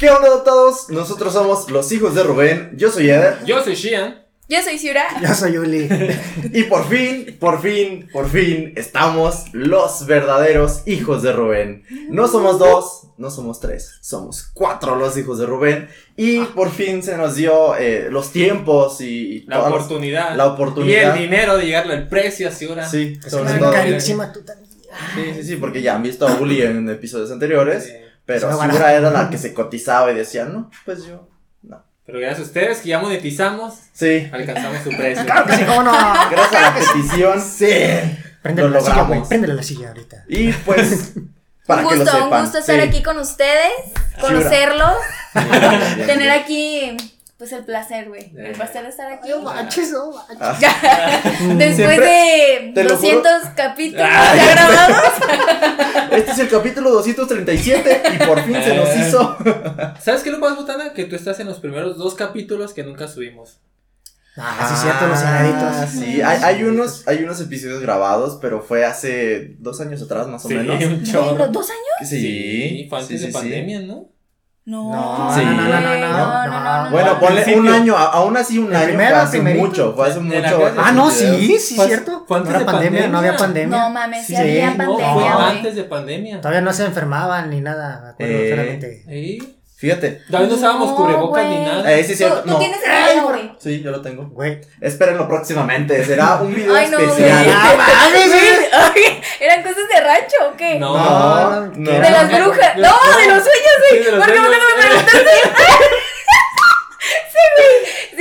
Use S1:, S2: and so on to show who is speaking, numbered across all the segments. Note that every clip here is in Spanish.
S1: ¿Qué onda a todos? Nosotros somos los hijos de Rubén. Yo soy Eder.
S2: Yo soy Shian.
S3: Yo soy Ciura.
S4: Yo soy Uli.
S1: Y por fin, por fin, por fin estamos los verdaderos hijos de Rubén. No somos dos, no somos tres, somos cuatro los hijos de Rubén. Y por fin se nos dio eh, los tiempos y, y
S2: La
S1: todas las-
S2: oportunidad.
S1: la
S2: Y el
S1: oportunidad.
S2: dinero de llegarle al precio a Ciura.
S1: Sí, sobre
S2: una
S1: todo.
S2: cari-
S4: Carísima tú también.
S1: Sí, sí, sí, porque ya han visto a Uli en episodios anteriores.
S2: Sí.
S1: Pero
S4: Se va
S1: Segura era la que se cotizaba y decía, no, pues yo.
S2: Pero gracias a ustedes que ya monetizamos,
S1: Sí,
S2: alcanzamos su precio.
S4: Claro que sí, cómo no.
S1: gracias a la petición. Sí.
S4: Préndele
S1: Lo
S4: la silla,
S1: logramos.
S4: güey. Préndele la silla ahorita.
S1: Y pues, para
S3: Un
S1: que lo
S3: gusto,
S1: sepan.
S3: un gusto estar
S1: Sí.
S3: aquí con ustedes, conocerlos, tener aquí, pues el placer, güey.
S2: Eh.
S3: El placer de estar aquí.
S4: No manches, no manches.
S1: Ah,
S3: Ya, después
S1: Siempre-
S3: de
S1: te lo juro.
S3: 200 capítulos
S2: Ay,
S3: ya grabados.
S1: Este es el capítulo 237 y por fin se nos hizo.
S2: ¿Sabes qué es lo más botana? Que tú estás en los primeros dos capítulos que nunca subimos.
S4: Ah, sí, es cierto, los
S1: Ah,
S4: inaditos.
S1: Sí, hay, hay unos, hay unos episodios grabados, pero fue hace dos años atrás más o menos.
S2: un
S3: ¿Los
S2: chorro.
S3: dos años?
S1: Sí,
S2: fue antes
S1: sí, sí, sí.
S2: de pandemia, ¿no?
S3: No,
S4: No,
S1: Sí.
S4: no, no, no, no,
S3: güey,
S4: no, no, no.
S1: Bueno,
S2: Al
S1: ponle un
S2: principio.
S1: año, a- aún así un
S4: El
S1: año,
S4: primero,
S1: fue hace
S4: primerito.
S1: mucho, fue hace
S2: De-
S1: mucho.
S2: de la clase.
S4: Ah, no, sí,
S1: videos.
S4: sí,
S2: Fue-
S4: cierto.
S2: fue
S4: No
S2: antes
S4: era
S2: de
S4: pandemia, no había
S2: pandemia.
S4: pandemia.
S3: No mames, sí
S4: Sí,
S3: había
S4: no,
S1: Oh,
S2: No, fue
S3: pandemia,
S4: no.
S3: güey.
S2: antes de pandemia.
S4: Todavía no se enfermaban ni nada, me acuerdo
S1: Eh.
S4: claramente.
S2: ¿Y?
S1: Fíjate.
S2: Todavía no usábamos cubrebocas
S3: güey.
S2: ni nada.
S1: Eh, sí, es cierto.
S3: Tú, tú
S1: no.
S3: tienes el año, güey.
S1: Sí, yo lo tengo.
S4: Güey.
S1: Espérenlo próximamente, será un video
S3: Ay, no, güey.
S1: especial.
S4: Ah, mames, eh.
S3: Oye, ¿Eran cosas de rancho o qué?
S2: No.
S1: No,
S4: No,
S1: no.
S4: que
S3: De las
S2: No,
S3: brujas.
S2: no,
S3: No, de los sueños,
S2: Sí,
S3: güey.
S2: de los
S3: Porque no me
S2: sueños.
S3: preguntaste. Sí, güey.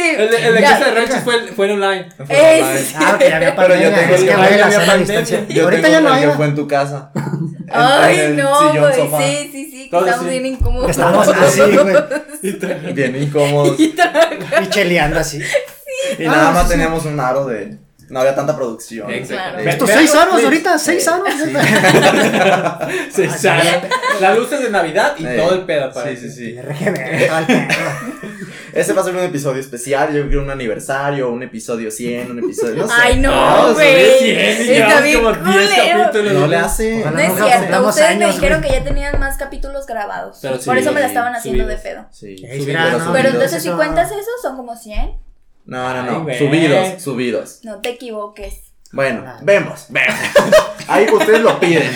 S3: Sí.
S2: El, de- el de
S3: Ya.
S2: casa de rancho fue, el- fue el online.
S3: Eh,
S1: Fue
S3: sí.
S4: Ah, que ya había
S1: Pero yo
S4: pandemia.
S1: tengo
S4: es
S1: el
S4: que
S1: que-
S4: había
S2: ya
S4: la
S2: había
S4: sana
S2: pandemia.
S4: distancia.
S1: Yo
S4: Ahorita
S1: tengo
S4: ya no
S1: el que fue
S4: hay.
S1: en tu casa. En- en
S3: Ay,
S1: el
S3: no,
S1: sillón
S3: güey.
S1: sofá.
S3: Sí, sí, sí. que
S2: Todos
S3: Estamos
S2: sí.
S3: bien incómodos.
S4: Estamos así, güey.
S1: Bien incómodos.
S3: Y tra-
S4: Y cheleando así.
S1: Y
S4: Ah,
S1: nada
S4: sí,
S1: más
S4: sí.
S1: teníamos un aro de. No había tanta producción.
S2: Exacto.
S1: Eh,
S2: Ve-
S4: Estos
S2: ve-
S4: Pues seis aros
S2: ve-
S4: ahorita, seis aros.
S1: Sí.
S2: Se echaron las luces de Navidad y
S1: Eh,
S2: todo el pedo para
S1: Ah, Sí, sí, sí.
S4: RGB, todo el pedo.
S1: Ese va a ser un episodio especial, yo creo un aniversario, un episodio 100, un episodio, no sé.
S3: Ay,
S2: No,
S3: no,
S2: subí
S3: güey.
S2: 100 y
S3: Está
S2: llevamos
S3: bien
S2: como 10
S3: culero.
S2: capítulos.
S1: No le hace.
S4: Ojalá
S3: No es
S4: Nunca
S3: cierto,
S4: cumplamos
S3: ustedes me
S4: años,
S3: dijeron que
S4: güey.
S3: ya tenían más capítulos grabados.
S2: Pero
S3: Por
S2: sí,
S3: eso me la estaban haciendo
S2: subidos.
S3: de pedo.
S1: Sí,
S4: Ey,
S1: subidos,
S4: mira, no,
S1: subidos.
S3: Pero
S4: Subidos.
S3: entonces, si
S4: Eso-
S3: cuentas eso, son como 100.
S1: No, no,
S2: Ay,
S1: no,
S2: güey.
S1: subidos, subidos.
S3: No te equivoques.
S1: Bueno,
S4: Ay.
S1: vemos, vemos. Ahí ustedes lo piden.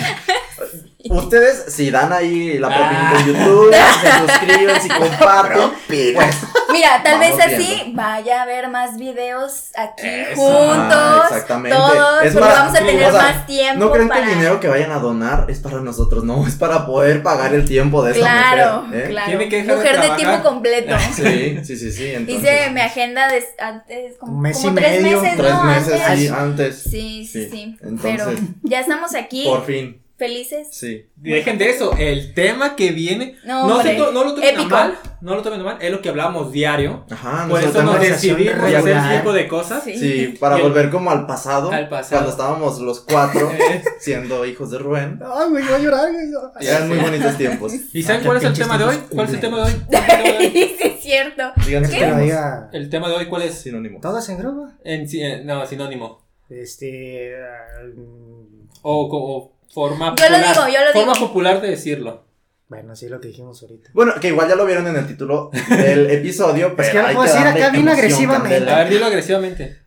S1: Ustedes, si dan ahí la propina
S2: Ah.
S1: de YouTube, se suscriben, si comparten, pues
S3: Mira, tal
S1: Vamos
S3: vez así
S1: viendo.
S3: vaya a haber más videos aquí
S2: Eso.
S1: Ah,
S3: juntos.
S1: exactamente.
S3: Todos,
S1: Es
S3: porque
S1: más,
S3: vamos a
S2: sí,
S3: tener
S1: o sea,
S3: más tiempo.
S1: no creen
S3: para...
S1: que el dinero que vayan a donar es para nosotros, no, es para poder pagar el tiempo de esa
S3: Claro,
S1: mujer. ¿eh?
S3: claro.
S2: Tiene que dejar de
S3: Mujer de,
S2: trabajar.
S3: tiempo completo.
S1: Sí, sí, sí, sí. Entonces,
S3: Dice mi agenda de antes, como,
S4: Un mes
S3: como
S4: y
S3: tres
S4: medio,
S3: meses,
S1: Tres
S3: ¿no?
S1: meses,
S3: Antes.
S1: sí, antes.
S3: Sí, sí,
S1: Sí,
S3: sí. Pero
S1: entonces-
S3: ya estamos aquí,
S1: Por fin,
S3: felices.
S1: sí.
S2: Dejen de eso, el tema que viene,
S3: No,
S2: no, se
S3: hombre,
S2: to- no lo tomen a
S3: épico.
S2: mal, no lo tomen a mal, es lo que hablamos diario,
S1: Ajá,
S2: por Pues
S1: nosotros
S2: eso nos
S1: tenemos-
S4: conversación
S2: decidimos
S4: regular.
S2: hacer ese tipo de cosas,
S3: Sí.
S1: Sí, para
S2: Y el-
S1: volver como al pasado,
S2: Al pasado.
S1: cuando estábamos los cuatro siendo hijos de Rubén.
S4: Ay, güey, voy a llorar, güey.
S1: Y eran muy bonitos tiempos.
S2: ¿y saben
S1: Ah,
S4: qué
S2: cuál es el
S4: pinches
S2: tema de hoy?
S4: tiempos
S2: ¿Cuál es el tema de hoy?
S3: sí, es cierto.
S1: Díganse
S4: Que lo
S1: sinónimos.
S4: diga.
S2: El tema de hoy, ¿cuál es?
S1: Sinónimo.
S4: Todos en grupo.
S2: En si- eh, no, sinónimo,
S4: Este. ah, mm,
S2: o, co- o forma
S3: Yo lo
S2: popular,
S3: digo, yo lo
S2: forma
S3: digo.
S2: popular de decirlo,
S4: Bueno, sí, lo que dijimos ahorita.
S1: Bueno, que igual ya lo vieron en el título del episodio, pero
S4: que no
S1: hay
S4: puedo
S1: que
S4: decir
S1: darle
S4: acá bien
S1: emoción,
S4: agresivamente.
S2: a
S1: Candela.
S2: ver, dilo agresivamente,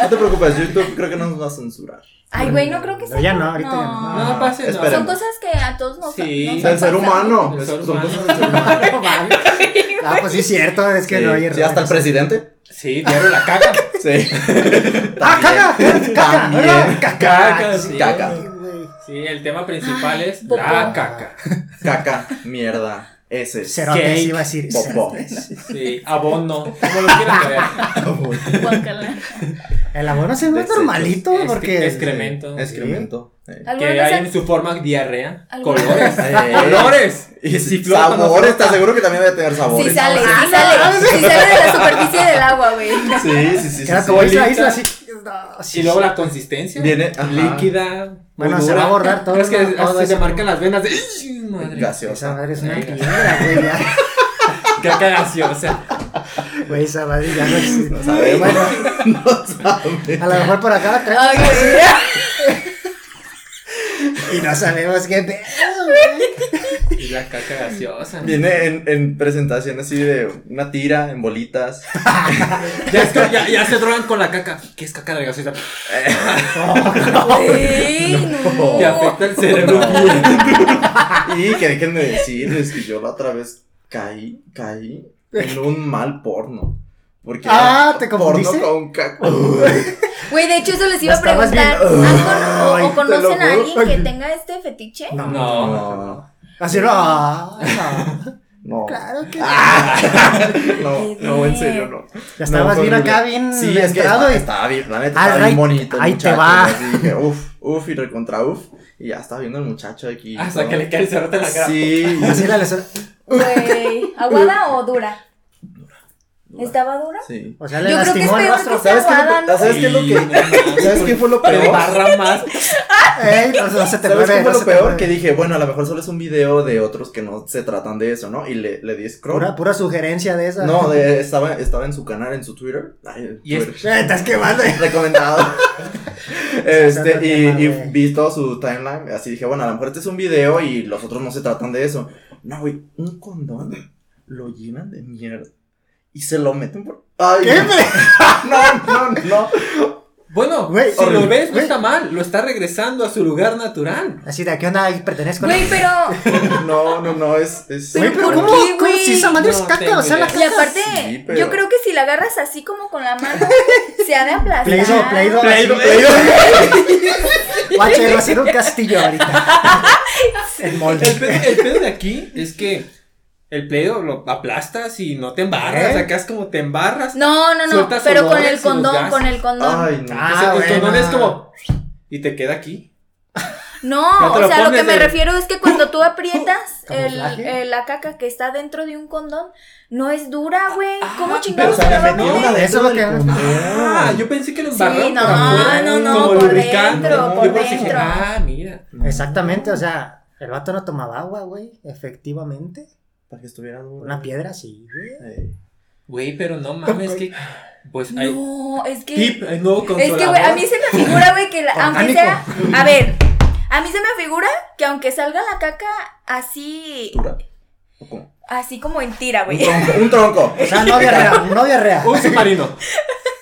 S1: No te preocupes, YouTube creo que no nos va a censurar.
S3: Ay, güey, no creo que
S4: No,
S3: sea.
S4: ya no, ahorita ya no.
S2: no, no pase, no,
S1: esperen.
S3: Son cosas que a todos nos
S2: Sí.
S3: nos
S2: Del
S1: Del
S3: han
S1: ser
S3: pasado.
S1: humano.
S2: Del
S1: es-
S2: ser
S1: Son
S2: humano.
S1: cosas del ser humano.
S4: Ah, pues sí, es cierto. Es que no hay
S1: Sí, sí, hasta el presidente.
S2: sí, diario la caca,
S1: Sí.
S4: ¡Ah, caca! ¡Caca!
S1: También.
S4: ¿verdad?
S2: Caca,
S4: ¡Caca!
S2: sí.
S1: Caca.
S4: güey.
S2: sí, el tema principal es
S3: popó.
S2: la caca,
S1: Ah, Caca, mierda, ese.
S4: Cerotes
S2: Cake.
S4: iba a decir.
S1: Popó.
S2: sí, abono, como lo quieran ver,
S1: Ah,
S3: Guácala.
S4: El abono se ve
S1: Desechos.
S4: normalito
S2: Excre-
S4: porque.
S2: excremento.
S1: Excremento. eh.
S3: ¿Alguna
S2: que
S3: vez
S2: hay
S3: han-
S2: en su forma diarrea,
S3: Algunos-
S2: colores,
S1: Eh,
S2: colores
S1: Y
S2: Ciclófono,
S1: sabores,
S2: flota.
S1: ¿estás seguro que también debe tener sabores?
S3: Sí sale,
S4: Ah,
S3: sí
S4: no,
S3: sale.
S4: no,
S3: Sí sale de la superficie del agua, güey.
S1: Sí, sí, sí.
S4: Era
S1: sí,
S4: como
S1: sí.
S4: isla,
S2: Bolita.
S4: isla así. no, sí,
S2: y luego la consistencia
S1: Viene, ajá.
S2: líquida muy
S4: Bueno, se va a borrar todo,
S2: es que
S4: ¿no? Todo
S2: así se
S4: ese-
S2: marcan las venas de ¡Ay, madre
S4: sí. Esa
S1: Gaseosa.
S4: madre es una
S2: Venga.
S4: piedra, güey. ya.
S2: caca gaseosa
S4: Güey, esa madre ya no existe.
S1: No sabemos.
S4: Bueno,
S1: No sabemos.
S4: a lo mejor por acá la traemos
S3: Ay, güey.
S4: y no sabemos qué pedo, güey.
S2: Y la caca gaseosa.
S1: Viene en, en presentación así de una tira en bolitas.
S2: Ya, es que- ya, ya se drogan con la caca. ¿Qué es caca de gaseosa?
S3: Güey, no.
S4: Oh.
S2: Te afecta el cerebro.
S1: Y que dejen de decirles que yo la otra vez caí, caí en un mal porno. Porque
S4: Ah,
S1: era
S4: ¿te confundiste?
S1: Porno con caca.
S3: Güey, de hecho, eso les iba a
S4: Ya estabas
S3: preguntar.
S4: bien-
S3: ¿han con-
S4: Ay,
S3: ¿O conocen
S4: te lo
S3: a
S4: juro.
S3: alguien que tenga este fetiche?
S4: No.
S2: No.
S4: Así no. ah, no.
S1: No.
S4: Claro que
S1: Ah, no, no, en serio, no.
S4: Ya estabas
S1: No,
S4: bien
S1: horrible.
S4: acá, bien
S1: Sí, es que
S4: entrado
S1: estaba,
S4: y-
S1: estaba bien, la neta,
S4: Ah,
S1: estaba
S4: ahí-
S1: bien bonito. el
S4: ahí te
S1: muchacho,
S4: va.
S1: Así dije, uf, uf, y recontra uf. Y ya estaba viendo el muchacho aquí.
S2: Hasta
S1: todo.
S2: que le cae el cerrote en la cara.
S1: Sí, y-
S4: Así la lesora.
S3: Güey, ¿aguada o dura? ¿Estaba dura?
S1: sí.
S4: O sea, le
S3: Yo creo que es
S4: lastimó el
S3: peor
S4: rostro.
S3: que-
S1: ¿Sabes qué, es lo
S3: aguada,
S1: pe-
S3: ¿no?
S1: ¿sabes qué es lo
S2: Sí, no
S1: que.?
S2: mames,
S1: ¿Sabes qué fue lo
S2: pero
S1: peor?
S2: barra más.
S4: Ey, no, no se te
S1: ¿Sabes
S4: mueve,
S1: qué fue
S4: no
S1: lo
S4: se te
S1: peor?
S4: mueve.
S1: Que dije, bueno, a lo mejor solo es un video de otros que no se tratan de eso, ¿no? Y le, le di scroll.
S4: Pura, pura sugerencia de esa.
S1: No, de- estaba, estaba en su canal, en su Twitter. Ay,
S2: Y es-
S1: Twitter.
S4: Eh, estás quemando.
S1: Recomendado.
S4: Santo
S1: este, y,
S4: tema,
S1: y
S4: güey.
S1: vi todo su timeline. Así dije, bueno, a lo mejor este es un video y los otros no se tratan de eso. No, güey, un condón lo llenan de mierda y se lo meten por. Ay,
S4: ¿Qué?
S1: no. no, no, no.
S2: Bueno,
S4: Güey,
S2: si
S1: horrible.
S2: lo ves, no
S4: Güey.
S2: está mal. Lo está regresando a su lugar natural.
S4: Así de, ¿a qué onda pertenezco?
S3: Güey, pero.
S1: No, no, no, es. es
S4: Güey, pero
S3: ¿por
S4: ¿cómo?
S3: qué,
S4: ¿Cómo?
S3: güey?
S4: Si esa madre es
S2: No
S4: caca,
S2: tengo
S4: o sea, la
S2: idea.
S3: Y
S4: caca.
S3: aparte,
S1: Sí, pero-
S3: yo creo que si la agarras así como con la mano, se ha de aplastar.
S4: Pleido, pleido.
S1: Play-Doh,
S4: así.
S1: Play-Doh.
S4: Guache, va a ser un castillo ahorita. El
S2: El
S4: molde.
S2: pedo, el pedo de aquí es que el pedo lo aplastas y no te embarras.
S4: ¿Eh?
S2: Acá es como te embarras.
S3: No, no, no,
S2: Sueltas
S3: pero con
S2: olores y
S3: el
S2: los
S3: condón,
S2: gases.
S3: con el condón.
S1: Ay, no.
S4: Ah,
S2: Ese- el condón
S4: bueno.
S2: es como. Y te queda aquí.
S3: No,
S2: No te
S3: o
S2: lo
S3: sea, lo que
S2: pones
S3: me
S2: de-
S3: refiero es que cuando tú aprietas el,
S4: camuflaje.
S3: el- la caca que está dentro de un condón, no es dura, güey. ¿Cómo
S1: Pero, o
S3: chingados
S1: sea,
S3: te
S1: le
S3: la va a
S1: metió
S3: poner?
S1: una de
S4: Eso es lo que-
S2: Ah, yo pensé que lo
S3: Sí,
S2: embarraron
S3: no,
S2: por afuera,
S3: no, no,
S2: como
S3: por
S2: lubricante.
S3: dentro,
S2: Yo
S3: por
S2: por eso dije,
S3: dentro.
S2: ah, mira.
S4: Exactamente, o sea, el vato no tomaba agua, güey. Efectivamente.
S1: Para que estuviera
S4: Una piedra sí, güey.
S2: Güey, pero no mames, que. Pues hay.
S3: No, es que.
S2: Tip, hay nuevo
S3: Es
S2: consolador.
S3: que, güey, a mí se me figura, güey, que la- aunque sea. A ver, a mí se me figura que aunque salga la caca así. Así como en tira,
S1: Un
S3: güey.
S1: tronco, un tronco.
S4: O sea, no diarrea, no diarrea.
S2: Un submarino.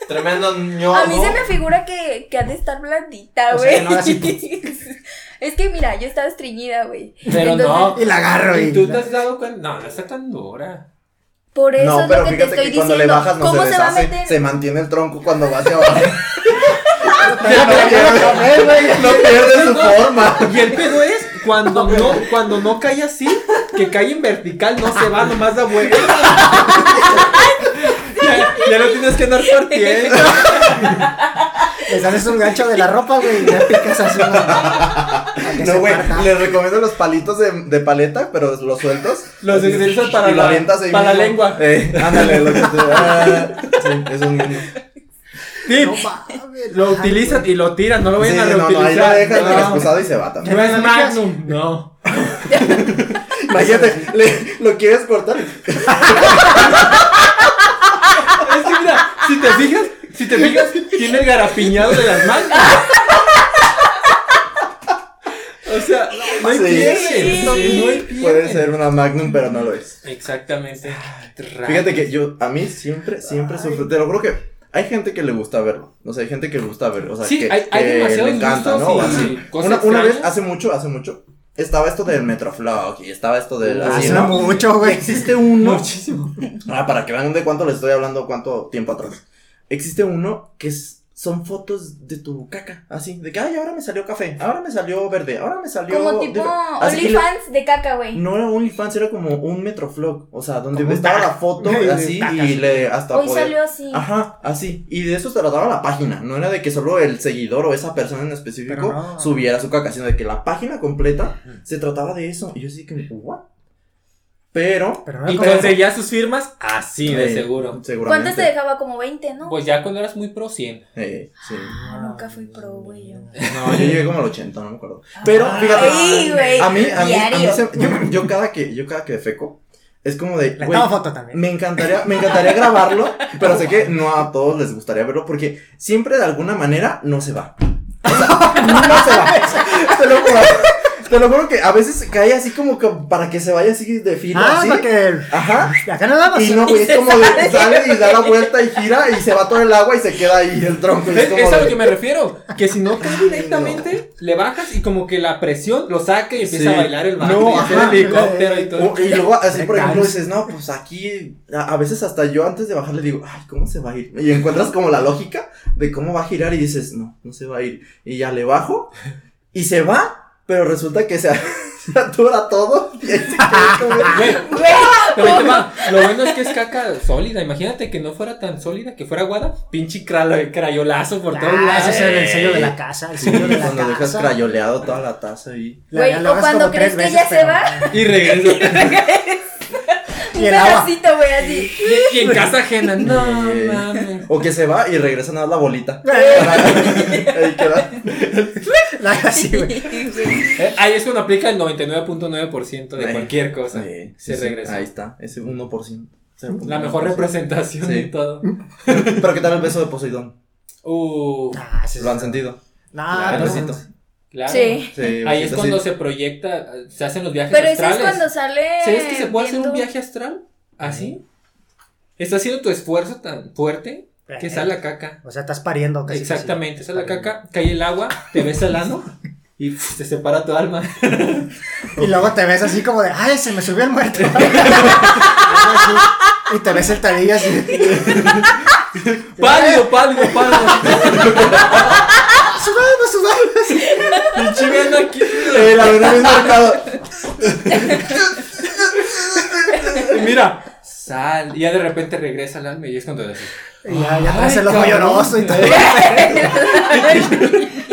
S5: Tremendo ñoño.
S3: A mí se me figura que, que ha de estar blandita,
S4: O sea,
S3: güey.
S4: que no haga así,
S3: es que mira, yo estaba estreñida, güey.
S2: Pero no.
S4: Y la agarro
S2: ¿Y tú te
S4: y.
S2: has dado cuenta? No, no está tan dura.
S3: Por eso
S1: No,
S3: es
S1: pero
S3: lo que te
S1: fíjate que
S3: estoy
S1: cuando
S3: diciendo.
S1: le bajas no
S3: ¿Cómo
S1: se
S3: se, va a
S1: deshace,
S3: meter?
S1: se mantiene el tronco cuando va hacia abajo.
S4: Pero no quiero comer, güey.
S1: No pierde su forma.
S2: Y el pedo es cuando no, cuando no cae así, que cae en vertical, no se va, nomás da vuelta. Ya, ya lo tienes que andar partiendo.
S4: Les haces un gancho de la ropa, güey, y le picas así. ¿no? Para que
S1: No,
S4: se
S1: güey,
S4: parta.
S1: les recomiendo los palitos de, de paleta, pero los sueltos.
S2: Los utilizas para
S1: y lo
S2: la-
S1: avientas ahí
S2: para la
S1: mismo.
S2: lengua.
S1: Eh, ándale, lo que te. ah, sí, eso mismo.
S2: Tip,
S4: No mames,
S2: lo
S4: ay,
S2: utilizan
S4: güey.
S2: y lo tiran, no lo
S1: Sí,
S2: vayan
S1: no,
S2: a
S1: no, ahí lo
S2: reutilizar.
S1: dejan
S2: No,
S1: excusado y se va también.
S2: No es Magnum, no.
S1: Imagínate, le- lo quieres cortar.
S2: Es que mira, si te fijas, si te fijas, tiene el garapiñado de las manos. O sea, no hay
S1: Sí.
S2: pierde,
S3: Sí.
S2: no, no hay pierde.
S1: Puede ser una Magnum, pero no lo es.
S2: Exactamente.
S1: Fíjate que yo, a mí siempre, siempre sufro. Te lo juro que hay gente que le gusta verlo. O sea, hay gente que le gusta verlo. O sea,
S2: Sí,
S1: que,
S2: hay- hay
S1: que
S2: demasiados
S1: le encanta,
S2: gustos
S1: ¿no?
S2: y
S1: Así.
S2: cosas
S1: Una, una vez,
S2: extrañas.
S1: hace mucho, hace mucho, estaba esto del Metroflog y estaba esto del.
S2: Ah,
S1: así,
S4: Hace
S2: sí,
S1: ¿no?
S4: mucho, güey.
S1: Existe uno.
S2: Muchísimo.
S1: Ah, para que vean de cuánto les estoy hablando, cuánto tiempo atrás. Existe uno que es- son fotos de tu caca, así, de que, ay, ahora me salió café, ahora me salió verde, ahora me salió...
S3: Como tipo
S1: digo, así que le-
S3: OnlyFans de caca, güey.
S1: No era OnlyFans, era como un Metroflog, o sea, donde
S4: Como un
S1: estaba
S4: tac.
S1: la foto
S4: Sí,
S1: así
S4: tacas.
S1: y le hasta
S3: Hoy
S1: poder- Ah,
S3: salió así.
S1: Ajá, así. Y de eso se trataba la página. No era de que solo el seguidor o esa persona en específico
S4: Pero no.
S1: subiera su caca, sino de que la página completa se trataba de eso. Y yo así que, ¿what? Pero,
S4: Pero no
S2: Y
S4: como-
S2: conseguía sus firmas así, de
S1: eh,
S2: seguro.
S1: Seguramente.
S3: ¿Cuántas te dejaba? Como 20, ¿no?
S2: Pues ya cuando eras muy pro 100.
S1: Eh, sí.
S3: Ah, nunca fui pro, güey. yo.
S1: No, yo llegué como al 80, no me acuerdo. Pero, fíjate,
S3: Ay, güey,
S1: a mí, a mí, a mí
S3: diario.
S1: se- yo, yo cada que, yo cada que defeco, es como de,
S4: Le
S1: güey,
S4: tomo foto también. Ah,
S1: me encantaría, me encantaría grabarlo, pero sé que no a todos les gustaría verlo porque siempre de alguna manera no se va. O sea, no se va. Te lo juro. Te te lo juro que a veces cae así como que para que se vaya así de fila.
S4: Ah,
S1: así.
S4: para que. Ah,
S1: Ajá.
S4: Acá nada más.
S1: Y no, güey, es como de, sale y da la vuelta y gira y se va todo el agua y se queda ahí el tronco. y
S2: Es,
S1: como
S2: es a lo
S1: de-
S2: que me refiero. Que si no cae directamente, le bajas y como que la presión lo saca y empieza
S1: Sí.
S2: a bailar el barco
S1: No, Oh.
S2: y hacer
S4: ajá.
S2: helicóptero y todo.
S1: O- y luego así,
S4: Me
S1: por ejemplo,
S4: canso.
S1: dices, no, pues aquí, a, a veces hasta yo antes de bajar le digo, ay, ¿cómo se va a ir? Y encuentras como la lógica de cómo va a girar y dices, no, no se va a ir. Y ya le bajo y se va, pero resulta que se, se atura todo. Y ahí se queda como-
S2: Güey,
S3: Güey,
S2: pero ahí te va. Lo bueno es que es caca sólida. Imagínate que no fuera tan sólida, que fuera aguada. Pinche cralo- crayolazo por todos
S4: Ah,
S2: lados.
S4: ese es el sello de la casa. El sello de la
S1: Cuando dejas
S4: casa.
S1: crayoleado toda la taza ahí.
S4: La-
S3: Güey,
S4: la
S3: o
S4: lavas
S3: cuando
S4: como
S3: crees
S4: tres
S3: que ya
S4: veces,
S3: se
S4: pero-
S3: va.
S2: Y regresa.
S3: un
S4: Y el agua.
S3: pedacito, güey, así.
S2: Y, y en casa ajena. No
S1: Eh,
S2: mames.
S1: O que se va y regresa nada más la bolita. Ahí queda.
S4: La así, güey.
S2: Eh, Ahí es cuando aplica el 99.9% de
S1: Ahí.
S2: cualquier cosa.
S1: Sí,
S2: se
S1: sí, sí,
S2: regresa.
S1: Ahí está, ese 1%.
S2: La mejor representación
S1: Sí.
S2: de todo.
S1: Pero ¿qué tal el beso de Poseidón?
S2: Uh,
S4: Ah, sí, sí.
S1: ¿Lo han sentido?
S4: No,
S1: El
S2: Claro.
S4: no.
S1: besito.
S2: claro.
S3: Sí.
S1: Sí,
S2: Ahí es
S1: besito,
S2: cuando
S1: sí.
S2: se proyecta, eh, se hacen los viajes
S3: Pero eso es
S2: astrales.
S3: cuando sale.
S2: ¿Sabes que se puede hacer
S3: viendo-
S2: un viaje astral? ¿Así? Estás haciendo tu esfuerzo tan fuerte que
S4: Eh,
S2: sale la caca.
S4: O sea, estás pariendo casi.
S2: Exactamente,
S4: casi.
S2: sale la caca, cae el agua, te ves al ano y pf, te separa tu alma.
S4: Y luego te ves así como de, ay, se me subió el muerto. y te ves el tarillo así.
S2: Pálido, pálido, pálido.
S4: Sudando, sudando.
S2: Pinche viendo aquí.
S1: Eh, la verdad es marcado.
S2: Y mira, sal. Y ya de repente regresa el alma y es cuando le haces.
S4: Y ya, ya traes el
S2: Ay,
S4: ojo
S2: cabrón.
S4: lloroso y todo.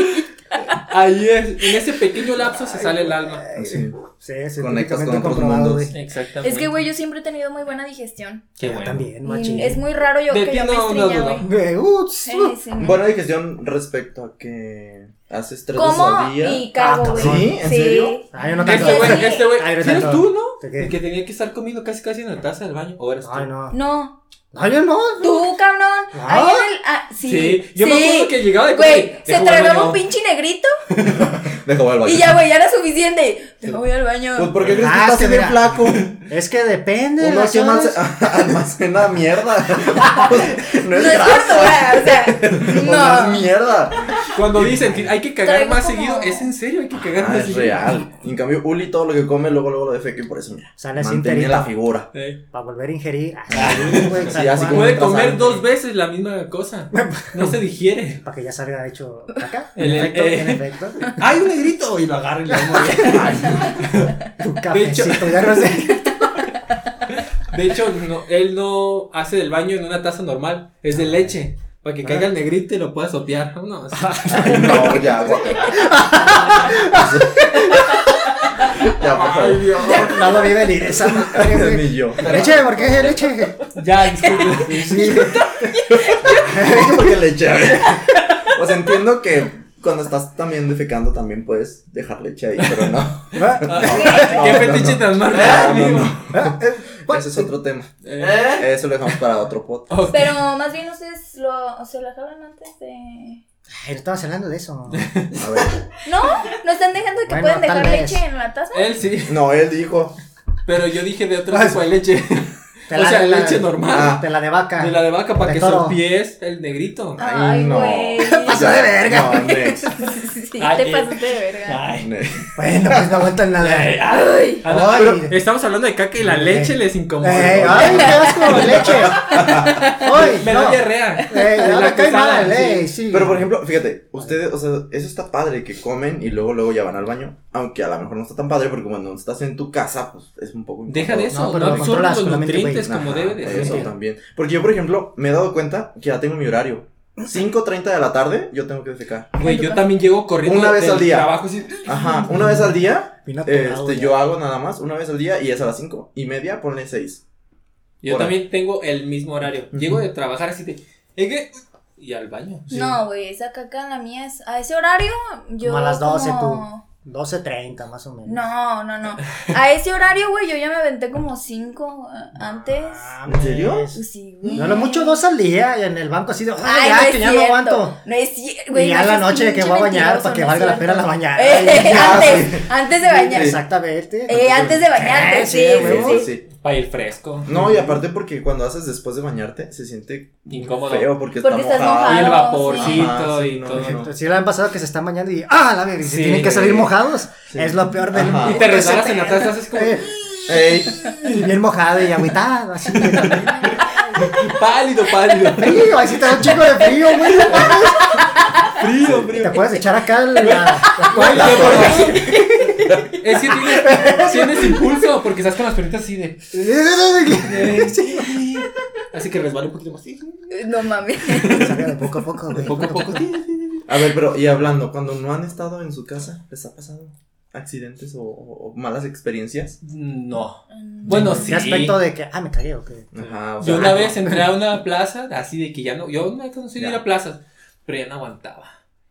S2: Ahí es, en ese pequeño lapso se sale el alma.
S1: Así.
S4: Sí, sí,
S1: Conectas con
S4: científicamente
S1: otros
S4: comprobado,
S1: mundos.
S4: güey.
S2: Exactamente.
S3: Es que, güey, yo siempre he tenido muy buena digestión.
S2: Qué
S4: Yo
S2: bueno.
S4: Ah, También, machín.
S3: Y Mm, es muy raro yo
S2: De
S3: que
S2: ti
S3: yo me
S2: no, no
S3: estreña,
S2: duda.
S3: güey.
S4: Güey, uts,
S3: Eh, sí, no.
S1: Buena digestión respecto a que haces tres veces
S3: Como
S1: al día.
S3: y cago, güey.
S1: ¿Sí? ¿En serio?
S4: Ay, yo no tanto.
S2: Este güey, este güey.
S4: Ay, eres
S2: ¿Eres
S4: tanto.
S2: tú, no?
S4: ¿De qué?
S2: El que tenía que estar comiendo casi casi en la taza del baño. ¿O eres tú?
S4: Ay, no.
S3: No,
S4: No, yo no.
S3: tú, cabrón.
S4: Ah.
S3: Ahí en el. ah, sí.
S2: Sí, yo me acuerdo que llegaba de
S3: Güey, se
S2: deja voy al
S3: tragaba un
S2: baño.
S3: pinche negrito
S1: Deja voy al baño.
S3: y ya, güey, ya era suficiente. Deja, voy al baño.
S1: Pues ¿por qué crees que
S4: Ah,
S1: estás
S4: es que
S1: así bien
S4: mira.
S1: flaco?
S4: Es que depende.
S1: Uno
S4: las
S1: aquí almacena,
S4: horas.
S1: almacena mierda. no
S3: No
S1: es
S3: es cierto,
S1: grasa.
S3: o sea,
S1: o sea,
S3: no.
S1: es mierda.
S2: Cuando dicen que hay que cagar
S3: Traigo
S2: más
S3: como-
S2: seguido, es en serio, hay que cagar
S1: Ah,
S2: más
S1: es
S2: seguido.
S1: real. Y en cambio, Uli todo lo que come, luego luego lo defeca y por eso, mira.
S4: Sale así
S1: mantenía
S4: enterito.
S1: la figura.
S2: Eh,
S4: Para volver a ingerir. Así, güey,
S1: Ah, Sí,
S4: tal
S1: así como-
S4: cual.
S2: Puede
S1: Mientras
S2: comer
S1: antes.
S2: dos veces la misma cosa. No se digiere.
S4: Para que ya salga hecho acá.
S2: El-
S4: En efecto,
S2: eh.
S4: en efecto.
S2: ¡Hay un negrito! Y lo agarra y lo mueve.
S4: Tu cafecito, ya no sé.
S2: De hecho, no, él no hace del baño en una taza normal, es de leche. Para
S4: Ah.
S2: que caiga el negrito y lo pueda sopear. No, o sea,
S1: Ay, no, ya, güey. ya, por favor.
S4: No lo vi venir esa madre, güey.
S1: Ni yo.
S4: Leche, ¿por qué leche?
S2: ya, disculpe.
S4: Sí,
S1: Porque leche. O sea, entiendo que cuando estás también defecando también puedes dejar leche ahí, pero no.
S4: ¿Ah?
S1: No,
S2: Qué
S1: no,
S2: fetiche
S1: no.
S2: tan más
S1: No,
S2: raro,
S1: no,
S2: amigo.
S1: no.
S4: ¿Ah?
S1: Ese es otro tema.
S2: Eh,
S1: Eso lo dejamos para otro podcast.
S2: ok.
S3: Pero más bien ustedes lo, se lo acaban antes de.
S4: Ay, Eh, no estabas hablando de
S1: A
S4: eso.
S1: ver.
S3: No, no están dejando que
S4: Bueno,
S3: pueden
S4: tal
S3: dejar
S4: vez.
S3: leche en la taza.
S2: Él sí,
S1: No, él dijo.
S2: pero yo dije de otro tipo de leche.
S4: Ah,
S2: O
S4: Te la-
S2: sea,
S4: la-
S2: leche normal.
S1: Ah.
S4: De la de vaca.
S2: De la de vaca para
S4: De
S2: que
S4: toro.
S2: sopies el negrito.
S1: Ay,
S3: Ay,
S1: no.
S3: güey.
S4: Pasó de verga.
S1: No, next.
S3: Sí,
S2: Ay, eh.
S3: te pasaste de verga.
S2: Ay.
S1: next.
S4: Bueno, pues no aguantan nada.
S2: Ay,
S4: Ey,
S2: ay. Ah, no,
S4: Ay.
S2: pero estamos hablando de caca y la
S4: Ay.
S2: leche les incomoda.
S4: ay, qué asco, leche. Ay,
S2: Me
S4: no.
S2: da diarrea.
S4: Ey,
S2: De
S4: ya
S2: la
S4: me cae
S2: cruzada,
S4: mal,
S2: sí.
S4: ey, sí.
S1: Pero por ejemplo, fíjate, ustedes, o sea, eso está padre que comen y luego luego ya van al baño, aunque a lo mejor no está tan padre porque cuando estás en tu casa, pues es un poco
S2: Deja de
S1: incómodo.
S2: eso,
S4: No,
S2: no,
S4: pero lo
S2: absorbes
S4: controlas
S2: los
S4: con la mente, güey.
S2: nutrientes como
S1: Ajá,
S2: debe de
S1: Eso
S2: ser.
S1: también. Porque yo, por ejemplo, me he dado cuenta que ya tengo mi horario. 5.30 de la tarde, yo tengo que defecar.
S2: Güey, yo también llego corriendo
S1: Una vez
S2: del
S1: al día.
S2: trabajo así.
S1: Ajá, una vez al día,
S4: Bien atorado,
S1: este,
S4: ya.
S1: yo hago nada más, una vez al día y es a las 5 y media, ponle 6.
S2: Yo
S1: Ahora.
S2: también tengo el mismo horario. Llego de trabajar así de. "Eh, ¿qué?" Y al baño.
S3: No, güey, esa caca la mía es. A ese horario, yo.
S4: Como a las 12
S3: como-
S4: 12.30 más o menos.
S3: No, no, no. A ese horario, güey, yo ya me aventé como cinco eh, antes. Pues
S1: ¿En serio?
S3: Sí, güey.
S4: Ah. No, lo mucho dos al día y en el banco así de, "Ay,
S3: Ay,
S4: ya,
S3: no es
S4: que ya no
S3: cierto.
S4: aguanto.
S3: No es cierto,
S4: y ya a la noche que voy a bañar para que valga la pena la bañada. y ya, güey.
S3: antes, antes de bañar.
S4: Exactamente.
S3: Eh, antes de bañarte,
S4: Eh,
S3: sí,
S4: sí,
S3: sí,
S1: Sí,
S3: sí.
S1: sí.
S2: Para ir fresco.
S1: No, y aparte porque cuando haces después de bañarte se siente
S2: Incómodo.
S1: feo porque,
S3: Porque estás mojado.
S2: Y el
S3: Ah,
S2: vaporcito
S1: sí.
S2: y
S1: Ajá, sí,
S2: todo.
S1: no, no,
S4: Si le han pasado que se están bañando y ¡ah, la verga! Y si
S2: Sí,
S4: tienen que salir
S2: güey.
S4: mojados, es lo peor del
S1: Ajá.
S4: mundo.
S2: Y te resbalas en la taza, haces como
S4: Eh,
S1: Ey,
S4: y bien mojado y agüitado, así.
S2: pálido, pálido.
S4: Frío, ahí sí te da un chico de frío, güey.
S2: Frío,
S4: Te
S2: frío.
S4: puedes echar acá la, la cola.
S2: Oye, porque- Es que tienes, tienes impulso porque estás con las piernitas así de. Así que resbala un poquito más. sí,
S3: No mames.
S4: Saca de poco a poco,
S2: De
S4: güey.
S2: poco a poco. sí, sí, sí.
S1: A ver, pero y hablando, cuando no han estado en su casa, ¿les ha pasado accidentes o, o- o malas experiencias?
S2: No. Bueno, sí.
S4: ¿Qué aspecto de que, ah, me cagué o qué?
S1: Ajá, o
S2: Yo
S1: sea,
S2: una vez entré a una plaza, así de que ya no, yo una vez no soy de ir
S1: Ya.
S2: a plazas, pero ya no aguantaba.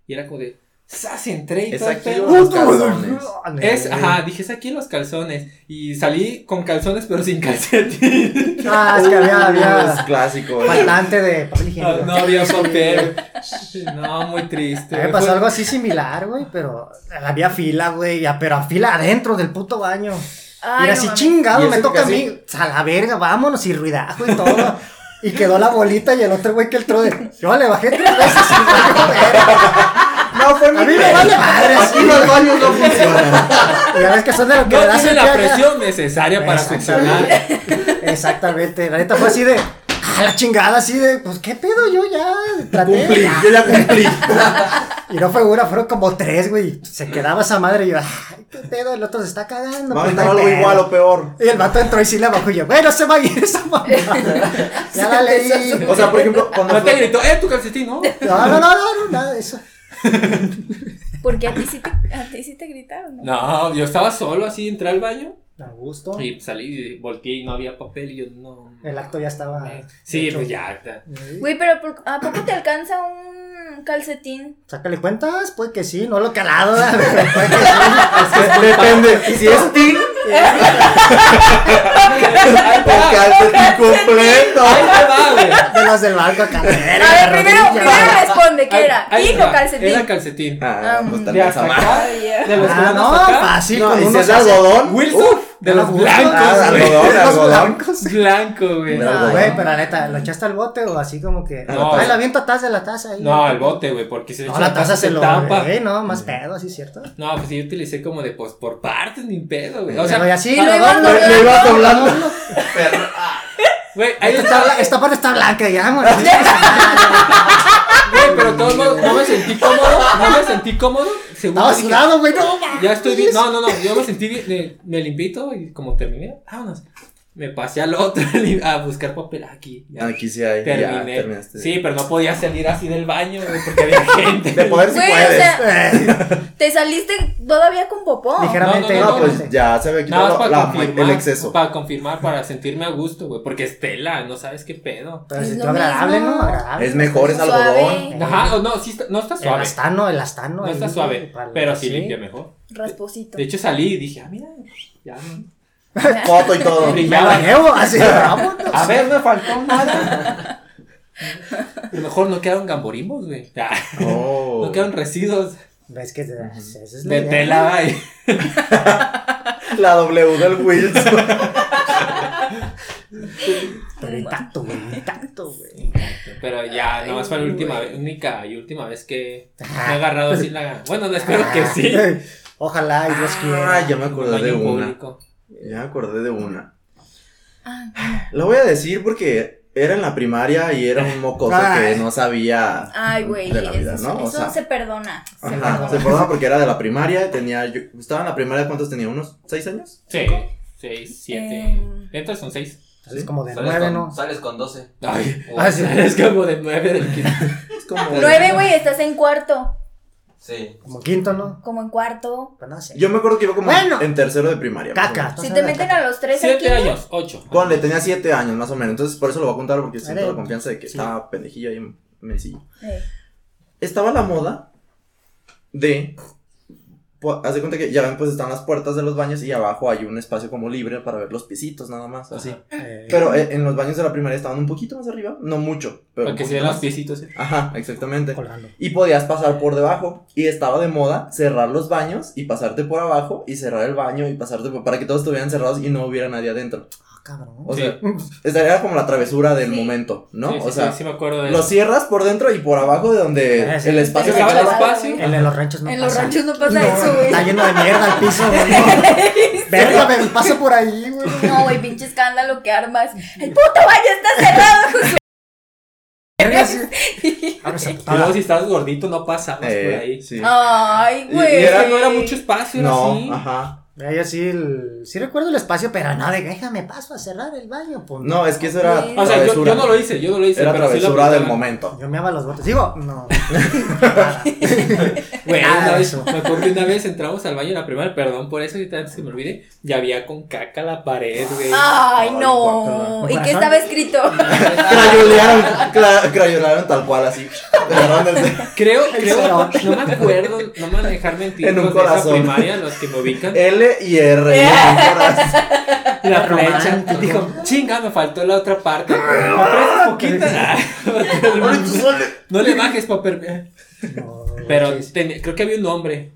S2: Y era como de, ¡zas! Entré y
S1: Es
S2: todo el
S1: aquí
S2: pedo.
S1: o los calzones.
S2: Es, ajá, dije, es aquí los calzones. Y salí con calzones, pero sin calcetín.
S4: Ah, es que había,
S1: Uh, Es
S4: había
S1: clásico. ¿eh?
S4: faltante de papel
S2: Ah,
S4: higiénico.
S2: no había papel. No, muy triste.
S4: Me
S2: güey.
S4: pasó
S2: Fue-
S4: algo así similar, güey, pero había fila, güey, ya, pero a fila adentro del puto baño.
S3: Ay,
S4: Mira,
S3: no
S4: así
S3: mames.
S1: Y
S4: chingado,
S1: eso
S4: me
S1: que
S4: toca a
S1: así-
S4: mí. A la verga, vámonos y ruidajo y todo. Y quedó la bolita y el otro güey que entró de. Yo le bajé tres veces y no,
S1: No, fue
S4: A mí me vale madre.
S1: Aquí los baños no funcionan.
S4: Y ya ves que son de lo que
S2: No
S4: le das
S2: tiene
S4: el
S2: la
S4: pie acá.
S2: presión necesaria para succionar.
S4: Exactamente. Exactamente. La neta fue así de. A la chingada, así de. Pues qué pedo, yo ya traté.
S1: Cumplí, yo ya cumplí.
S4: pues, Y no fue una, fueron como tres, güey. Se quedaba esa madre y yo, ay, qué pedo, el otro se está cagando.
S1: Va a
S4: pues, no
S1: estar
S4: hay
S1: algo
S4: pedo.
S1: igual o peor.
S4: Y el vato entró y sí le bajó y yo, bueno, se va a ir esa mamá. ya la leí.
S1: O sea, por ejemplo, cuando
S2: No te
S1: fue-
S2: gritó, ¡eh, tu calcetín! No.
S4: No, no, no, no, no, nada de eso.
S3: Porque a ti sí te, a ti sí te gritaron, ¿no?
S2: No, yo estaba solo así, entré al baño
S4: A gusto.
S2: y salí y volteé y no había papel y yo no.
S4: El acto ya estaba.
S2: Sí,
S4: hecho.
S2: pues ya. está.
S4: Sí.
S3: Güey, pero por- ¿a poco te alcanza un calcetín?
S4: Sácale cuentas, puede que sí, no lo he calado. Puede que
S1: Depende, si es tin
S4: eh,
S1: o calcetín completo.
S2: Ahí te va, güey.
S4: sí, de los del barco acá. A
S3: A ver, primero, primero responde, ¿qué era?
S2: Ahí- ahí
S3: ¿Tin
S2: está,
S3: o calcetín?
S2: Era calcetín.
S1: Ah, pues
S2: De
S1: también
S2: hasta
S1: sabrá.
S2: acá.
S3: Ay, ya.
S2: De los que
S4: Ah,
S2: van
S4: no,
S2: hasta acá.
S4: fácil,
S1: No,
S4: con
S1: y si
S4: unos
S1: es de algodón.
S2: Wilson. de los
S4: algodón.
S1: Ah,
S2: blancos,
S1: de
S2: güey.
S1: algodón, de
S4: Los
S1: algodón.
S4: blancos.
S2: Blanco, güey.
S1: Mira.
S4: No,
S1: algodón.
S4: güey, pero la neta, ¿lo echaste al bote o así como que?
S1: No.
S4: Ay, la viento atrás de la taza ahí.
S2: No, al bote, güey, porque si le
S4: No,
S2: echas
S4: la taza se lo
S2: tapa.
S4: eh, no, más pedo, sí, cierto.
S2: No, pues yo utilicé como de pues por partes, ni pedo, güey.
S4: O
S2: O
S4: sea, y
S2: sea,
S4: así,
S3: ah,
S4: lo
S3: le
S4: doblo.
S3: va-
S1: Le iba doblando.
S2: güey, ahí
S4: Esta, está
S2: estaba,
S4: bla- esta parte está blanca, ya, güey.
S2: güey, pero de todos modos no me sentí cómodo, no me sentí cómodo. Según
S4: Estaba
S2: dije,
S4: sudado, güey, no mames.
S2: Ya estoy bien. No, no, no, yo me sentí bien, me, me limpito y como terminé, vámonos. Me pasé al otro li- a buscar papel aquí. Ya
S1: Aquí sí hay. Ya
S2: terminé.
S1: terminaste.
S2: sí, pero no podía salir así del baño, güey, porque había gente.
S1: De poder si
S3: Güey, o
S1: puedes.
S3: sea,
S4: Eh,
S3: te saliste todavía con popó.
S4: Ligeramente.
S2: No, no,
S1: No,
S2: no,
S1: pues ya se había
S2: Nada más
S1: quitado
S2: para
S1: la-
S2: confirmar.
S1: el exceso.
S2: Para confirmar, para sentirme a gusto, güey. Porque es tela, no sabes qué pedo.
S4: Pero
S3: Es
S4: se
S3: lo
S4: sintió agradable,
S3: mismo.
S4: ¿no? Agradable.
S1: Es mejor, es
S3: Suave.
S1: algodón.
S2: Ajá, o no, sí está, no está
S4: El
S2: suave.
S4: astano, el astano.
S2: No
S4: ahí,
S2: está
S4: güey,
S2: suave,
S4: para-
S2: pero sí limpia mejor.
S3: Rasposito.
S2: De hecho salí y dije, ah, mira, ya. no.
S1: Foto y todo.
S4: Me la llevo, así, vámonos.
S2: A ver, me faltó nada. A lo mejor no quedaron gamborimos, güey. Ya.
S1: Oh.
S2: No quedaron residuos
S4: Ves que te- esa es la
S2: de
S4: idea.
S2: tela, güey.
S1: La W del Wilson.
S4: Pero intacto, güey, intacto, güey.
S2: Pero ya, nomás fue la
S3: Ay,
S2: última,
S3: güey.
S2: vez- única y última vez que me
S4: Ah,
S2: he agarrado así la. Bueno, no, espero que sí.
S4: Ojalá y Ah, Dios quiera.
S1: Ah, ya me acordé
S2: Baño
S1: de una.
S2: público.
S1: Ya me acordé de una.
S3: Ah,
S1: La voy a decir porque era en la primaria y era un mocoso
S4: Ay.
S1: que no sabía
S3: Ay, güey.
S1: de la vida,
S3: eso
S1: ¿no? O
S3: eso
S1: sea,
S3: se perdona. Se
S1: Ajá, se
S3: perdona.
S1: perdona porque era de la primaria, tenía, yo estaba en la primaria, ¿cuántos tenía? ¿Unos seis años?
S2: Sí, seis, siete.
S3: Eh.
S2: Dentro son seis.
S4: Es como de
S5: Sales
S4: nueve,
S5: con,
S4: ¿no?
S5: sales con 12.
S2: Ay,
S5: O-
S4: Ah, sí.
S2: es como de nueve del quinto.
S1: Es como...
S3: Nueve, güey, estás en cuarto.
S5: Sí.
S4: Como quinto, ¿no?
S3: Como en cuarto.
S4: Pues no sé.
S1: Yo me acuerdo que iba como
S4: Bueno.
S1: en tercero de primaria. más o
S4: Caca.
S1: menos.
S3: Si te meten a los tres
S2: Siete
S3: aquí.
S2: años, ocho.
S1: Ponle, tenía siete años más o menos, entonces por eso lo voy a contar porque siento
S4: Era-
S1: la confianza de que
S4: sí.
S1: estaba pendejillo ahí mencillo.
S3: Eh,
S1: Estaba la moda de pu- haz de cuenta que ya ven, pues están las puertas de los baños y abajo hay un espacio como libre para ver los pisitos nada más, así. Pero eh, en los baños de la primaria estaban un poquito más arriba, no mucho, pero. un
S2: Para que se
S1: poquito
S2: vean los
S1: más.
S2: piecitos. ¿eh?
S1: Ajá, exactamente.
S4: Colgando.
S1: Y podías pasar por debajo. Y estaba de moda cerrar los baños y pasarte por abajo y cerrar el baño y pasarte por- para que todos estuvieran cerrados y no hubiera nadie adentro.
S4: Ah, cabrón.
S1: O
S2: Sí.
S1: sea, estaría como la travesura del
S3: Sí.
S1: momento, ¿no?
S2: Sí, sí,
S1: o sea,
S2: sí, sí me acuerdo de
S1: lo
S2: eso.
S1: cierras por dentro y por abajo de donde
S4: Ah, sí.
S1: el espacio que
S2: Dejaba el
S1: queda.
S2: espacio.
S4: En, en los ranchos no
S3: En
S4: pasa.
S3: los ranchos no pasa
S4: No,
S3: eso, güey.
S4: Está lleno de mierda el piso, güey. Verga, pero pasa por ahí, güey.
S3: No, güey, pinche escándalo que armas. El puto baño está cerrado.
S4: Verga, sí. Ahora se
S2: Y luego
S4: putada.
S2: si estás gordito no pasabas
S1: Eh,
S2: por ahí.
S1: sí.
S3: Ay,
S1: Y- y
S3: güey.
S2: Es que no era mucho espacio, era
S1: no,
S2: así.
S1: ajá.
S4: Mira, Yo Ah, sí, el- sí recuerdo el espacio, pero nada, de que déjame paso a cerrar el baño. Pues,
S1: No, es que eso era
S3: Sí.
S2: O sea, yo,
S1: travesura.
S2: yo no lo hice, yo no lo hice.
S1: Era
S2: pero sí lo
S1: travesura del
S2: aplicaba.
S1: momento.
S4: Yo me daba los botes. Digo, no. Nada.
S2: Güey,
S4: Nada
S2: una
S4: de
S2: vez,
S4: eso.
S2: me acuerdo que una vez entramos al baño en la primera, perdón por eso, ahorita antes que me olvide, ya había con caca la pared, güey.
S4: Ah,
S3: Ay, no.
S1: guácala.
S3: ¿Y qué
S4: Corazón.
S3: estaba escrito?
S1: Crayolearon, cla- crayolearon tal cual, así. Agarraron el-
S2: Creo,
S4: El
S2: creo,
S4: cerote.
S2: no me acuerdo, no me van a dejar mentir.
S1: En un
S2: los de esa
S1: corazón.
S2: primaria, los que me ubican.
S1: L y R.
S2: La flecha.
S4: romántico.
S2: Dijo, chinga, me faltó la otra parte. ¿Me prestas poquita? no le bajes, papel.
S4: No,
S2: Pero
S4: sí, sí.
S2: ten- creo que había un hombre.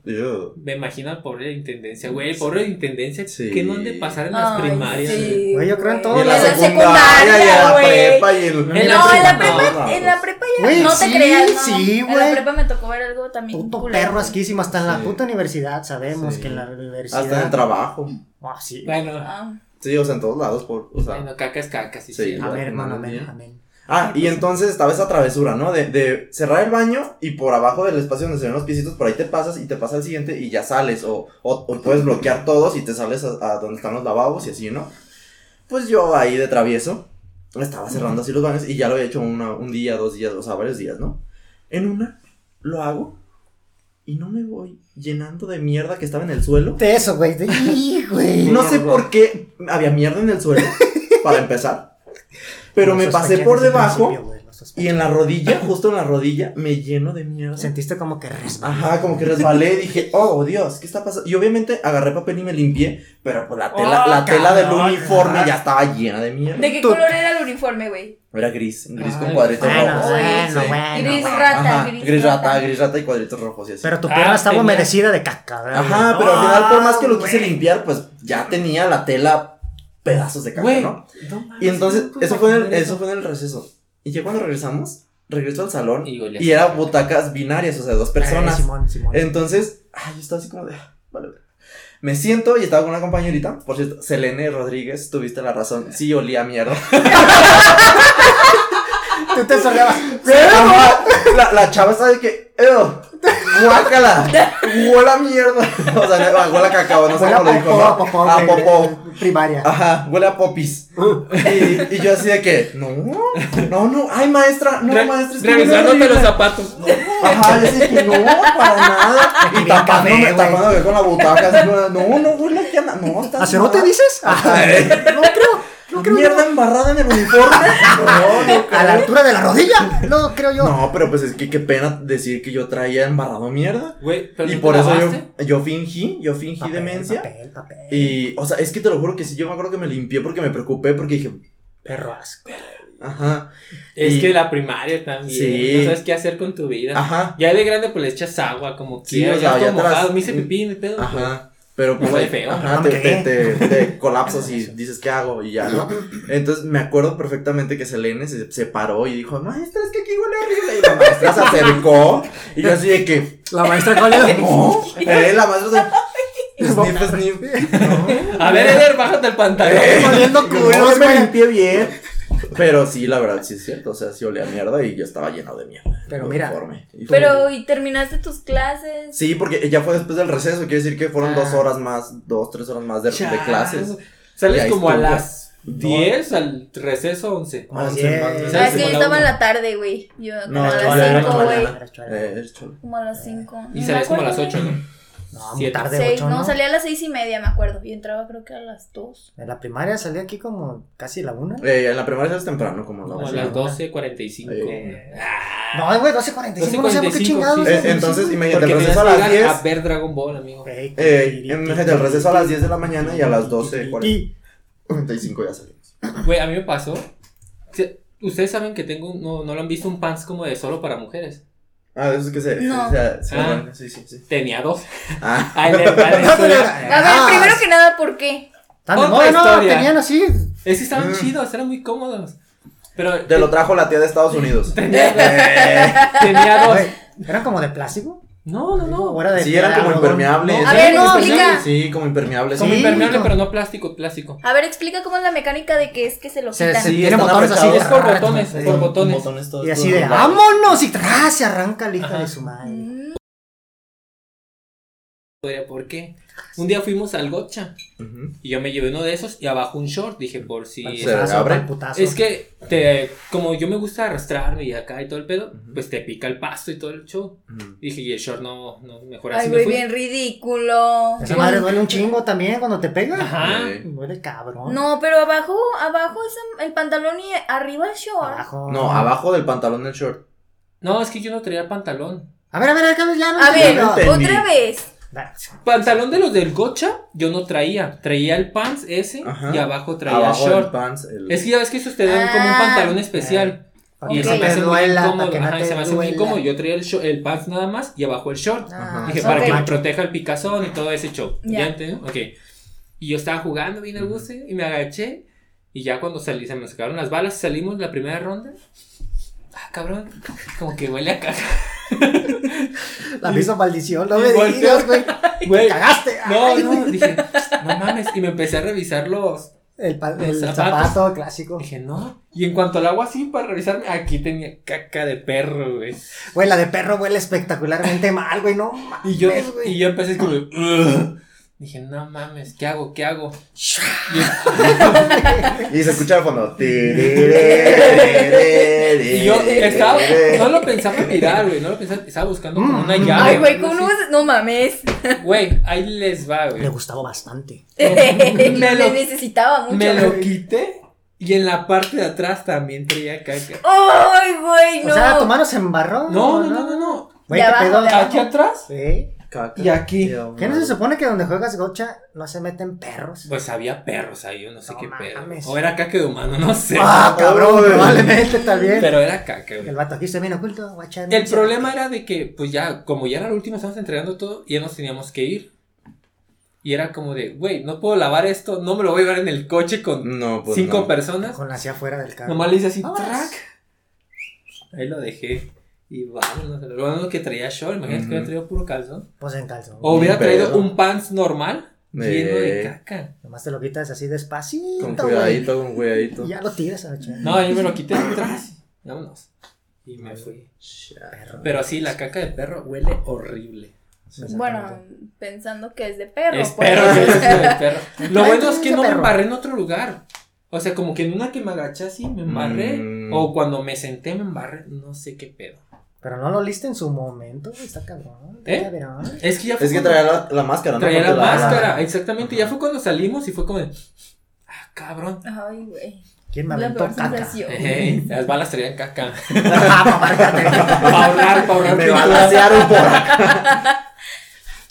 S2: Me imagino al pobre de la intendencia, güey. El pobre de la intendencia,
S1: Sí.
S2: que no han de pasar en las
S3: Ay,
S2: primarias.
S3: sí.
S4: Güey, yo creo en todo.
S1: Y en la
S4: En la
S1: secundaria, y en la
S3: güey.
S1: prepa, y en.
S2: En la
S3: No, en la
S2: prepa
S1: no,
S3: prepa,
S1: no.
S3: en la prepa ya
S4: Güey,
S3: no te
S4: sí,
S3: creas, no.
S4: sí,
S3: en
S4: güey.
S3: la prepa me tocó ver algo también.
S4: Puto
S3: culero.
S4: perro asquísimo, hasta en la
S1: Sí.
S4: puta universidad, sabemos
S1: Sí.
S4: que en la universidad.
S1: Hasta en el trabajo.
S4: Ah, sí.
S2: Bueno,
S3: Ah,
S1: Sí, o sea, en todos lados. Por, o sea.
S2: bueno, caca es caca, sí,
S1: Sí. Ah,
S2: sí.
S4: A
S1: Al
S4: ver, hermano,
S1: final del
S4: amén,
S1: día.
S4: amén.
S1: Ah, y entonces estaba esa travesura, ¿no? De, de cerrar el baño y por abajo del espacio donde se ven los pisitos, por ahí te pasas y te pasa el siguiente y ya sales. O, o, o puedes bloquear todos y te sales a, a donde están los lavabos y así, ¿no? Pues yo ahí de travieso estaba cerrando así los baños y ya lo había hecho una- un día, dos días, o sea, varios días, ¿no? En una lo hago y no me voy llenando de mierda que estaba en el suelo.
S4: De eso, güey. De... ¡Ih, güey.
S1: No sé por qué había mierda en el suelo, para empezar. Pero
S4: Lo
S1: me
S4: sospeché
S1: pasé por
S4: desde el
S1: debajo.
S4: principio, güey, lo sospeché.
S1: Y en la rodilla, justo en la rodilla, me lleno de mierda.
S4: Sentiste como que resbaló.
S1: Ajá, como que resbalé, dije, oh Dios, ¿qué está pasando? Y obviamente agarré papel y me limpié, pero pues la tela,
S4: Oh,
S1: la tela del
S4: cabrón.
S1: uniforme ya estaba llena de mierda.
S3: ¿De qué
S4: Tú-
S3: color era el uniforme, güey?
S1: Era gris, gris con
S2: Ay,
S1: cuadritos
S4: Bueno,
S1: rojos.
S4: bueno,
S1: sí.
S4: bueno.
S3: Gris
S4: bueno.
S3: rata,
S1: Ajá,
S3: gris
S1: gris rata,
S3: rata.
S1: gris rata y cuadritos rojos y así.
S4: Pero tu
S2: Ah,
S4: pierna estaba
S2: tenía-
S4: humedecida de caca, ¿verdad?
S1: Ajá, pero al final, por más que lo quise
S4: Oh, güey.
S1: limpiar, pues ya tenía la tela pedazos de caca,
S2: Güey,
S1: ¿no?
S2: no mames,
S1: Y entonces,
S2: no puedo
S3: pues,
S1: eso fue en el,
S2: imaginar
S1: eso fue en el receso. Y ya cuando regresamos, regreso al salón
S2: Y goleaste.
S1: y era butacas binarias, o sea, dos personas.
S4: Eh, Simón, Simón.
S1: Entonces, ay, yo estaba así como de, ah, vale, vale. Me siento y estaba con una compañerita, por cierto, Selene Rodríguez, tuviste la razón, sí olía a mierda.
S4: Tú te soleabas.
S1: Ajá, la, la chava estaba de que, "Ew, guácala, huele a mierda. O sea, no, huele a cacao, no sé
S4: Huele a
S1: cómo lo dijo,
S4: popó,
S1: ¿no?
S4: a
S1: A
S4: popó, Uh. güey,
S1: popó.
S4: de Primaria.
S1: Ajá, huele a popis. Y, y yo así de que, no, no, no, ay maestra, no
S2: Re-
S1: maestra, es que
S2: Revisándote
S1: huele
S2: los
S1: horrible".
S2: zapatos.
S1: Ajá, yo así de que no, para nada. Y
S4: bien
S1: tapándome,
S4: café, güey.
S1: tapándome con la butaca, así como, no, no huele aquí a nada, no, está
S4: ¿A cerote
S1: mal".
S4: dices? Ajá. No creo. No creo.
S1: mierda embarrada en el uniforme. No, no
S4: A la altura de la rodilla. No creo yo.
S1: No, pero pues es que qué pena decir que yo traía embarrado mierda.
S2: Güey, pero
S1: y
S2: no
S1: por
S2: te
S1: eso
S2: lavaste.
S1: yo, yo fingí, yo fingí
S4: Papel,
S1: demencia.
S4: Papel, papel.
S1: Y, o sea, es que te lo juro que sí, yo me acuerdo que me limpié porque me preocupé, porque dije,
S4: Perro asco.
S1: ajá,
S2: Es
S1: y-
S2: que la primaria también.
S1: Sí.
S2: No sabes qué hacer con tu vida.
S1: ajá,
S2: Ya de grande pues le echas agua como
S1: Sí,
S2: quieras.
S1: o sea, ya
S2: ya todo
S1: te las-
S2: mojado. Me hice pipí, me pedo.
S1: ajá. Pero pues,
S2: Huele feo.
S1: ajá,
S4: No
S1: te,
S4: me
S1: te,
S4: cagué.
S1: te- te colapsas y dices, ¿qué hago? Y ya, ¿no? Entonces me acuerdo perfectamente que Selene se, se paró y dijo, maestra, es que aquí huele horrible. Y la maestra se acercó y yo así de que,
S4: La maestra Colia.
S1: No, eh, la maestra se... Sniff, sniff.
S2: pues. A ver, Eder, bájate el pantalón.
S4: Oliendo
S1: Yo no
S4: culeros,
S1: me
S4: güey.
S1: limpié bien. Pero sí, la verdad, sí es cierto. O sea, sí olía a mierda y yo estaba lleno de mierda.
S4: Pero
S1: El
S4: mira.
S1: uniforme. Y fue-
S3: Pero, ¿y terminaste tus clases?
S1: Sí, porque ya fue después del receso. Quiere decir que fueron
S4: Ah.
S1: dos horas más, dos, tres horas más de, de
S2: Chas.
S1: clases. Y
S2: Sales
S1: ahí
S2: como a
S1: estuvo.
S2: las 10, al receso 11.
S4: Como a las
S1: Once,
S4: diez.
S1: más,
S3: Ah, es
S1: menos.
S3: que
S2: como
S3: yo
S2: la
S3: estaba en
S2: una.
S3: la tarde, güey. Yo como
S1: No,
S3: a
S1: yo era
S3: las
S1: como
S3: 5,
S1: la
S3: güey.
S1: Eh, es chulo.
S3: Como a las 5.
S2: Y salías como a las 8, ¿no?
S4: No, muy
S2: Siete.
S4: tarde,
S3: Seis,
S4: ocho,
S3: no,
S4: ¿no?
S3: salía a las seis y media, me acuerdo. Y entraba creo que a las 2.
S4: En la primaria salí aquí como casi la una.
S1: Eh, en la primaria es temprano, como a la
S2: Como a
S1: una.
S2: las 12, 45.
S1: Eh.
S4: No, güey, 12.45, no sé por qué
S2: 12:45, sí,
S4: chingados.
S2: sí,
S1: Eh, entonces, imagínate,
S2: Porque
S1: el
S2: tenías
S1: receso
S2: que
S1: a las
S2: ir
S1: 10.
S2: a, a ver Dragon Ball, amigo.
S4: Ey,
S1: Eh, imagínate, el receso a las 10 de la mañana y a las 12,
S4: Y
S1: 45 ya salimos.
S2: Güey, a mí me pasó. Se- Ustedes saben que tengo, un- no, no lo han visto, un pants como de solo para mujeres.
S1: Ah, de eso es que se.
S3: No.
S1: o sea, se
S2: Ah.
S1: arranca, sí, sí, sí.
S2: Tenía dos.
S1: Ah,
S2: Al de- al de-
S4: No, pero-
S3: A ver,
S4: Ah,
S3: primero que nada, ¿por qué?
S4: tan de
S2: Otra
S4: moda, no,
S2: historia.
S4: tenían así.
S2: es que estaban
S1: Mm.
S2: chidos, eran muy cómodos. Pero
S1: te lo trajo la tía de Estados Unidos.
S2: tenía,
S1: Eh,
S2: tenía dos.
S4: Güey, ¿eran como de plástico?
S2: No, no, no.
S4: ¿O era de
S1: sí, eran como
S4: algodón?
S1: impermeables.
S3: A ver, no,
S2: Sí,
S3: explica.
S1: Sí, como impermeables.
S2: Como
S4: Sí,
S2: impermeable,
S4: no.
S2: pero no plástico, plástico.
S3: A ver, explica cómo es la mecánica de que es que se lo
S4: Se,
S3: quitan.
S4: se
S1: Sí,
S4: tienen
S1: están
S4: botones así.
S1: apretados.
S4: de-
S2: Es por botones,
S1: Sí,
S2: por
S1: con
S2: botones.
S1: todos
S4: Y así de,
S1: todos lados.
S4: vámonos, y tras, se arranca la hija
S2: Ajá.
S4: de su madre.
S3: Mm,
S2: Podría, ¿Por qué? Un día fuimos al Gotcha
S1: Ujú.
S2: y yo me llevé uno de esos y abajo un short. Dije, por si.
S4: Pal
S1: Sí,
S4: putazo,
S1: se abre.
S4: pal putazo.
S2: Es que, te, como yo me gusta arrastrarme y acá y todo el pedo, pues te pica el pasto y todo el show.
S1: Ujú.
S2: Dije, y el short no, no mejor así
S3: Ay,
S2: me
S3: güey,
S2: fui.
S3: bien ridículo.
S4: Esa madre duele un chingo también cuando te pega.
S2: Ajá.
S1: Sí.
S4: Duele cabrón.
S3: No, pero abajo, abajo es el pantalón y arriba el short.
S4: Abajo.
S1: No, abajo del pantalón del short.
S2: No, es que yo no traía pantalón.
S4: A ver, a ver, acá ya no.
S3: A ver,
S1: no entendí.
S3: otra vez.
S4: Da-
S2: Pantalón de los del Gocha, yo no traía. Traía el pants ese
S1: Ajá.
S2: y abajo traía
S1: Abajo del
S2: short.
S1: pants. el-
S2: Es que ya ves que esos te dan como un
S3: Ah.
S2: pantalón especial.
S4: para
S1: Eh.
S2: Y
S4: que
S2: eso
S4: no
S2: me
S4: te
S2: hace muy
S4: duela, para
S2: incómodo.
S4: que no
S2: Ajá, y
S4: te
S2: se me hace muy
S4: duela.
S2: incómodo. Yo traía el, sho- el pants nada más y abajo el short.
S3: Ah,
S2: Dije,
S4: ok.
S2: para que me
S4: Macho.
S2: proteja el picazón y todo ese show.
S3: Ya.
S2: ¿Ya entiendes? Ok. Y yo estaba jugando bien al gusto y me agaché. Y ya cuando salí, se me sacaron las balas, salimos la primera ronda. Ah, cabrón, como que huele a caca.
S4: La misma maldición, no
S2: Y
S4: me
S2: volteo.
S4: digas, güey. Te cagaste.
S2: No,
S4: Ay,
S2: no, dije, no mames. Y me empecé a revisar los,
S4: El, pa-
S2: Los
S4: el
S2: zapatos.
S4: zapato clásico.
S2: Dije, no. Y en cuanto al agua así para revisarme, aquí tenía caca de perro, güey.
S4: Güey, la de perro huele espectacularmente mal, güey. No
S2: Y yo,
S4: mames, güey.
S2: y yo empecé como, "Ugh". dije, no mames, ¿qué hago? ¿Qué hago?
S1: Y se escucha de fondo.
S2: Y, y yo
S4: Eh,
S2: estaba, no lo pensaba tirar, güey, no lo pensaba, estaba buscando como una
S4: Mm.
S2: llave.
S3: Ay, güey, ¿cómo no
S2: algo así.
S3: vas- No mames.
S2: Güey, ahí les va,
S4: Me
S2: güey.
S4: gustaba bastante.
S2: Me lo-
S3: Le necesitaba mucho.
S2: Me lo quité y en la parte de atrás también traía caca.
S3: Ay, güey,
S4: O
S3: no.
S4: sea, tu mano se embarró.
S2: No, no, no, no, no.
S4: Güey,
S3: De
S4: qué
S3: abajo,
S4: pedo.
S3: de abajo.
S2: Aquí atrás
S4: Sí.
S2: y aquí.
S4: ¿Qué no se supone que donde juegas gocha no se meten perros?
S2: Pues había perros ahí, yo no sé
S4: No
S2: qué
S4: mames.
S2: pedo. O era caca de humano, no sé.
S4: Ah, cabrón,
S1: Uy.
S4: probablemente también.
S2: Pero era caca, güey.
S4: El vato aquí está bien oculto, guacha.
S2: El problema era de que, pues ya, como ya era el último, estábamos entregando todo, ya nos teníamos que ir. Y era como de, güey, no puedo lavar esto, no me lo voy a llevar en el coche con
S1: No, pues.
S2: cinco
S1: no.
S2: personas.
S4: Con la hacía afuera del carro.
S2: Nomás le hice así,
S4: Vámonos.
S2: track. Ahí lo dejé. Y vámonos. Lo bueno que traía short, imagínate que
S1: Ujú.
S2: hubiera traído puro calzón.
S4: Pues en calzón.
S2: O hubiera
S1: Ni pedo.
S2: traído un pants normal lleno
S1: Eh.
S2: de caca.
S4: Nomás te lo quitas así despacito.
S1: Con
S4: güey.
S1: cuidadito, con cuidadito.
S4: Y ya lo tiras a la chingada.
S2: No, yo me lo quité atrás. Vámonos. Y me fui.
S4: Perro.
S2: Pero sí, la caca de perro huele horrible.
S3: Bueno, pensando que es de perro.
S2: Espero
S3: pues.
S2: que haya sido de perro. Lo
S4: Ay,
S2: bueno es
S4: tú
S2: que
S4: eres
S2: no me
S4: de perro.
S2: embarré en otro lugar. O sea, como que en una que me agaché así, me embarré.
S1: Mm.
S2: O cuando me senté, me embarré. No sé qué pedo.
S4: Pero no lo lista en su momento, güey. Está cabrón. está
S2: ¿Eh?
S4: cabrón.
S2: Es que ya fue
S1: Es que
S2: cuando-
S1: traía la, la máscara, ¿no?
S2: traía la,
S1: Porque
S2: máscara. Exactamente. Ya fue cuando salimos y fue como de. Ah, cabrón.
S3: Ay, güey.
S4: ¿Quién me
S3: La
S4: aventó
S3: peor
S4: caca? Ah,
S3: sensación.
S2: Ey, las balas traían caca.
S4: Apártate.
S2: Para ahorrar, para ahorrar
S1: Me va a
S2: pintura.
S1: lasear por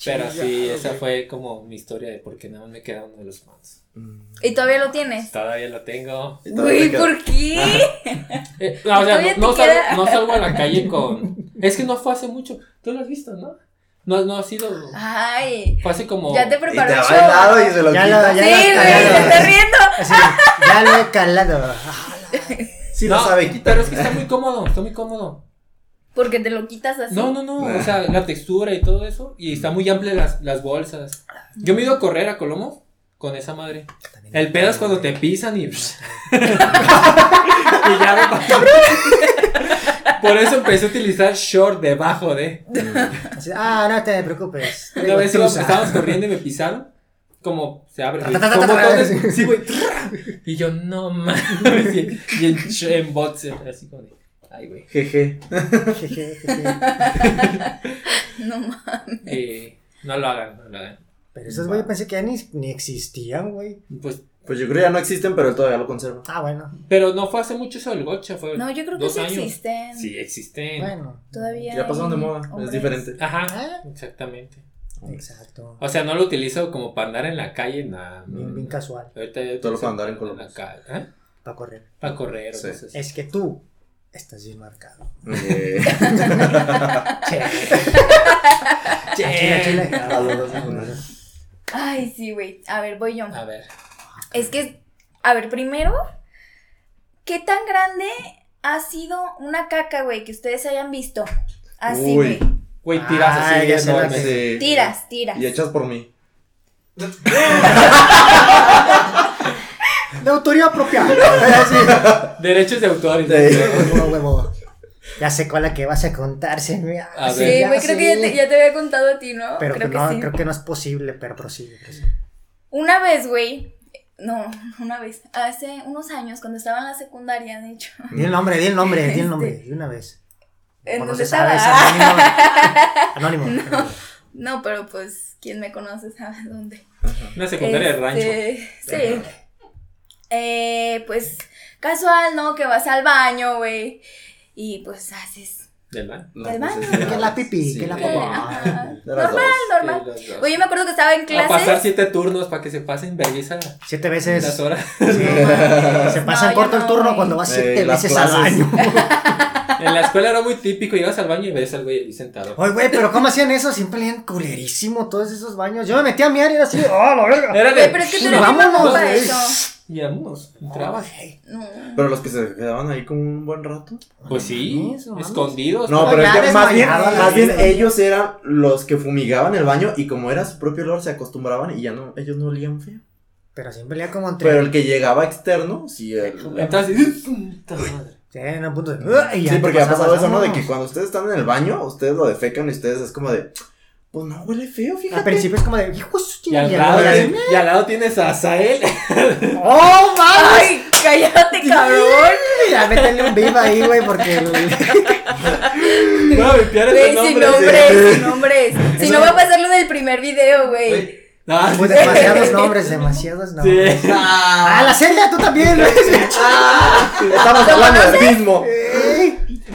S2: Pero sí, esa fue como mi historia de por qué nada más me queda uno de los pants.
S3: ¿Y todavía lo tienes?
S2: Todavía lo tengo.
S3: Güey, ¿por qué?
S2: Eh, no, o sea,
S3: Todavía
S2: no, salgo,
S3: te queda.
S2: no salgo a la calle con. Es que no fue hace mucho. Tú lo has visto, ¿no? No, no ha sido.
S3: Ay,
S2: Fue hace como.
S3: ya te
S1: Y te va
S3: preparó el
S1: al
S3: show.
S1: lado y se lo
S4: Ya
S1: quita.
S4: lo-
S3: Sí,
S4: ya
S3: güey, se está riendo.
S4: Así, ya lo he calado. Ah,
S1: Sí
S2: No,
S1: lo sabe quitar.
S2: Pero es que está muy cómodo, está muy cómodo.
S3: Porque te lo quitas así.
S2: No, no, no. O sea, la textura y todo eso. Y está muy amplia las, las bolsas. Yo me he ido a correr a Colomo con esa madre. El pedo es cuando te pisan y. y ya me pasó. Por eso empecé a utilizar short debajo de.
S4: Así, ah, no te preocupes.
S2: Una vez íbamos-
S4: Truza.
S2: estábamos corriendo y me pisaron. Como se abre. güey,
S4: Ta, ta, ta,
S2: son
S4: ta, ta, ta.
S2: botones, Sí, güey. tra. Y yo, no mames. Y, y en, ch- en boxer, así como de. Ay, güey.
S1: Jeje.
S4: Jeje, jeje.
S3: No mames.
S2: Eh, no lo hagan, no lo hagan.
S4: Pero esos güey yo pensé que ya ni, ni existían, güey.
S2: Pues
S1: Pues yo creo que ya no existen, pero él todavía lo conserva.
S4: Ah, bueno.
S2: Pero no fue hace mucho eso del gocha, fue.
S3: No, yo creo que
S2: dos
S3: sí
S2: años.
S3: existen.
S2: Sí, existen.
S4: Bueno. Ah,
S3: Todavía.
S1: Ya pasaron de
S3: hay
S1: moda, es
S3: hombres.
S1: diferente.
S3: Ah.
S2: Ajá, exactamente.
S4: Exacto.
S2: O sea, no lo utilizo como para andar en la calle, nada. no,
S4: Bien, bien
S2: no.
S4: casual.
S2: Ahorita yo
S1: Solo
S2: utilizo
S1: para andar en Colombia.
S2: la calle, ¿eh?
S4: Para correr.
S2: Para correr. o
S1: Sí.
S2: cosas así.
S4: Es que tú estás bien marcado.
S1: Eh,
S4: Che.
S3: Ah,
S2: Che.
S4: Ah, Chile,
S3: Eh.
S4: chile.
S1: a los dos segundos.
S3: Ay, sí, güey. A ver, voy yo.
S2: A ver.
S3: Es que, a ver, primero, ¿qué tan grande ha sido una caca, güey, que ustedes hayan visto? Así,
S1: Uy.
S3: güey.
S2: Güey, tiras
S4: Ay,
S2: así
S4: ya sé la
S2: enorme.
S4: que-
S1: Sí.
S3: Tiras, tiras.
S1: Y hechas por mí.
S4: De autoría propia. Pero Ah, sí.
S2: Derechos de autor. y
S1: Sí.
S2: todo.
S4: Huevo, huevo. Ya sé cuál la que vas a contar, se me hace,
S2: ver.
S3: Sí,
S4: ya
S3: güey, creo que ya
S4: sé.
S3: te, ya te había contado a ti, ¿no?
S4: Pero
S3: creo
S4: que
S3: que
S4: no,
S3: sí.
S4: creo que no es posible, pero prosigue.
S3: Una vez, güey. No, una vez. Hace unos años, cuando estaba en la secundaria, de hecho.
S4: Di el nombre, di el nombre, di el nombre, de una vez.
S3: Este. ¿En
S4: O no
S3: dónde
S4: se sabe, es
S3: estaba?
S4: anónimo. Anónimo.
S3: No, pero pues, quien me conoce sabe dónde.
S2: Una secundaria de rancho.
S3: Este, Sí. Eh, pues casual, ¿no? Que vas al baño, güey. Y pues haces.
S2: Del man.
S1: No,
S3: Del
S1: pues,
S3: baño.
S1: sí,
S4: Que la pipí,
S1: sí.
S4: que la
S3: eh,
S4: popó.
S3: ajá.
S1: De las
S3: normal,
S1: dos.
S3: normal. Güey, yo me acuerdo que estaba en
S2: A pasar
S3: clases.
S2: siete turnos para que se pasen vergüenza
S4: Siete
S2: las
S4: veces.
S2: horas.
S4: Se pasa
S3: No,
S4: en
S3: yo
S4: corto el
S3: no,
S4: turno
S3: güey.
S4: cuando vas siete
S1: Eh, las
S4: veces al
S1: clases.
S4: año.
S2: En la escuela era muy típico, llegabas al baño y veías al güey ahí sentado.
S4: Oye, güey, pero ¿cómo hacían eso? Siempre leían culerísimo todos esos baños. Yo me metía a miar y era así, ¡oh, la verga!
S2: Era
S3: Güey, pero es que tú eres ¿eh? bien
S4: Vámonos,
S3: mamón para
S4: güey.
S3: eso.
S2: Y vamos, entrabas.
S4: Ay,
S3: No.
S1: Pero los que se quedaban ahí como un buen rato.
S2: Pues sí,
S4: Eso, vamos.
S3: Pues
S2: escondidos.
S1: No,
S4: No,
S1: pero
S4: ya
S1: es que más bien,
S4: desmayados,
S1: más bien
S4: desmayados.
S1: ellos eran los que fumigaban el baño y como era su propio olor se acostumbraban y ya no, ellos no olían feo.
S4: Pero siempre leía como entre.
S1: Pero el que llegaba externo, sí. el-
S2: Entonces, puta madre.
S4: Sí, en un punto de. "Ay, ya
S1: sí,
S4: te
S1: porque ha
S4: pasabas,
S1: pasado eso, ¿no? De que
S4: vámonos".
S1: cuando ustedes están en el baño, ustedes lo defecan y ustedes es como de, pues no huele feo,
S4: Al
S1: fíjate.
S4: principio es como de, hijo, eso
S2: Y
S4: tiene
S2: al, ¿eh?
S4: que
S2: lado,
S4: ver".
S2: y al lado tienes a Azael.
S4: ¡Oh, mames!
S3: Ay, cállate, cabrón.
S4: Ya métele un viva ahí, güey, porque.
S2: No, limpiar ese
S3: Güey, sin
S2: nombre.
S3: nombres, sin nombres. Si no va a pasar lo del primer video, güey.
S2: No,
S4: Pues
S2: sí.
S4: demasiados nombres, demasiados nombres.
S2: Sí.
S4: Ah, la Celia, tú también, güey.
S1: Estamos hablando del mismo.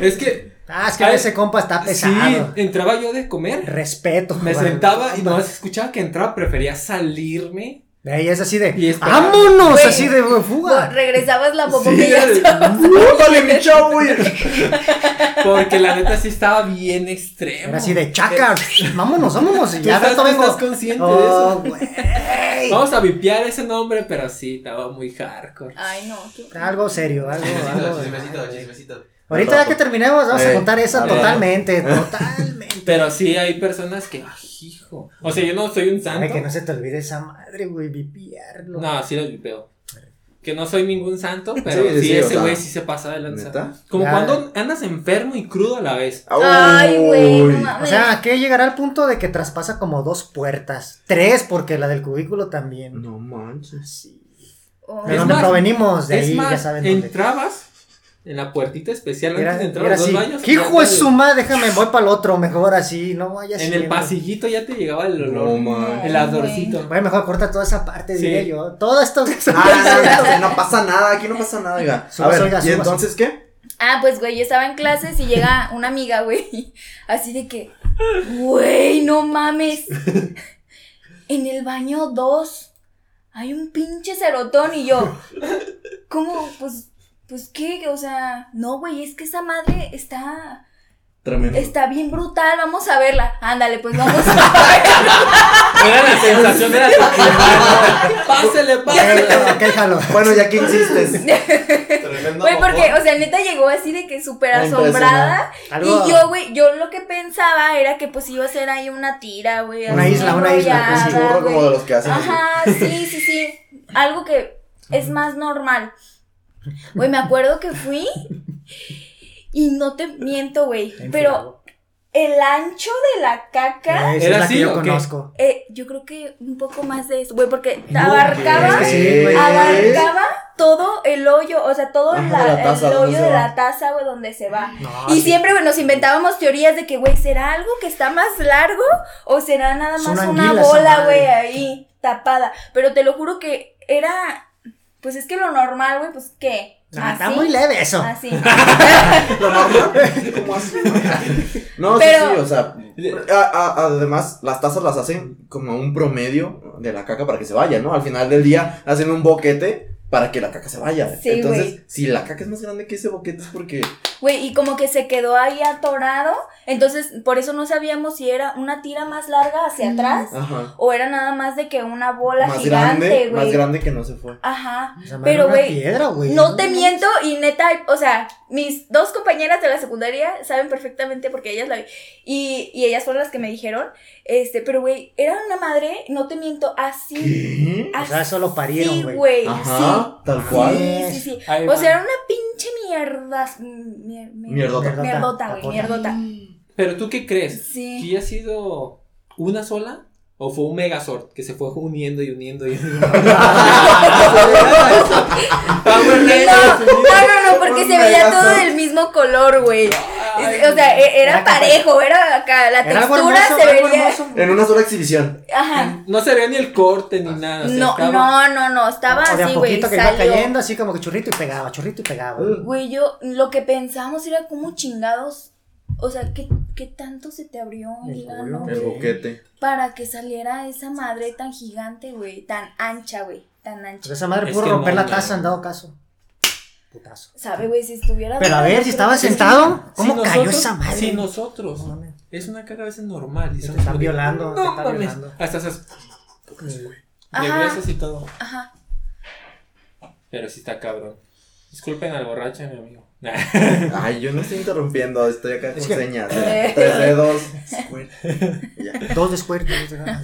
S2: Es que,
S4: Ah, es que
S2: Ay,
S4: ese compa está pesado.
S2: sí, entraba yo de comer.
S4: Respeto.
S2: Me
S4: güey.
S2: sentaba y nomás escuchaba que entraba, prefería salirme.
S4: Ey, es así
S2: Y
S4: de.
S2: esperaba.
S4: ¡Vámonos!
S3: Güey.
S4: así de güey,
S3: Bo-
S4: fuga.
S3: Regresabas la popó
S2: Sí,
S3: que ya
S2: el-
S3: estabas.
S1: ¡Dale, mi chavo, güey!
S2: Porque la neta sí estaba bien extremo. Eh,
S4: Era así de chaca. vámonos, vámonos. Y
S2: Tú
S4: ya
S2: estás,
S4: rato
S2: tú
S4: vengo.
S2: estás consciente de
S4: Oh,
S2: eso.
S4: güey.
S2: Vamos a vipiar ese nombre, pero sí, estaba muy hardcore.
S3: Ay, no. qué-
S4: Algo serio, algo, algo.
S5: Ah, Chismecito, chismecito, chismecito.
S4: Ahorita ya que terminemos, vamos a
S1: Ey,
S4: contar esa
S1: a ver.
S4: totalmente, totalmente.
S2: Pero sí hay personas que, ay, hijo. O sea, yo no soy un santo.
S4: Ay, que no se te olvide esa madre, güey, vipiarlo.
S2: No, sí los vipeo. Que no soy ningún santo, pero
S1: Sí,
S2: sí,
S1: sí, sí, o
S2: ese
S1: sea,
S2: güey sí se pasa de lanza.
S1: ¿neta?
S2: Como
S4: Ya.
S2: cuando andas enfermo y crudo a la vez.
S3: Ay, güey,
S1: Uy.
S3: no mames.
S4: O sea, que llegará al punto de que traspasa como dos puertas. Tres, porque la del cubículo también.
S1: No manches.
S3: Oh.
S4: ¿De
S2: Es
S4: dónde
S2: más,
S4: provenimos? Pues De
S2: es
S4: ahí,
S2: más,
S4: ya saben dónde.
S2: entrabas en la puertita especial
S4: Era,
S2: antes de entrar a
S4: era
S2: los dos
S4: así.
S2: baños. y ya
S4: Hijo
S2: te-
S4: de su madre, déjame, voy para el otro, mejor así, no vaya así.
S2: En el pasillito ya te llegaba el
S1: No
S2: olor.
S1: manches.
S2: el adorcito.
S4: Bueno, mejor corta toda esa parte,
S2: Sí.
S4: diré yo. Todo esto.
S1: Ah, no, no, no pasa nada, aquí no pasa nada, oiga. A
S4: Subas,
S1: ver,
S4: oiga,
S1: ¿y
S4: subas.
S1: entonces qué?
S3: Ah, pues, güey, yo estaba en clases y llega una amiga, güey. Así de que, güey, no mames. En el baño 2 hay un pinche cerotón y yo, ¿cómo? Pues, pues, ¿qué? O sea, no, güey, es que esa madre está,
S1: Tremendo.
S3: está bien brutal, vamos a verla. Ándale, pues vamos a
S2: Era la sensación, era la Pásele, pásele.
S4: Ok, ok, jalo.
S1: Bueno, ya que insistes.
S5: Tremendo.
S3: Güey, porque,
S5: popó.
S3: o sea, neta llegó así de que súper
S1: La
S3: asombrada.
S4: Algo-
S3: Y yo, güey, yo lo que pensaba era que pues iba a ser ahí una tira, güey.
S4: Una
S3: así
S4: isla, una isla, pues,
S1: pues,
S3: enrollada,
S1: un churro como
S3: güey.
S1: de los que hacen. así.
S3: Ajá, sí, sí, sí. Algo que es más normal. Güey, me acuerdo que fui y no te miento, güey. Pero el ancho de la caca,
S4: Esa
S2: ¿Era
S4: es la que
S2: así
S4: yo
S2: o qué?
S4: conozco.
S3: eh, yo creo que un poco más de eso, güey, porque
S4: No,
S1: Es
S3: abarcaba,
S1: que sí, güey.
S3: abarcaba todo el hoyo, o sea, todo
S1: Pues, Ajá, de
S3: la-
S1: la taza,
S3: el
S1: ¿dónde
S3: hoyo
S1: se
S3: de
S1: va?
S3: la taza, güey, donde se va.
S4: No,
S3: Y
S4: sí.
S3: siempre güey, nos inventábamos teorías de que, güey, ¿será algo que está más largo o será nada
S4: Es
S3: más
S4: una
S3: una
S4: anguila esa
S3: bola,
S4: madre.
S3: güey, ahí tapada? Pero te lo juro que era Pues es que lo normal, güey, pues ¿qué?
S4: Ah, está
S3: ¿Así?
S4: muy leve eso.
S3: Así.
S1: Lo normal. ¿Cómo así? No, sí,
S3: Pero-
S1: sí, o sea. a- a- además, las tazas las hacen como un promedio de la caca para que se vaya, ¿no? Al final del día hacen un boquete para que la caca se vaya.
S3: Sí,
S1: Entonces,
S3: güey.
S1: si la caca es más grande que ese boquete es porque.
S3: Güey, y como que se quedó ahí atorado. Entonces, por eso no sabíamos si era una tira más larga hacia atrás
S1: Ajá.
S3: o era nada más de que una bola
S1: Mm. Más
S3: gigante,
S1: grande, más
S3: güey.
S1: grande que no se fue.
S3: Ajá.
S4: O sea, me
S3: Pero,
S4: era una
S3: güey,
S4: piedra, güey.
S3: No te miento y neta, o sea, mis dos compañeras de la secundaria saben perfectamente porque ellas la vi. Y, y ellas fueron las que me dijeron, este, pero güey, era una madre, no te miento, así.
S1: ¿Qué?
S4: O sea,
S3: Así,
S4: eso lo parieron, güey.
S3: güey. Sí.
S1: Ajá, tal cual.
S3: Sí, sí, sí.
S2: Ahí
S3: O
S2: va.
S3: sea, era una pinche mierda. mier- mier-
S1: Mierdota.
S3: Mierdota, güey,
S4: Tapota.
S3: mierdota.
S2: Pero tú qué crees?
S3: Sí.
S2: ¿Que ha sido una sola? ¿O fue un Megazord que se fue uniendo y uniendo y uniendo? Power
S3: No,
S2: Rangers.
S3: no, no, porque
S1: Un
S3: se veía
S1: pedazo.
S3: todo del mismo color, güey. O
S2: eh,
S3: sea, e- era
S4: Era capaz.
S3: parejo, era acá, la
S4: Era algo
S3: textura
S4: hermoso,
S3: se
S4: algo
S3: veía.
S4: hermoso.
S1: En una sola exhibición.
S3: Ajá.
S2: No se veía ni el corte ni nada. o sea,
S3: No,
S2: estaba-
S3: no, no, no, estaba
S4: O de a
S3: así, güey,
S4: poquito que iba
S3: salió. Uh.
S4: cayendo, así como que churrito y pegaba, churrito y pegaba.
S3: Güey, yo lo que pensábamos era como chingados, o sea, ¿qué, qué tanto se te abrió
S4: El
S3: el ano,
S4: culo.
S3: güey,
S1: El boquete.
S3: para que saliera esa madre tan gigante, güey, tan ancha, güey, tan ancha?
S4: Pues esa madre
S2: Es
S4: pudo
S2: que
S4: romper
S2: no,
S4: la
S2: no.
S4: taza en dado caso. Putazo.
S3: ¿Sabe, güey, si estuviera...
S4: Pero a ver, si estaba sentado, ¿cómo
S2: Si
S4: cayó
S2: nosotros-
S4: esa madre?
S2: Si nosotros.
S4: No mames.
S2: Es una caca a veces normal. Y
S4: Te
S2: somos
S4: están
S2: como de,
S4: violando, te
S2: No
S4: están
S2: mames.
S4: violando.
S2: Hasta esas
S3: Ajá.
S2: regresas y todo.
S3: Ajá.
S2: Pero sí está cabrón. Disculpen al borracho, mi amigo. Nah.
S1: Ay, yo no estoy interrumpiendo, estoy acá con
S4: Es que-
S1: señas. de Tres dedos. Ya.
S4: Dos descuertos.
S3: Ah,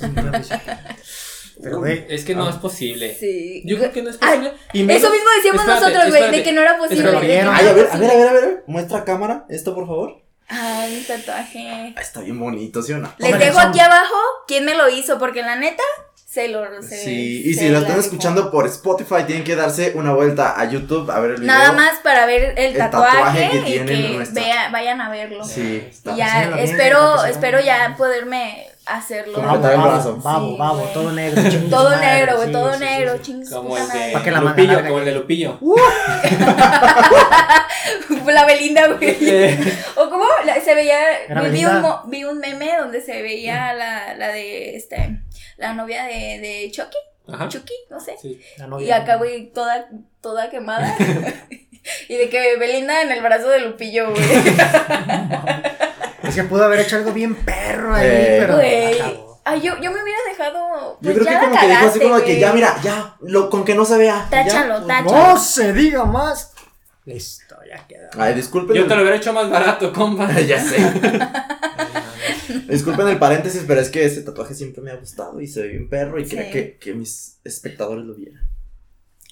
S4: Pero, güey. ah,
S2: es que no es posible.
S3: Sí.
S2: Eh, Yo creo que no es
S3: Ay,
S2: posible. Y menos-
S3: Eso mismo decíamos
S2: Espérate,
S3: nosotros, güey, de
S2: espérate.
S3: que no era posible.
S2: Espérate.
S3: de que no
S1: Ay, a ver, a
S3: era
S1: ver, a
S3: posible.
S1: ver, a ver. Muestra a cámara esto, por favor.
S3: Ay, mi tatuaje.
S1: Ah, Está bien bonito, ¿sí o no?
S3: Les
S4: Hombre,
S3: dejo
S4: son-
S3: aquí abajo quién me lo hizo, porque la neta, se lo... se-
S1: Sí, y
S3: se
S1: si lo
S3: la
S1: están
S3: rifó.
S1: escuchando por Spotify, tienen que darse una vuelta a YouTube a ver el video.
S3: Nada más para ver el,
S1: El
S3: tatuaje,
S1: tatuaje que
S3: y
S1: tienen en
S3: que
S1: nuestra-
S3: vea- vayan a verlo.
S1: Sí, está.
S3: Y ya,
S4: Enséñalo bien, para
S3: espero,
S4: que se vea
S3: espero
S4: bien.
S3: ya poderme hacerlo.
S1: Como Completar el brazo.
S4: Vamos, vamos,
S3: Sí,
S4: vamos,
S3: güey.
S4: todo negro. chingue
S3: Todo
S4: su madre,
S3: negro, güey,
S4: Ah, sí,
S3: todo
S4: sí, sí,
S3: negro,
S4: sí.
S3: chingue su
S2: Como
S3: puta
S2: el de
S4: Pa'
S3: madre.
S4: que la manga
S2: Lupillo,
S4: larga.
S2: como el de Lupillo.
S3: La Belinda, güey.
S2: Eh,
S3: o como la- se veía,
S4: Era
S3: vi- vi,
S4: Belinda. Ah.
S3: un, mo- vi un meme donde se veía la, la de este, la novia de, de Chucky,
S2: Ajá.
S3: Chucky, no sé.
S2: Sí.
S4: La Ah. novia.
S3: Y acá, güey, toda, toda quemada. y de que Belinda en el brazo de Lupillo, güey.
S4: Es que pudo haber hecho algo bien perro ahí,
S1: Eh.
S4: pero.
S3: Güey.
S4: acabó.
S3: Ay, yo, yo me hubiera dejado.
S1: Yo
S3: pues,
S1: creo
S3: ya
S1: que
S3: la
S1: como que dijo así
S3: cagaste,
S1: como de que
S3: güey.
S1: ya, mira, ya, lo, con que no se vea. ya.
S3: Táchalo, táchalo.
S4: No se diga más. Listo, ya quedó.
S1: Ay, disculpen.
S2: Yo
S1: el-
S2: te lo hubiera hecho más barato, compa.
S1: ya sé. disculpen el paréntesis, pero es que ese tatuaje siempre me ha gustado y se ve bien perro y quería
S3: Sí.
S1: que, que mis espectadores lo vieran.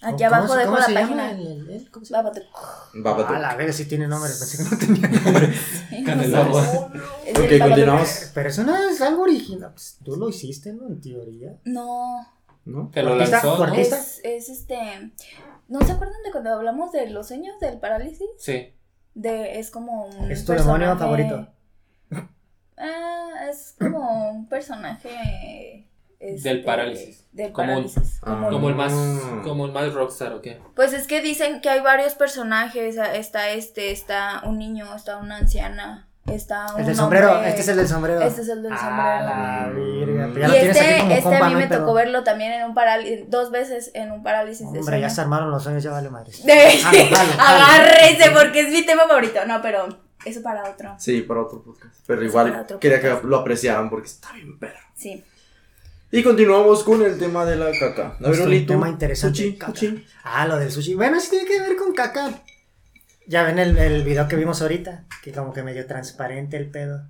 S3: Aquí abajo dejo la página.
S4: ¿Cómo se llama?
S3: Bábate.
S1: Babadook.
S4: A Ah, la verga, sí tiene nombre, pensé que no tenía nombre.
S2: Candelabro.
S1: ok,
S3: Es el Bábate.
S1: continuamos.
S4: Pero eso no es algo original. Pues, tú lo hiciste, ¿no? En teoría.
S3: No,
S1: ¿No?
S2: Te lo
S4: Cortista,
S2: lanzó. ¿no?
S4: cortista. ¿Artista?
S3: es, es este. ¿No se acuerdan de cuando hablamos de los sueños del parálisis?
S2: Sí.
S3: De, es como un.
S4: Es tu demonio
S3: personaje-
S4: favorito.
S3: Ah, es como un personaje. este,
S2: Del parálisis.
S3: Del
S2: Como-
S3: parálisis.
S1: Ah.
S2: Como el más.
S1: Mm.
S2: Como el más rockstar, ¿o qué?
S3: Pues es que dicen que hay varios personajes. ah, Está este, está un niño, está una anciana, está un.
S4: El del sombrero.
S3: hombre.
S4: Este es el del sombrero.
S3: Este es el del sombrero.
S4: Ah, la verga. Pero ya
S3: Y
S4: lo tienes
S3: este,
S4: aquí como
S3: este
S4: compa,
S3: a mí
S4: no hay
S3: me
S4: pedo.
S3: tocó verlo también en un parálisis, dos veces en un parálisis de
S4: Hombre, ya se
S3: sueño.
S4: armaron los sueños, ya vale madre. Ah,
S3: De-
S4: Jalo, jalo, jalo.
S3: Agárrese porque es mi tema favorito. No, pero eso para otro.
S1: Sí, para otro podcast. Pero
S3: Es
S1: igual
S3: para otro
S1: quería que
S3: podcast.
S1: lo apreciaran porque está bien perro.
S3: Sí.
S1: Y continuamos con el tema de la caca. A ver,
S4: Nuestro
S1: Oli, tú.
S4: tema interesante.
S1: Sushi,
S4: Caca.
S1: sushi.
S4: Ah, lo del sushi. Bueno, sí tiene que ver con caca. Ya ven el, el video que vimos ahorita, que como que medio transparente el pedo.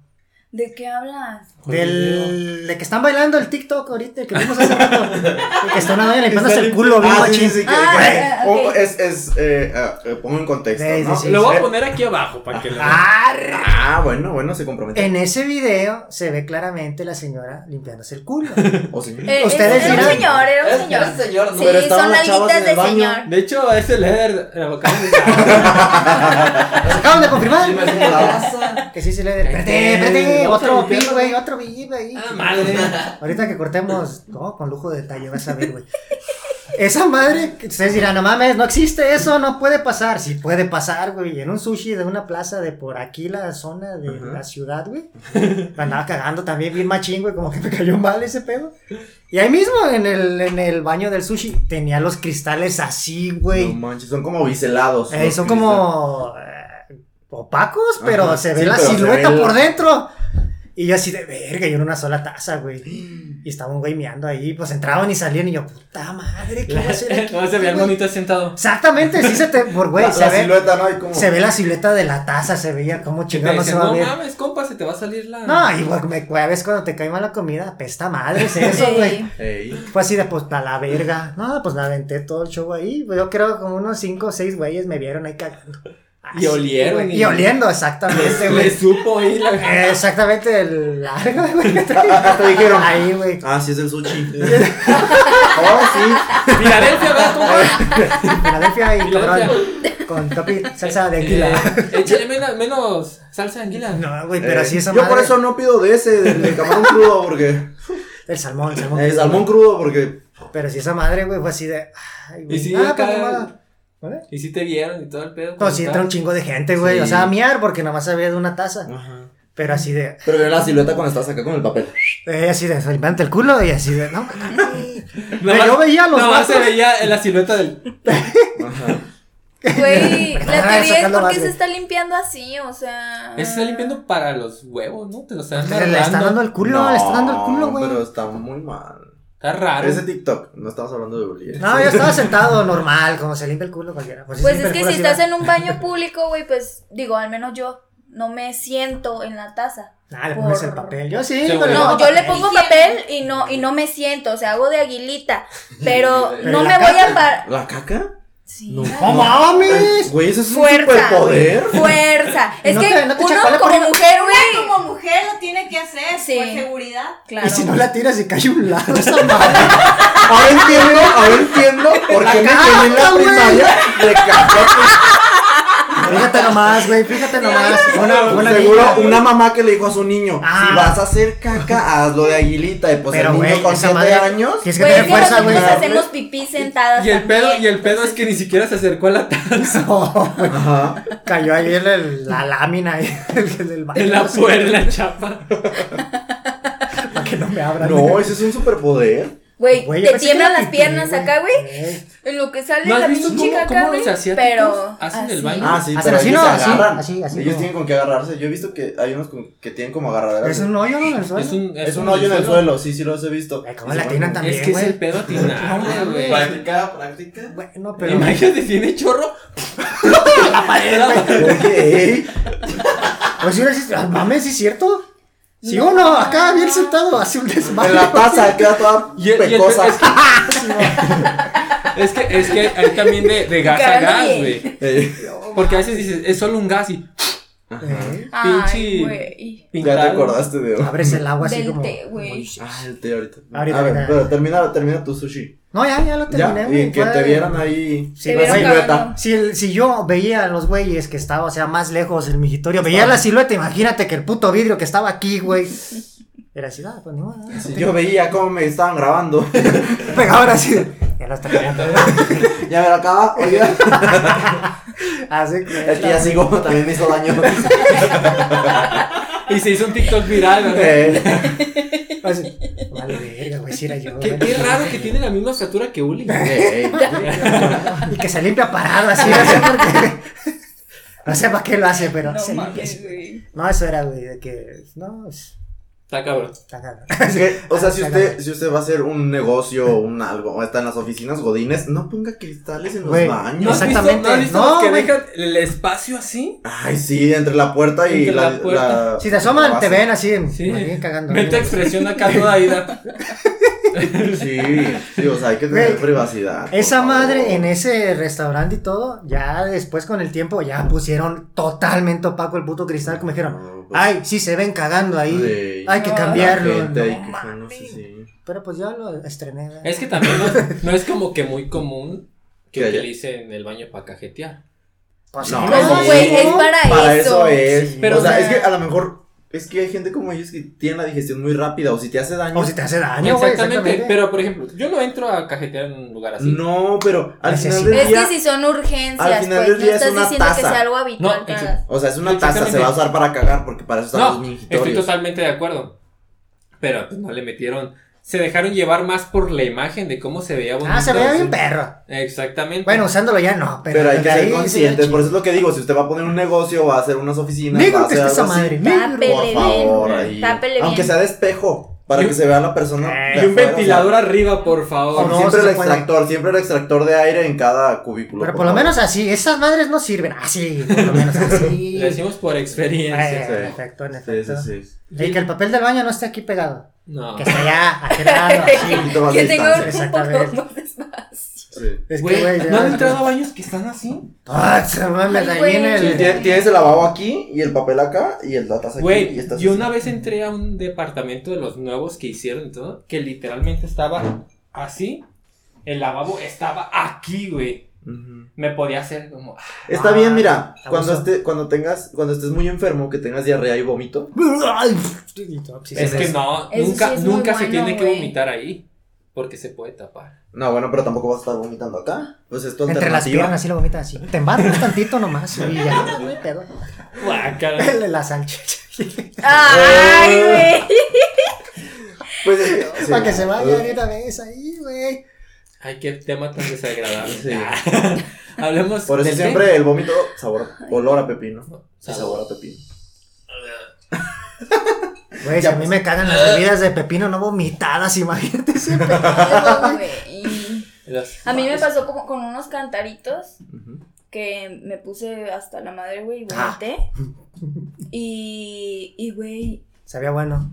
S3: ¿De qué hablas?
S2: ¿Cuál
S4: Del de que están bailando el TikTok ahorita, que vimos hace rato. Y que está una doña limpiándose el
S1: Está
S4: culo, bien
S1: Ah, sí,
S4: machín.
S1: sí, sí, que-
S3: Ah,
S1: que-
S3: ok.
S1: o- Es, es, eh, ah, eh, pongo en contexto,
S4: Sí,
S1: ¿no? Eh,
S4: sí, sí.
S2: Lo voy a poner aquí abajo para que lo vean.
S4: Arre.
S1: Ah, bueno, bueno, se compromete.
S4: En ese video se ve claramente la señora limpiándose el culo.
S1: O sí.
S3: Eh,
S4: Ustedes
S3: era un
S4: dirán.
S3: señor, era un
S5: Era un
S3: señor.
S5: señor, ¿no?
S3: Sí,
S1: Pero estaban
S3: son
S1: las chavas en
S3: nalguitas
S1: el
S3: de
S1: baño.
S3: señor.
S2: De hecho, es el Eder. La boca
S4: Nos acaban de confirmar
S5: Imagínate la raza.
S4: que sí se le... Espérate,
S2: Ay,
S4: espérate,
S2: qué-
S4: otro
S2: otro
S4: pi,
S2: limpiando.
S4: güey,
S1: Ah,
S4: otro pi, güey.
S2: Ah, madre.
S4: Ahorita que cortemos, no, con lujo de detalle, vas a ver, güey. Esa madre, que ustedes dirán, no mames, no existe eso, no puede pasar. Sí puede pasar, güey. En un sushi de una plaza de por aquí, la zona de
S1: Ajá.
S4: la ciudad, güey. Me andaba cagando también bien machín, güey, como que me cayó mal ese pedo. Y ahí mismo, en el, en el baño del sushi, tenía los cristales así,
S1: No
S4: güey.
S1: manches, son como biselados.
S4: Eh,
S1: los
S4: son
S1: cristales.
S4: como eh, opacos, pero
S1: Ajá,
S4: se ve
S1: sí,
S4: la
S1: pero se
S4: silueta
S1: ve la-
S4: por dentro. Y yo así de verga, yo en una sola taza, güey. Y estaba un güey meando ahí, pues entraban y salían y yo, puta madre, ¿qué voy a hacer aquí,
S2: No se ve el
S4: güey?"
S2: monito sentado.
S4: Exactamente, sí se te. Por güey,
S1: la,
S4: se,
S1: la
S4: ve,
S1: silueta, ¿no? Y como...
S4: se ve la silueta de la taza, se veía como
S2: Y te
S4: chingado no se
S2: dicen,
S4: va a
S2: no
S4: ver.
S2: mames, compa, se te va a salir la.
S4: No, y güey, me- güey, a veces cuando te cae mala comida, pesta madre, es eso, güey.
S1: Ey,
S4: Fue así de, pues, a la verga. No, pues me aventé todo el show ahí. Yo creo que como unos 5 o 6 güeyes me vieron ahí cagando.
S2: Y
S4: sí,
S2: olieron,
S4: güey,
S2: y-
S4: Y oliendo, exactamente,
S2: Le
S4: güey.
S2: supo ahí la.
S4: Eh, Exactamente, el largo, güey. que traía.
S1: Te dijeron.
S4: Ahí, güey.
S1: Ah, sí, es el sushi. oh,
S2: Filadelfia, va, compa.
S4: Filadelfia y
S2: Filadelfia.
S4: cabrón. Con topi, salsa de
S2: Eh,
S4: anguila.
S2: Échale menos, menos salsa de anguila.
S4: No,
S1: sí.
S4: güey, pero
S1: Eh,
S4: sí esa
S1: Yo
S4: madre.
S1: por eso no pido de ese, del de camarón crudo, porque.
S4: El salmón, el salmón.
S1: El salmón crudo, porque.
S4: Pero si esa madre, güey, fue así de. Ay, güey.
S2: Y sí,
S4: ah, pues,
S2: acá-
S4: mamada. ¿Vale?
S2: Y si te vieron y todo el pedo. pues,
S4: No, sí entra un chingo de gente, güey.
S1: pues, Sí.
S4: O sea, a miar porque nada más había de una taza.
S1: Ajá.
S4: Pero así de.
S1: Pero veo la silueta cuando estás acá con el papel.
S4: eh, así de, se levanta el culo y así de. No, mames.
S2: Nada más-
S4: Yo veía a los
S2: Nada más se
S4: vatos.
S2: veía en la silueta del.
S1: Ajá.
S3: Güey, la
S4: Ah,
S3: teoría es
S4: sacando
S3: por qué
S4: más,
S3: se
S4: güey.
S3: está limpiando así, o sea.
S2: Ese está limpiando para los huevos, ¿no? Te lo están
S4: Le le están dando
S2: dando.
S4: el culo, le están dando el culo, güey.
S1: Pero está muy mal.
S2: Está raro.
S1: Ese TikTok, no estamos hablando de bullying.
S4: No, yo estaba sentado normal, como se limpia el culo cualquiera. Pues, sí,
S3: Pues
S4: limpia
S3: es
S4: el
S3: que
S4: culo
S3: si
S4: así de-
S3: estás en un baño público, güey, pues digo, al menos yo no me siento en la taza.
S4: Ah, le pones el
S3: por-
S4: papel. Yo sí,
S2: Sí,
S4: pero
S2: güey.
S4: le
S3: No,
S4: pongo
S3: yo le
S4: papel.
S3: pongo
S6: Higiene.
S3: papel y no y no me siento, o sea, hago de aguilita, pero
S5: Pero
S3: no
S4: la
S3: me voy a
S4: caca.
S3: parar.
S1: ¿La caca?
S3: Sí.
S1: No.
S4: ¡No mames!
S1: Güey, eso es un
S3: Fuerza.
S1: superpoder.
S3: Fuerza. Es
S4: No
S3: que
S4: te- no te
S3: uno
S4: chapale por
S3: como
S4: arriba.
S3: mujer, güey.
S6: Como mujer lo tiene que hacer
S3: Sí.
S6: por seguridad.
S3: Claro.
S4: Y si no la tiras, se cae un lado esa madre.
S1: Ahora entiendo, ahora entiendo por qué me quedé en la
S4: caca, güey.
S1: primaria de caca.
S4: Fíjate nomás, güey, fíjate nomás. Una, una
S1: Seguro
S4: niña,
S1: una mamá que le dijo a su niño,
S4: Ah.
S1: si vas a hacer caca, hazlo de aguilita. Y pues
S4: Pero,
S1: el niño
S4: güey,
S1: con
S4: esa
S1: 7
S4: madre-
S1: años...
S4: Tienes que
S3: Güey, es
S4: tener
S3: que
S4: fuerza, güey.
S3: nosotros hacemos pipí sentadas.
S2: Y el pedo,
S3: también.
S2: y el pedo es que ni siquiera se acercó a la taza.
S4: No, güey.
S1: Ajá.
S4: Cayó ahí el- el- la lámina ahí, el del baño.
S2: En la
S4: no sé,
S2: puerta, en la chapa.
S4: Para que no me abran.
S1: No, ese es un superpoder.
S3: Güey,
S4: Güey, yo
S3: te
S4: pensé que
S3: tiemblan
S4: era
S3: las
S4: pipí,
S3: piernas
S4: güey.
S3: acá, güey.
S4: Eh,
S3: En lo que sale
S2: ¿No has
S3: la
S2: visto
S3: pinche
S2: cómo-
S3: caca,
S2: cómo los
S3: güey,
S2: asiáticos
S3: pero
S2: hacen el
S3: así.
S2: baño?
S1: Ah, sí,
S4: Hacen
S1: pero
S4: así,
S1: ellos
S4: ¿no?
S1: se
S4: Así,
S1: agarran.
S4: así, así
S1: ellos
S4: como-
S1: tienen con qué agarrarse. Yo he visto que hay unos con- que tienen como agarraderas.
S4: Es un hoyo, ¿no? En el suelo.
S2: Es un,
S1: Es un hoyo en el suelo, sí, sí los he visto.
S4: Ay,
S1: Y
S4: ¿Cómo
S1: se
S4: la
S1: van
S4: tienen
S1: como-
S4: también,
S2: Es que es
S4: güey?
S2: el pedo atinarle, güey.
S5: Práctica, práctica.
S4: Bueno, pero...
S2: Imagínate, tiene chorro. la pared.
S1: Ok.
S4: Pues sí, sí, ah, mames, ¿sí es cierto? Sí o no, acá bien sentado, hace un
S1: En
S4: desmadre.
S1: la taza queda toda
S2: Y el- y el-
S1: pecosa.
S2: es Es que, es que hay también de, de gas a
S3: Cagando
S2: gas,
S3: bien.
S2: güey.
S1: Eh,
S2: Porque a veces dices, es solo un gas y
S1: ajá.
S3: Ay,
S2: Pinche-
S3: güey.
S1: Ya te
S2: pintado.
S1: acordaste de.
S4: Eh, Abres el agua así
S3: Del
S4: como...
S3: té, güey.
S1: Ah, el té ahorita.
S4: Ahorita,
S1: a ver,
S4: ahorita.
S1: pero termina, termina tu sushi.
S4: No, ya, ya lo terminé,
S1: ya,
S4: güey,
S1: y que
S4: fue-
S1: te vieran ahí.
S4: Sí,
S3: Te
S4: güey.
S3: vieron cagando.
S4: Si, el- si yo veía a los güeyes que estaba, o sea, más lejos del migitorio, veía la silueta, imagínate que el puto vidrio que estaba aquí, güey. Era así, ah, pues ni modo. ah,
S1: Sí, yo veía cómo me estaban grabando.
S4: Pegaba ahora así. Ya lo está cagando.
S1: ya me lo acaba. Oiga,
S4: Así
S1: es que ya
S4: que.
S1: sigo, también me hizo daño.
S2: Y se hizo un TikTok viral, ¿no?
S1: Eh,
S4: así, Vale, verga, güey, si era yo.
S2: Qué,
S4: güey.
S2: qué raro que tiene la misma estatura que Uli.
S1: eh,
S4: Y que se limpia parado así, no sé por qué. No sé para qué lo hace, pero
S3: No
S4: se limpia.
S3: mames,
S4: así.
S3: güey.
S4: No, eso era, güey, de que. No, es-
S2: Está cabrón.
S4: está cagado.
S1: es que, o sea, si
S4: Ah,
S1: usted, si usted va a hacer un negocio o un algo, o está en las oficinas godines, no ponga cristales en los
S4: Güey,
S2: ¿No
S1: baños.
S2: has visto-
S4: Exactamente.
S2: ¿No has visto
S4: No,
S2: los que
S4: güey.
S2: dejan el espacio así?
S1: Ay, sí, entre la puerta y
S2: Entre
S1: la,
S2: la puerta.
S1: la-
S4: Si te asoman,
S1: la
S4: te
S1: base.
S4: ven así,
S2: Sí.
S4: bien cagando.
S2: Mente expresión acá toda ida.
S1: Sí, sí, o sea, hay que tener
S4: Güey,
S1: privacidad. por
S4: Esa
S1: favor.
S4: madre en ese restaurante y todo, ya después con el tiempo ya pusieron totalmente opaco el puto cristal, como dijeron,
S1: No, pues,
S4: ay, sí se ven cagando ahí,
S1: sí,
S4: hay que
S1: la
S4: cambiarlo.
S1: gente,
S4: no
S1: hay que-
S4: mames.
S1: no sé, sí.
S4: Pero pues ya lo estrené. ¿verdad?
S2: Es que también no, no es como que muy común que
S1: Que haya-
S2: utilicen el baño para cajetear.
S4: Pues
S1: No,
S4: sí,
S1: no,
S3: No, güey, es para,
S1: Para eso es.
S4: Sí.
S1: Pero, o sea,
S3: o sea-
S1: es que a lo mejor Es que hay gente como ellos que tienen la digestión muy rápida o si te hace daño.
S4: O si te hace daño, Ah, güey.
S2: exactamente, pero por ejemplo, yo no entro a cajetear en un lugar así.
S1: No, pero al final
S4: Necesito.
S1: del
S3: Es
S1: día.
S3: que si son urgencias,
S1: al final
S3: pues
S1: del
S3: no
S1: día es
S3: estás
S1: una
S3: diciendo que
S1: taza.
S3: sea algo habitual.
S2: No,
S3: que
S2: exa-
S3: hagas.
S1: O sea, es una taza, se va a usar para cagar porque para eso están los
S2: No, estoy
S1: mingitorios.
S2: totalmente de acuerdo. Pero pues, no le metieron. Se dejaron llevar más por la imagen de cómo se veía bonito.
S4: Ah, se veía
S2: así.
S4: bien perro.
S2: Exactamente.
S4: Bueno, usándolo ya no, pero.
S1: Pero, hay que
S4: desde
S1: ser
S4: ahí,
S1: conscientes,
S4: sí,
S1: por eso es lo que digo, si usted va a poner un negocio, va a hacer unas oficinas,
S4: Negro
S1: va a
S4: que
S1: hacer
S4: esté
S1: algo
S4: esa
S1: así,
S4: madre,
S3: Tápele
S1: por
S3: bien,
S1: favor, ahí.
S3: tápele bien.
S1: Aunque sea de espejo, para
S2: Y
S1: que
S2: un-
S1: se vea la persona.
S4: Eh,
S1: de
S2: Y
S1: afuera,
S2: un
S1: o sea,
S2: ventilador arriba, por favor.
S4: O no,
S1: siempre
S4: sí
S1: el
S4: se puede.
S1: extractor, siempre el extractor de aire en cada cubículo.
S4: Pero por lo
S1: favor.
S4: menos así, esas madres no sirven. Así, por lo menos así.
S2: Lo decimos por
S4: Eh,
S2: experiencia.
S4: En
S1: sí.
S4: efecto, en
S1: Sí,
S4: efecto.
S1: sí, sí.
S4: Y que el papel del baño no esté aquí pegado.
S2: No.
S4: Que esté allá, a aquel lado, así.
S1: Un poquito más
S3: Yo
S1: de
S3: tengo
S1: distancia,
S3: un
S4: exactamente.
S3: poco más de espacio.
S1: sí.
S4: Es que,
S2: Güey,
S4: güey, ya-
S2: ¿No han entrado a baños que están así?
S4: Ah, se mames,
S3: Ay,
S4: ahí
S3: güey.
S4: en
S1: Sí,
S4: el.
S1: tiene- Tienes el lavabo aquí y el papel acá y el taza aquí. y
S2: Güey,
S1: estás
S2: yo
S1: así.
S2: una vez entré a un departamento de los nuevos que hicieron y todo, que literalmente estaba así. El lavabo estaba aquí, güey.
S1: Ujú.
S2: Me podía hacer como. ah,
S1: Está
S4: Ah,
S1: bien, mira, cuando,
S4: abuso.
S1: esté, cuando tengas, cuando estés muy enfermo, que tengas diarrea y vómito,
S4: Sí,
S2: es
S4: se
S2: que
S4: ve.
S2: no,
S3: Eso sí
S2: nunca,
S3: es muy
S2: nunca se
S3: bueno,
S2: tiene que
S3: güey.
S2: vomitar ahí. Porque se puede tapar.
S1: no, bueno, pero tampoco vas a estar vomitando acá, pues es tu
S4: Entre las
S1: alternativa.
S4: piernas, así lo vomitas así. Te embarras tantito nomás. Y ya, no hay pedo.
S2: Guácala.
S4: Pele la salchicha.
S3: Ay, güey.
S1: Pues es que- sí.
S4: Para que se vaya de
S1: Uh,
S4: una vez ahí, güey.
S2: Ay, qué tema tan desagradable. Ah.
S1: Sí.
S2: Hablemos
S1: Por eso
S2: del té.
S1: siempre el vómito, sabor, olor a pepino. Sí,
S2: Sabor.
S1: sabor a pepino.
S4: Güey, si
S1: Ya,
S4: a mí
S1: pues.
S4: me cagan las bebidas de pepino no vomitadas, imagínate ese pedo.
S3: güey.
S2: Los-
S3: A mí me pasó como con unos cantaritos
S1: Ujú.
S3: que me puse hasta la madre, güey, y
S4: Ah.
S3: vomité. Y, y, güey,
S4: Sabía bueno.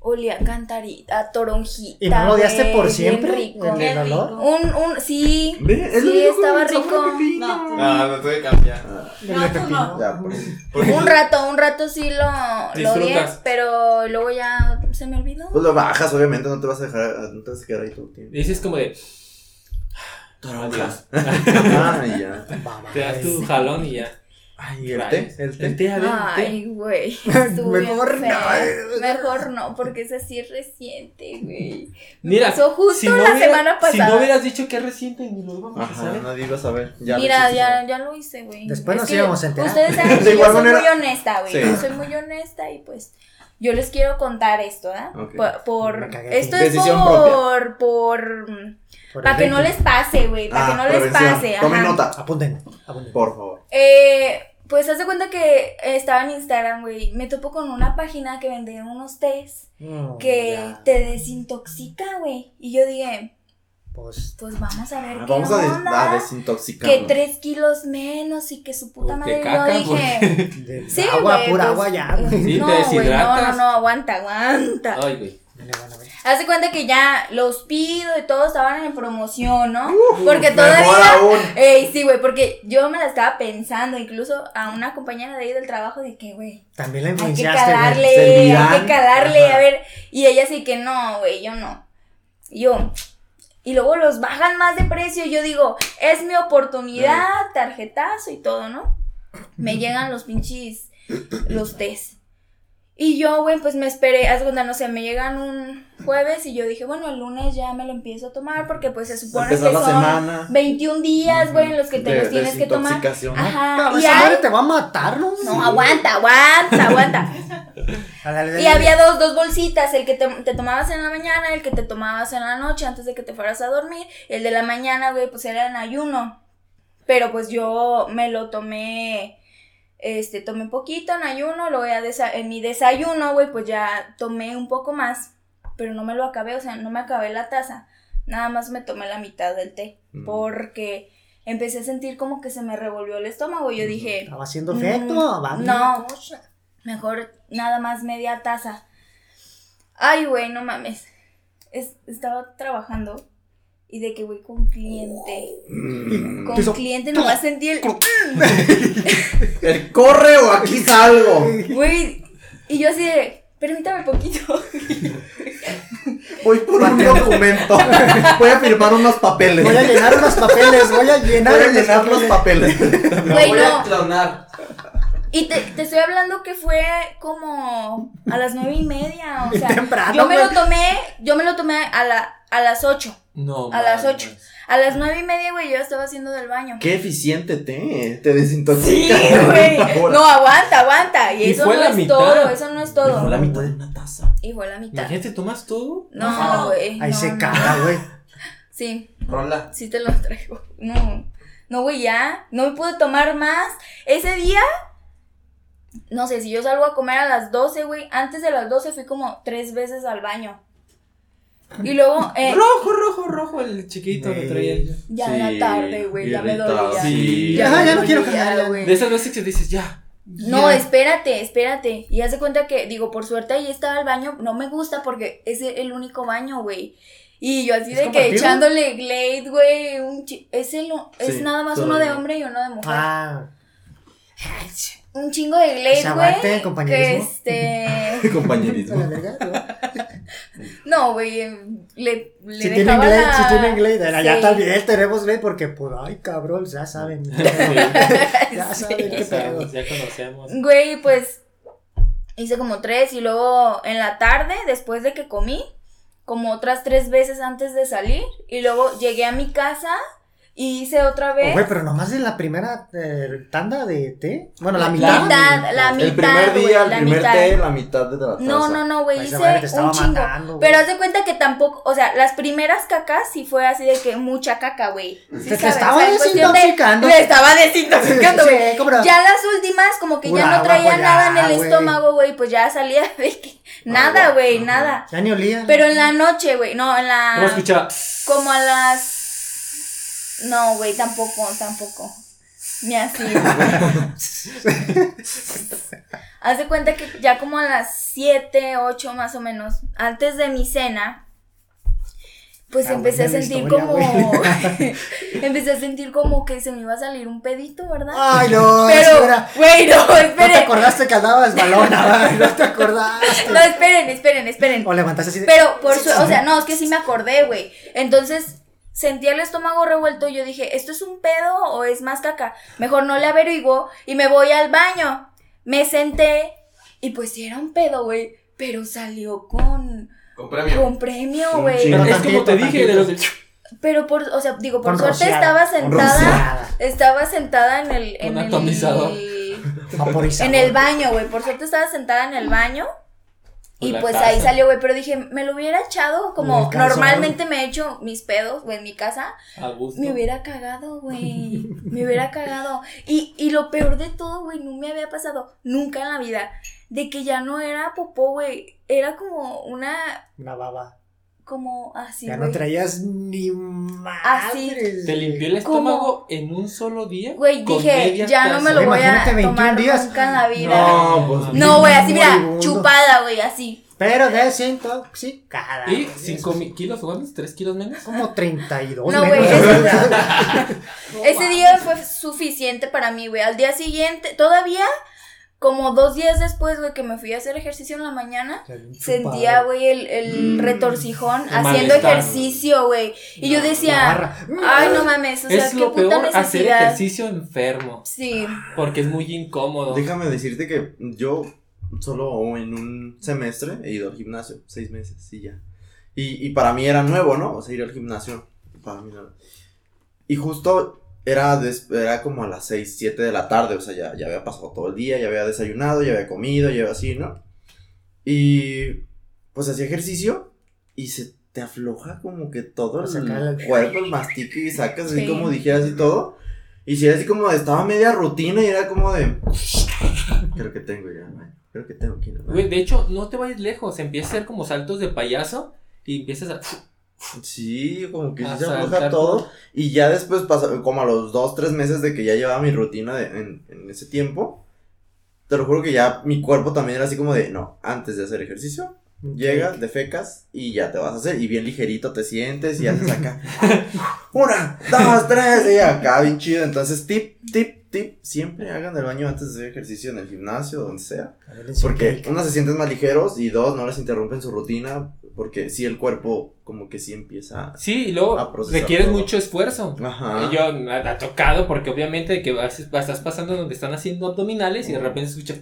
S3: olía a cantarita, a toronjita.
S4: ¿Y no lo odiaste
S3: güey,
S4: por
S3: bien
S4: siempre?
S3: rico.
S4: ¿El,
S6: Qué
S4: el olor?
S6: rico.
S3: Un, un, sí,
S1: Ve, es lo
S3: sí,
S1: mismo con
S3: estaba
S1: el sabor a
S3: rico.
S1: pepino.
S6: No,
S5: Ah, no tuve que cambiar.
S4: El de
S6: No, tú no.
S1: Ya, pues, por-
S5: Porque
S3: Un rato, un rato sí lo, lo odié,
S2: Disfrutas.
S3: pero luego ya se me olvidó.
S1: Pues lo bajas, obviamente, no te vas a dejar, no te vas a quedar ahí todo el tiempo.
S2: Dices como de.
S1: Toronjas. Ah, y ya.
S2: Te das
S4: Este,
S2: tu jalón y ya.
S1: Ay, el té, el té.
S2: té, a ver, el té.
S3: Ay, güey. estuvo bien
S4: Mejor
S3: feo.
S1: eh.
S4: no.
S3: Mejor no, porque es así reciente, güey.
S2: Mira,
S3: Pasó justo la
S2: hubiera-
S3: semana
S2: si
S3: pasada.
S2: no hubieras dicho que es reciente, ni lo íbamos a
S1: Ajá,
S2: saber.
S1: nadie iba a saber. Ya lo
S3: Mira,
S1: hiciste.
S3: ya, ya lo hice, güey.
S4: Después
S3: Es
S4: nos
S3: que
S4: íbamos a enterar.
S3: Ustedes saben
S1: De
S3: que yo
S1: igual
S3: soy muy
S1: manera-
S3: honesta, güey.
S1: Sí.
S3: Yo soy muy honesta y pues yo les quiero contar esto, ¿ah?
S1: Ok.
S3: Por, por-
S4: Me cagué.
S3: esto es
S1: Decisión
S3: por, por, para que no les pase, güey, para
S1: Ah,
S3: que no les
S1: prevención.
S3: pase. ajá.
S1: Tomen nota,
S4: Apunten, apunten.
S1: por favor.
S3: Eh, pues haz de cuenta que estaba en Instagram, güey. Me topo con una página que vendían unos tés
S4: Mm,
S3: que
S1: Oh,
S4: ya.
S3: te desintoxica, güey. Y yo dije,
S4: Pues,
S3: pues vamos a ver
S1: Ah,
S3: qué
S1: Vamos a, des-
S3: onda.
S1: a desintoxicar.
S3: que tres kilos menos y que su puta
S2: O te
S3: madre.
S2: Oh, caca,
S3: yo dije,
S4: de
S3: sí,
S4: agua,
S3: güey,
S4: pura
S3: pues,
S4: agua ya. güey.
S2: Sí,
S3: no,
S2: te
S3: güey,
S2: deshidratas. Oh.
S3: no, no, no, aguanta, aguanta.
S2: Ay, güey.
S4: Dale, bueno, güey.
S3: Haz de cuenta que ya los pido y todos estaban en promoción, ¿no? porque
S1: Mejor
S3: todavía.
S1: aún.
S3: Ey, sí, güey, porque yo me la estaba pensando, incluso a una compañera de ahí del trabajo, de que, güey,
S4: También la
S3: hay que
S4: influenciaste, güey.
S3: calarle,
S1: Servirán.
S3: hay que calarle,
S1: Ajá.
S3: a ver. Y ella sí que no, güey, yo no. Y Yo. Y luego los bajan más de precio. y Yo digo, es mi oportunidad, tarjetazo y todo, ¿no? Me llegan los pinches, los test. Y yo, güey, pues me esperé, haz de cuenta, no sé, me llegan un jueves y yo dije, bueno, el lunes ya me lo empiezo a tomar porque pues se supone que
S1: Empezar
S3: son
S1: la semana.
S3: 21 días, güey, en los que te
S1: De-
S3: los tienes que tomar.
S1: desintoxicación, ¿no?
S3: Ajá,
S4: Pero
S3: y
S4: esa
S3: hay-
S4: madre te va a matar, ¿no?
S3: No, aguanta, aguanta, aguanta. Y había dos, dos bolsitas, el que te, te tomabas en la mañana, el que te tomabas en la noche antes de que te fueras a dormir, el de la mañana, güey, pues era en ayuno. Pero pues yo me lo tomé, este, tomé poquito en ayuno, luego ya desa- en mi desayuno, güey, pues ya tomé un poco más, pero no me lo acabé, o sea, no me acabé la taza, nada más me tomé la mitad del té,
S1: Mm.
S3: porque empecé a sentir como que se me revolvió el estómago, yo dije,
S4: Estaba haciendo
S3: Mm,
S4: efecto. va bien
S3: no.
S4: la cosa.
S3: Mejor nada más media taza. Ay, güey, no mames. Es- estaba trabajando y de que, güey, con cliente.
S1: Mm.
S3: Con
S4: Empiezo-
S3: cliente nomás sentí el.
S1: El corre o aquí salgo.
S3: Güey. Y yo así de. Permítame poquito.
S1: Voy por un documento. Voy a firmar unos papeles.
S4: Voy a llenar unos papeles, voy a llenar
S1: Voy a
S4: unos
S1: llenar los papeles.
S5: Me
S3: Güey,
S5: voy
S3: no.
S5: a clonar.
S3: Y te, te estoy hablando que fue como a las nueve y media, o sea,
S4: Temprano,
S3: yo me lo
S4: güey.
S3: tomé, yo me lo tomé a, la, a las ocho,
S2: No.
S3: A las
S2: mames.
S3: ocho. a las nueve y media, güey, yo estaba haciendo del baño.
S1: Qué eficiente te, te
S3: Sí,
S1: desintoxica.
S3: güey, no, aguanta, aguanta, y,
S2: Y
S3: eso
S2: fue
S3: no
S2: la
S3: es
S2: mitad.
S3: todo, eso no es
S1: Pero
S3: todo,
S1: la mitad de una taza.
S3: y fue la mitad.
S2: Imagínate, tomas todo.
S3: No, güey.
S4: Ahí
S3: no,
S4: se
S3: no.
S4: caga, güey.
S3: Sí,
S5: Rola.
S3: Sí te lo traigo. No, no, güey, ya. No me pude tomar más. Ese día, no sé, si yo salgo a comer a las 12, güey, antes de las 12 fui como tres veces al baño. Y luego, eh,
S2: Rojo, rojo, rojo el chiquito que
S4: Güey.
S2: traía yo.
S3: ya en la tarde, güey, ya me
S1: irritado.
S3: dolía.
S2: Sí.
S4: Ya,
S3: me
S4: ya no quiero
S3: dolía,
S4: jalar,
S3: güey.
S2: De esas veces que dices, ya.
S3: No,
S2: ya.
S3: espérate, espérate. Y hace cuenta que, digo, por suerte ahí estaba el baño. No me gusta porque es el único baño, güey. Y yo así
S4: ¿Es
S3: de que
S4: compartido?
S3: echándole Glade, güey. un chi- Es, el, es
S1: Sí,
S3: nada más
S1: todo
S3: uno de
S1: bien.
S3: hombre y uno de mujer.
S4: Ah,
S3: un chingo de
S4: O sea,
S3: Glade,
S4: aguante,
S3: güey.
S4: compañerismo.
S3: Este.
S4: a la
S1: Compañerismo.
S4: verga, ¿no?
S3: No, güey. eh, Le, le
S4: Si tienen
S3: dejaba
S4: Glade,
S3: la-
S4: si tienen Glade. Allá
S3: Sí.
S4: también tenemos Glade porque, pues, ay, cabrón, ya saben. ya
S3: Sí.
S4: saben qué
S2: Ya sabemos,
S4: pedo.
S2: ya conocemos.
S3: Güey, pues. Hice como tres y luego en la tarde, después de que comí, como otras tres veces antes de salir. Y luego llegué a mi casa y hice otra
S4: Oh,
S3: vez.
S4: Güey, pero nomás de la primera eh, tanda de té. Bueno, la
S3: La
S4: mitad.
S3: mitad, la mitad.
S1: El primer
S3: güey,
S1: día, el
S3: la
S1: primer
S3: mitad.
S1: té, la mitad de la taza.
S3: No, no, no, güey,
S4: Esa
S3: hice
S4: madre pues, te estaba
S3: un chingo.
S4: matando, güey.
S3: pero haz de cuenta que tampoco, o sea, las primeras cacas sí fue así de que mucha caca, güey. Sí
S4: Te- te
S3: saben,
S4: estaba
S3: o sea, en cuestión de-
S4: desintoxicando.
S3: Me estaba desintoxicando,
S4: Sí,
S3: güey.
S4: cómo no.
S3: Ya las últimas como que ya
S4: Pura
S3: no traía
S4: agua, ya,
S3: nada en el
S4: güey.
S3: estómago, güey, pues ya salía de que nada, güey, nada.
S4: Ya ni olía.
S3: Pero en la noche, güey, no, en
S2: ¿Cómo
S3: la
S2: escuchaba?
S3: como a las No, güey, tampoco, tampoco. Ni así. güey. Haz de cuenta que ya como a las 7, 8 más o menos, antes de mi cena, pues
S4: Ah,
S3: empecé a
S4: buena
S3: sentir
S4: historia,
S3: como. empecé a sentir como que se me iba a salir un pedito, ¿verdad?
S4: Ay, no,
S3: Pero,
S4: Ah, espera.
S3: güey, no,
S4: No te
S3: esperen.
S4: acordaste que andabas balona, va, no te acordaste.
S3: No, esperen, esperen, esperen.
S4: O levantaste así de.
S3: Pero, por su, o sea, no, es que sí me acordé, güey. Entonces, sentía el estómago revuelto y yo dije, ¿esto es un pedo o es más caca? Mejor no le averiguo y me voy al baño. Me senté y pues sí era un pedo, güey. Pero salió con,
S5: Con premio.
S3: con premio,
S1: Un
S3: güey.
S1: chingo.
S2: Es
S4: Tantito,
S2: como te dije, de los de.
S3: Pero por, o sea, digo, por
S4: Con
S3: suerte
S4: rociada,
S3: estaba
S4: con
S3: sentada.
S4: rociada,
S3: Estaba sentada en el. En
S2: Con atomizador.
S3: el
S4: vaporizador.
S3: en el baño, güey. Por suerte estaba sentada en el baño.
S2: Con
S3: Y
S2: la
S3: pues
S2: taza.
S3: ahí salió, güey. Pero dije, me lo hubiera echado
S4: En
S3: como
S4: el calzón.
S3: normalmente me he hecho mis pedos, güey, en mi casa.
S2: A gusto.
S3: Me hubiera cagado, güey. Me hubiera cagado. Y, y lo peor de todo, güey, no me había pasado nunca en la vida. De que ya no era popó, güey. Era como una.
S4: Una baba.
S3: Como así,
S4: Ya
S3: güey. Ah,
S4: no traías ni madre.
S3: Así.
S2: Te limpió el
S3: ¿Cómo?
S2: estómago en un solo día.
S3: Güey,
S2: con
S3: dije,
S2: media
S3: ya no me
S2: taza.
S3: lo voy a
S4: Imagínate 21
S3: tomar
S4: días.
S3: nunca en la vida.
S1: No, pues.
S3: No, güey, así, mira,
S4: Moribundo.
S3: chupada, güey, así.
S4: Pero desintoxicada.
S2: Y 5 kilos, ¿cuántos? ¿3 kilos menos?
S4: Como 32
S3: No,
S4: menos.
S3: güey, Ese día fue suficiente para mí, güey. Al día siguiente, todavía, como dos días después, güey, que me fui a hacer ejercicio en la mañana, sentía, güey, el, el retorcijón haciendo
S2: malestar.
S3: ejercicio, güey. Y yo decía, "Ah". ay, no mames, o sea,
S2: es
S3: qué
S2: lo
S3: puta
S2: peor hacer
S3: necesidad.
S2: ejercicio enfermo.
S3: Sí,
S2: Porque es muy incómodo.
S1: Déjame decirte que yo solo en un semestre he ido al gimnasio, seis meses y ya. Y, y para mí era nuevo, ¿no? O sea, ir al gimnasio, para mí era- Y justo era, des- era como a las seis, siete de la tarde, o sea, ya, ya había pasado todo el día, ya había desayunado, ya había comido, ya había así, ¿no? Y pues hacía ejercicio y se te afloja como que todo
S4: Para sacar
S1: el
S4: el-
S1: cuerpo, el mastique y sacas así
S3: Sí.
S1: como dijeras y todo. Y si era así como de, estaba media rutina y era como de... Creo que tengo ya, güey. Creo que tengo que ir. al baño".
S2: Güey, de hecho, no te vayas lejos. Empieza a hacer como saltos de payaso y empiezas a.
S1: Sí, como que sí se
S2: Asaltar
S1: afloja todo. Y ya después pasa, como a los dos, tres meses de que ya llevaba mi rutina de- en, en ese tiempo. Te lo juro que ya mi cuerpo también era así como de, no, antes de hacer ejercicio, llegas, defecas y ya te vas a hacer. Y bien ligerito te sientes y haces acá. Una, dos, tres, y acá bien chido. Entonces, tip, tip, tip, siempre hagan el baño antes de hacer ejercicio en el gimnasio, donde sea.
S4: A ver, les-
S1: Porque una se sienten más ligeros y dos, no les interrumpen su rutina porque sí el cuerpo como que sí empieza...
S2: Sí, y luego
S1: A procesar
S2: requiere
S1: todo. Ah.
S2: mucho esfuerzo.
S1: Ajá.
S2: Y Yo me ha ha tocado porque obviamente que vas, estás pasando donde están haciendo abdominales y de repente se escucha.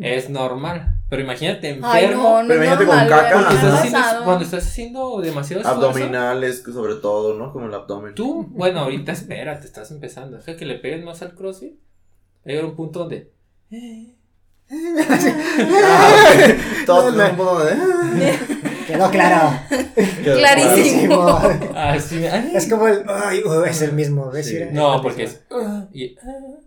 S2: es normal. Pero imagínate enfermo.
S3: Ay, no, no.
S1: Pero
S3: es
S1: imagínate con
S3: normal,
S1: caca,
S3: güey,
S2: Cuando
S1: Ajá.
S3: me
S2: estás,
S3: ha
S2: haciendo,
S3: pasado.
S2: cuando estás haciendo demasiado esfuerzo,
S1: Abdominales, sobre todo, ¿no? Como el abdomen.
S2: Tú, bueno, ahorita espera, te estás empezando. Deja que le pegues más al crossfit. Hay un punto donde.
S1: Ah, ok. Todos
S4: No, no.
S1: tenemos un poco de...
S4: Quedó claro.
S3: Clarísimo.
S4: Clarísimo.
S2: Así. ah, ay.
S4: Es como el. Ay, uh, es el mismo. ¿ves?
S1: Sí.
S4: Mira,
S2: No,
S4: la
S2: porque
S4: misma.
S2: es. "Ah", y, "Ah".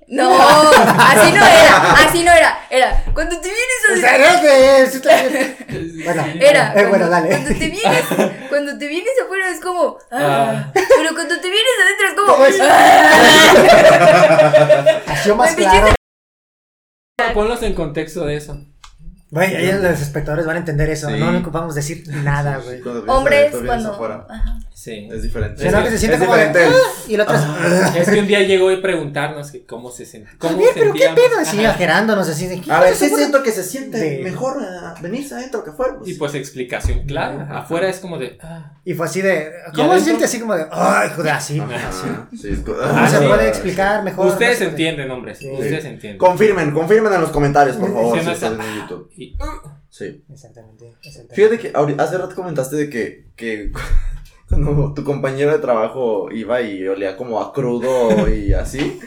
S3: No, así no era, así no era. Era, cuando te
S4: O
S3: vienes a...
S4: sea, no sé, es- es- Bueno,
S3: Era,
S4: Eh, bueno,
S3: cuando,
S4: dale.
S3: cuando te vienes, cuando te vienes afuera es como, ah,
S2: Ah.
S3: pero cuando te vienes adentro es como,
S4: ¿Cómo
S1: Pues,
S4: es?
S3: ah.
S4: Nació más
S3: Ay, pinche
S4: claro.
S2: Ponlos en contexto de eso.
S4: Güey, ahí los espectadores van a entender eso.
S1: Sí.
S4: No ocupamos decir nada, güey.
S3: hombres
S1: cuando...
S3: cuando,
S1: pues, Afuera.
S3: ajá.
S2: Sí.
S1: Es diferente.
S4: Sino que se siente
S1: es
S4: como de- "Ah",
S1: diferente. Ah, el-
S4: Y el otro es.
S2: Es que un día llegó y preguntarnos que cómo se sentía. ¿Cómo
S4: Bien, pero qué
S2: sentíamos.
S4: pedo.
S2: Ajá.
S4: Así exagerándonos, así de. ¿qué
S1: A ver,
S4: pasó,
S1: sí
S4: güey?
S1: siento que se siente
S4: Sí.
S1: mejor ah, venirse adentro que afuera. pues.
S2: Y pues explicación, claro. Afuera es como de. ah.
S4: Y fue así de.
S2: ¿Y
S4: ¿Cómo se
S2: adentro?
S4: siente así como de. Ay, joder, así?
S1: Ajá, sí, es co-
S4: ¿Cómo
S1: Ah,
S4: se
S1: sí.
S4: puede explicar mejor?
S2: Ustedes
S4: No sé,
S2: entienden, hombres.
S4: Sí.
S2: Ustedes entienden.
S1: Confirmen, confirmen en los comentarios, por favor,
S2: Sí,
S1: si
S2: no
S1: están
S2: está-
S1: en YouTube.
S2: Y-
S1: Sí.
S4: Exactamente. exactamente.
S1: Fíjate que ahori- hace rato comentaste de que, que cuando tu compañero de trabajo iba y olía como a crudo y así.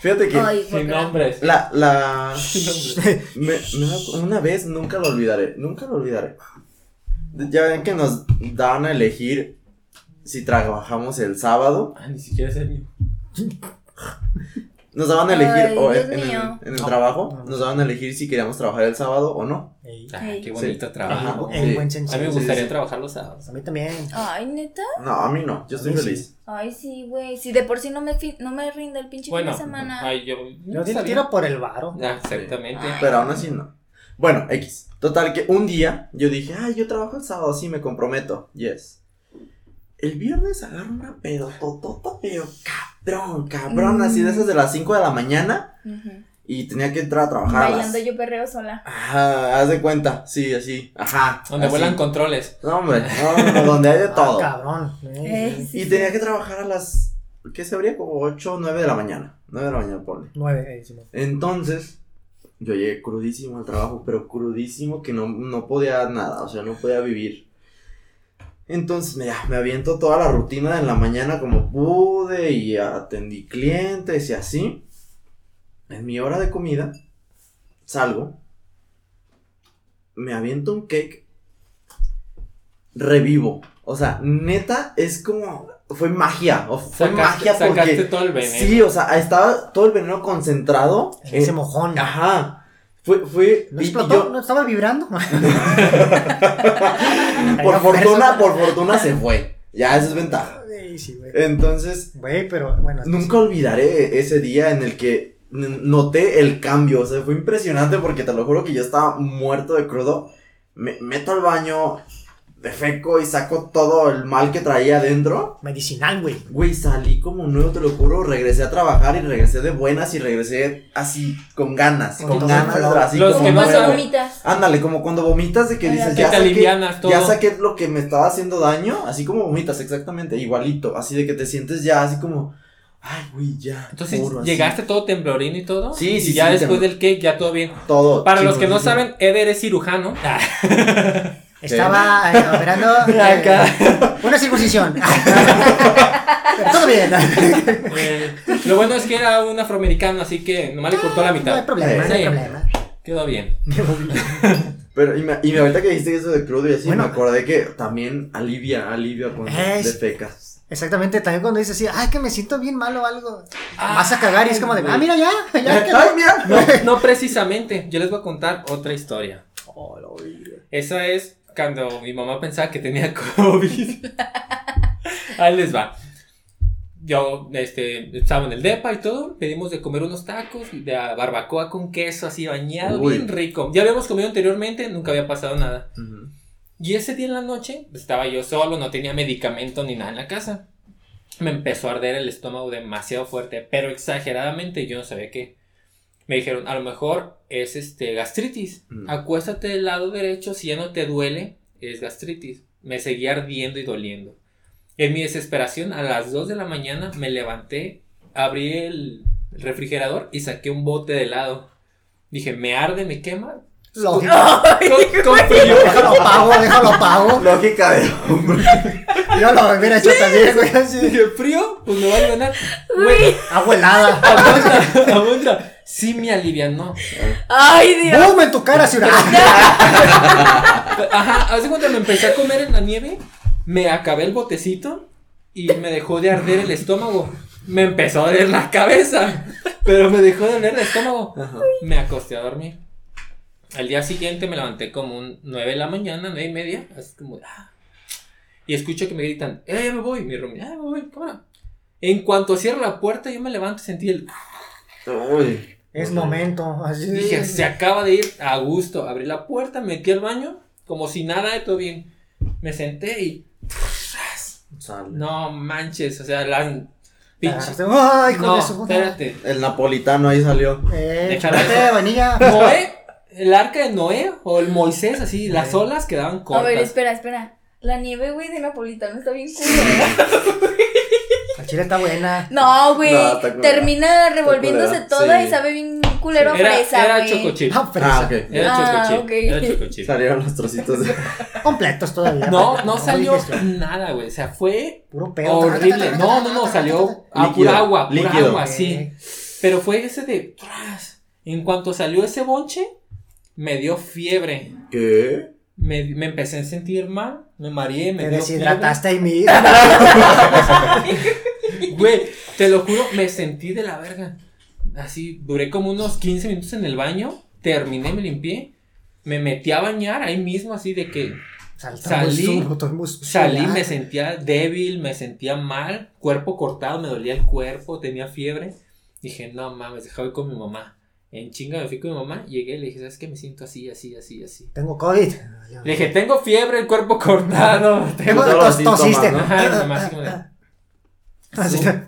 S1: Fíjate que
S3: Ay,
S2: sin
S3: guácala.
S2: nombres.
S1: la, la,
S2: Sin nombres.
S1: Me- me da- una vez nunca lo olvidaré, nunca lo olvidaré. Ya ven que nos dan a elegir si trabajamos el sábado.
S2: Ah, ni siquiera es el mío.
S1: Nos daban a elegir
S3: Ay,
S1: o
S3: Dios
S1: en, en el,
S3: mío.
S1: en el trabajo, nos daban a elegir si queríamos trabajar el sábado o no.
S4: Ey,
S2: Ah,
S3: Sí.
S2: qué bonito trabajo.
S1: Ajá.
S4: En
S1: Sí.
S4: buen
S2: A mí me
S4: sentido.
S2: gustaría trabajar los sábados.
S4: A mí también.
S3: Ay, neta.
S1: No, a mí no, yo estoy
S4: mí sí.
S1: feliz.
S3: Ay, sí, güey. Si de por sí no me, fi- no me rinde el pinche
S2: Bueno,
S3: fin de semana.
S2: ay, yo.
S4: Yo
S2: está
S4: tiro,
S2: bien.
S4: tiro por el varo.
S2: Ah, exactamente.
S1: Pero aún así no. Bueno, X. Total que un día yo dije, ay, yo trabajo el sábado, sí, me comprometo. Yes. El viernes agarro una pedototota, pero cabrón, cabrón, así de esas de las 5 de la mañana
S3: Ujú.
S1: y tenía que entrar a trabajar. a las-
S3: Bailando yo perreo sola.
S1: Ajá, haz de cuenta, sí, así, ajá.
S2: Donde
S1: así.
S2: vuelan controles.
S1: No, hombre, no, no, no, donde hay de
S4: Ah,
S1: todo.
S4: cabrón. Eh,
S3: Eh, sí,
S1: y
S3: sí.
S1: tenía que trabajar a las, ¿qué se abría? Como 8 o 9 de la mañana, 9 de la mañana, ponle.
S4: Nueve. eh, sí, no.
S1: Entonces, yo llegué crudísimo al trabajo, pero crudísimo que no, no podía nada, o sea, no podía vivir. Entonces, mira, me aviento toda la rutina en la mañana como pude y atendí clientes y así. En mi hora de comida, salgo, me aviento un cake, revivo. O sea, neta, es como, fue magia, o fue
S2: Sacaste,
S1: magia porque...
S2: sacaste todo el veneno.
S1: Pues Sí, o sea, estaba todo el veneno concentrado.
S4: En ese
S1: en-
S4: mojón.
S1: Ajá. Fue, fue.
S4: ¿No
S1: Ah, y- y
S4: explotó?
S1: yo-
S4: ¿No estaba vibrando?
S1: por fortuna, por fortuna se fue. Ya, esa es ventaja.
S4: Ey, sí, güey.
S1: Entonces,
S4: Güey, pero bueno.
S1: Eh, nunca olvidaré ese día en el que n- noté el cambio. O sea, fue impresionante porque te lo juro que yo estaba muerto de crudo. Me meto al baño, defeco y saco todo el mal que traía adentro.
S4: Medicinal, güey.
S1: Güey, salí como nuevo, te lo juro. Regresé a trabajar y regresé de buenas y regresé así, con ganas.
S4: Con
S1: Con,
S4: todo
S1: ganas,
S4: el calor.
S1: así
S2: Los
S1: como
S2: que no
S1: nuevo.
S2: saben-
S3: Palomitas.
S1: Ándale, como cuando vomitas de que
S3: Ay,
S1: dices,
S3: que
S1: ya
S2: te
S1: saqué,
S2: alivianas todo".
S1: ya saqué lo que me estaba haciendo daño. Así como vomitas, exactamente, igualito. Así de que te sientes ya, así como, ay, güey, ya.
S2: Entonces,
S1: puro, así.
S2: ¿llegaste todo temblorino y todo?
S1: Sí, sí,
S2: Y ya
S1: sí,
S2: después
S1: temblor.
S2: del cake, ya todo bien.
S1: Todo.
S2: Para los que no
S1: chingón,
S2: saben, Eder es cirujano. Ah,
S4: Estaba eh, operando eh, una circuncisión. Pero todo bien.
S2: eh, lo bueno es que era un afroamericano, así que nomás le
S1: Ah,
S2: cortó la
S4: No hay
S2: mitad.
S4: problema, no hay
S2: Sí.
S4: problema.
S2: Quedó bien.
S1: Pero, y, me, y me- ahorita que dijiste eso de crudo y así,
S4: Bueno.
S1: me acordé que también alivia, alivia cuando
S4: Es-
S1: te pecas.
S4: Exactamente, también cuando dices así, ay, que me siento bien mal o algo.
S2: Ah,
S4: Vas a cagar y es como de, ah, mira ya, ya quedó.
S1: Ay, mira.
S2: No, no precisamente. Yo les voy a contar otra historia.
S4: Oh,
S2: Esa es cuando mi mamá pensaba que tenía COVID. Ahí les va. Yo, este, estaba en el depa y todo, pedimos de comer unos tacos de barbacoa con queso así bañado,
S1: Uy.
S2: bien rico. Ya habíamos comido anteriormente, nunca había pasado nada.
S1: Ujú.
S2: Y ese día en la noche, pues, estaba yo solo, no tenía medicamento ni nada en la casa. me empezó a arder el estómago demasiado fuerte, pero exageradamente yo no sabía qué. Me dijeron, a lo mejor es este gastritis.
S1: Mm.
S2: Acuéstate del lado derecho, si ya no te duele, es gastritis. Me seguía ardiendo y doliendo. En mi desesperación, a las 2 de la mañana me levanté, abrí el refrigerador y saqué un bote de helado. Dije, me arde, me quema.
S4: Lógico.
S2: Con- con frío.
S4: Déjalo pago, déjalo pago.
S1: Lógica de hombre.
S4: Yo lo hubiera hecho también, güey. Así.
S2: Dije, frío, pues me va a ganar.
S3: Güey.
S4: Abuelada.
S2: Aguanta, aguanta. Sí me alivianó.
S3: Ay, Dios.
S4: ¡Bum! En tu cara, "Ah, ciudad.
S2: Ajá, hace cuando me empecé a comer en la nieve, me acabé el botecito y me dejó de arder el estómago. Me empezó a doler la cabeza, pero me dejó de arder el estómago. Me acosté a dormir. Al día siguiente me levanté como un 9 de la mañana, nueve y media, así como, ah. Y escucho que me gritan, eh, ya me voy, mi roomie, "Ah, ya me voy, cámara. En cuanto cierro la puerta, yo me levanto y sentí el...
S1: Uy.
S4: Es momento. Así. "Ah,
S2: Dije, se acaba de ir a gusto. Abrí la puerta, metí al baño, como si nada, todo bien. Me senté y.
S1: Sale.
S2: No manches, o sea, la. Pinche.
S4: Ay, con
S2: No,
S4: eso.
S2: espérate.
S1: El napolitano ahí salió.
S4: Eh,
S2: Déjala.
S4: chupate, vainilla.
S2: Noé, el arca de Noé o el Moisés, así, las olas quedaban
S3: A ver,
S2: cortas.
S3: espera, espera. La nieve, güey, de Napolitano está bien culera.
S4: La chile está buena.
S3: No, güey.
S1: No, está culera.
S3: termina revolviéndose
S1: culera,
S3: toda
S1: sí.
S3: y sabe bien culero a
S2: Era,
S3: fresa,
S2: era
S3: güey.
S2: chocochip.
S4: Ah, fresa.
S1: Ah, ok.
S2: Era
S3: Ah,
S2: chocochip.
S3: ok.
S2: Era chocochip.
S1: Salieron los trocitos de.
S4: Completos todavía.
S2: No,
S4: pero
S2: no salió
S4: digestión.
S2: nada, güey. O sea, fue
S4: Puro pedo.
S2: horrible. No, no, no, salió a
S1: Líquido,
S2: pura agua, pura
S1: líquido.
S2: agua, sí. Pero fue ese de. tras. En cuanto salió ese bonche, me dio fiebre.
S1: ¿Qué?
S2: Me, me empecé a sentir mal, me mareé, me
S4: Te
S2: dio
S4: deshidrataste y mira.
S2: fiebre. Güey, te lo juro, me sentí de la verga. Así, duré como unos 15 minutos en el baño, terminé, me limpié, me metí a bañar ahí mismo, así de que Salí, salí, me sentía débil, me sentía mal, cuerpo cortado, me dolía el cuerpo, tenía fiebre. Dije, no mames, dejaba ir con mi mamá. En chinga me fui con mi mamá, llegué y le dije, ¿sabes qué? Me siento así, así, así, así.
S4: Tengo COVID.
S2: Le dije, tengo fiebre, el cuerpo cortado. Tengo...
S4: Tengo
S1: Todos los
S4: tos,
S1: síntomas,
S4: tosiste.
S1: ¿no?
S2: Ajá, y mi mamá así como de,
S4: Así
S2: Sube.
S4: te-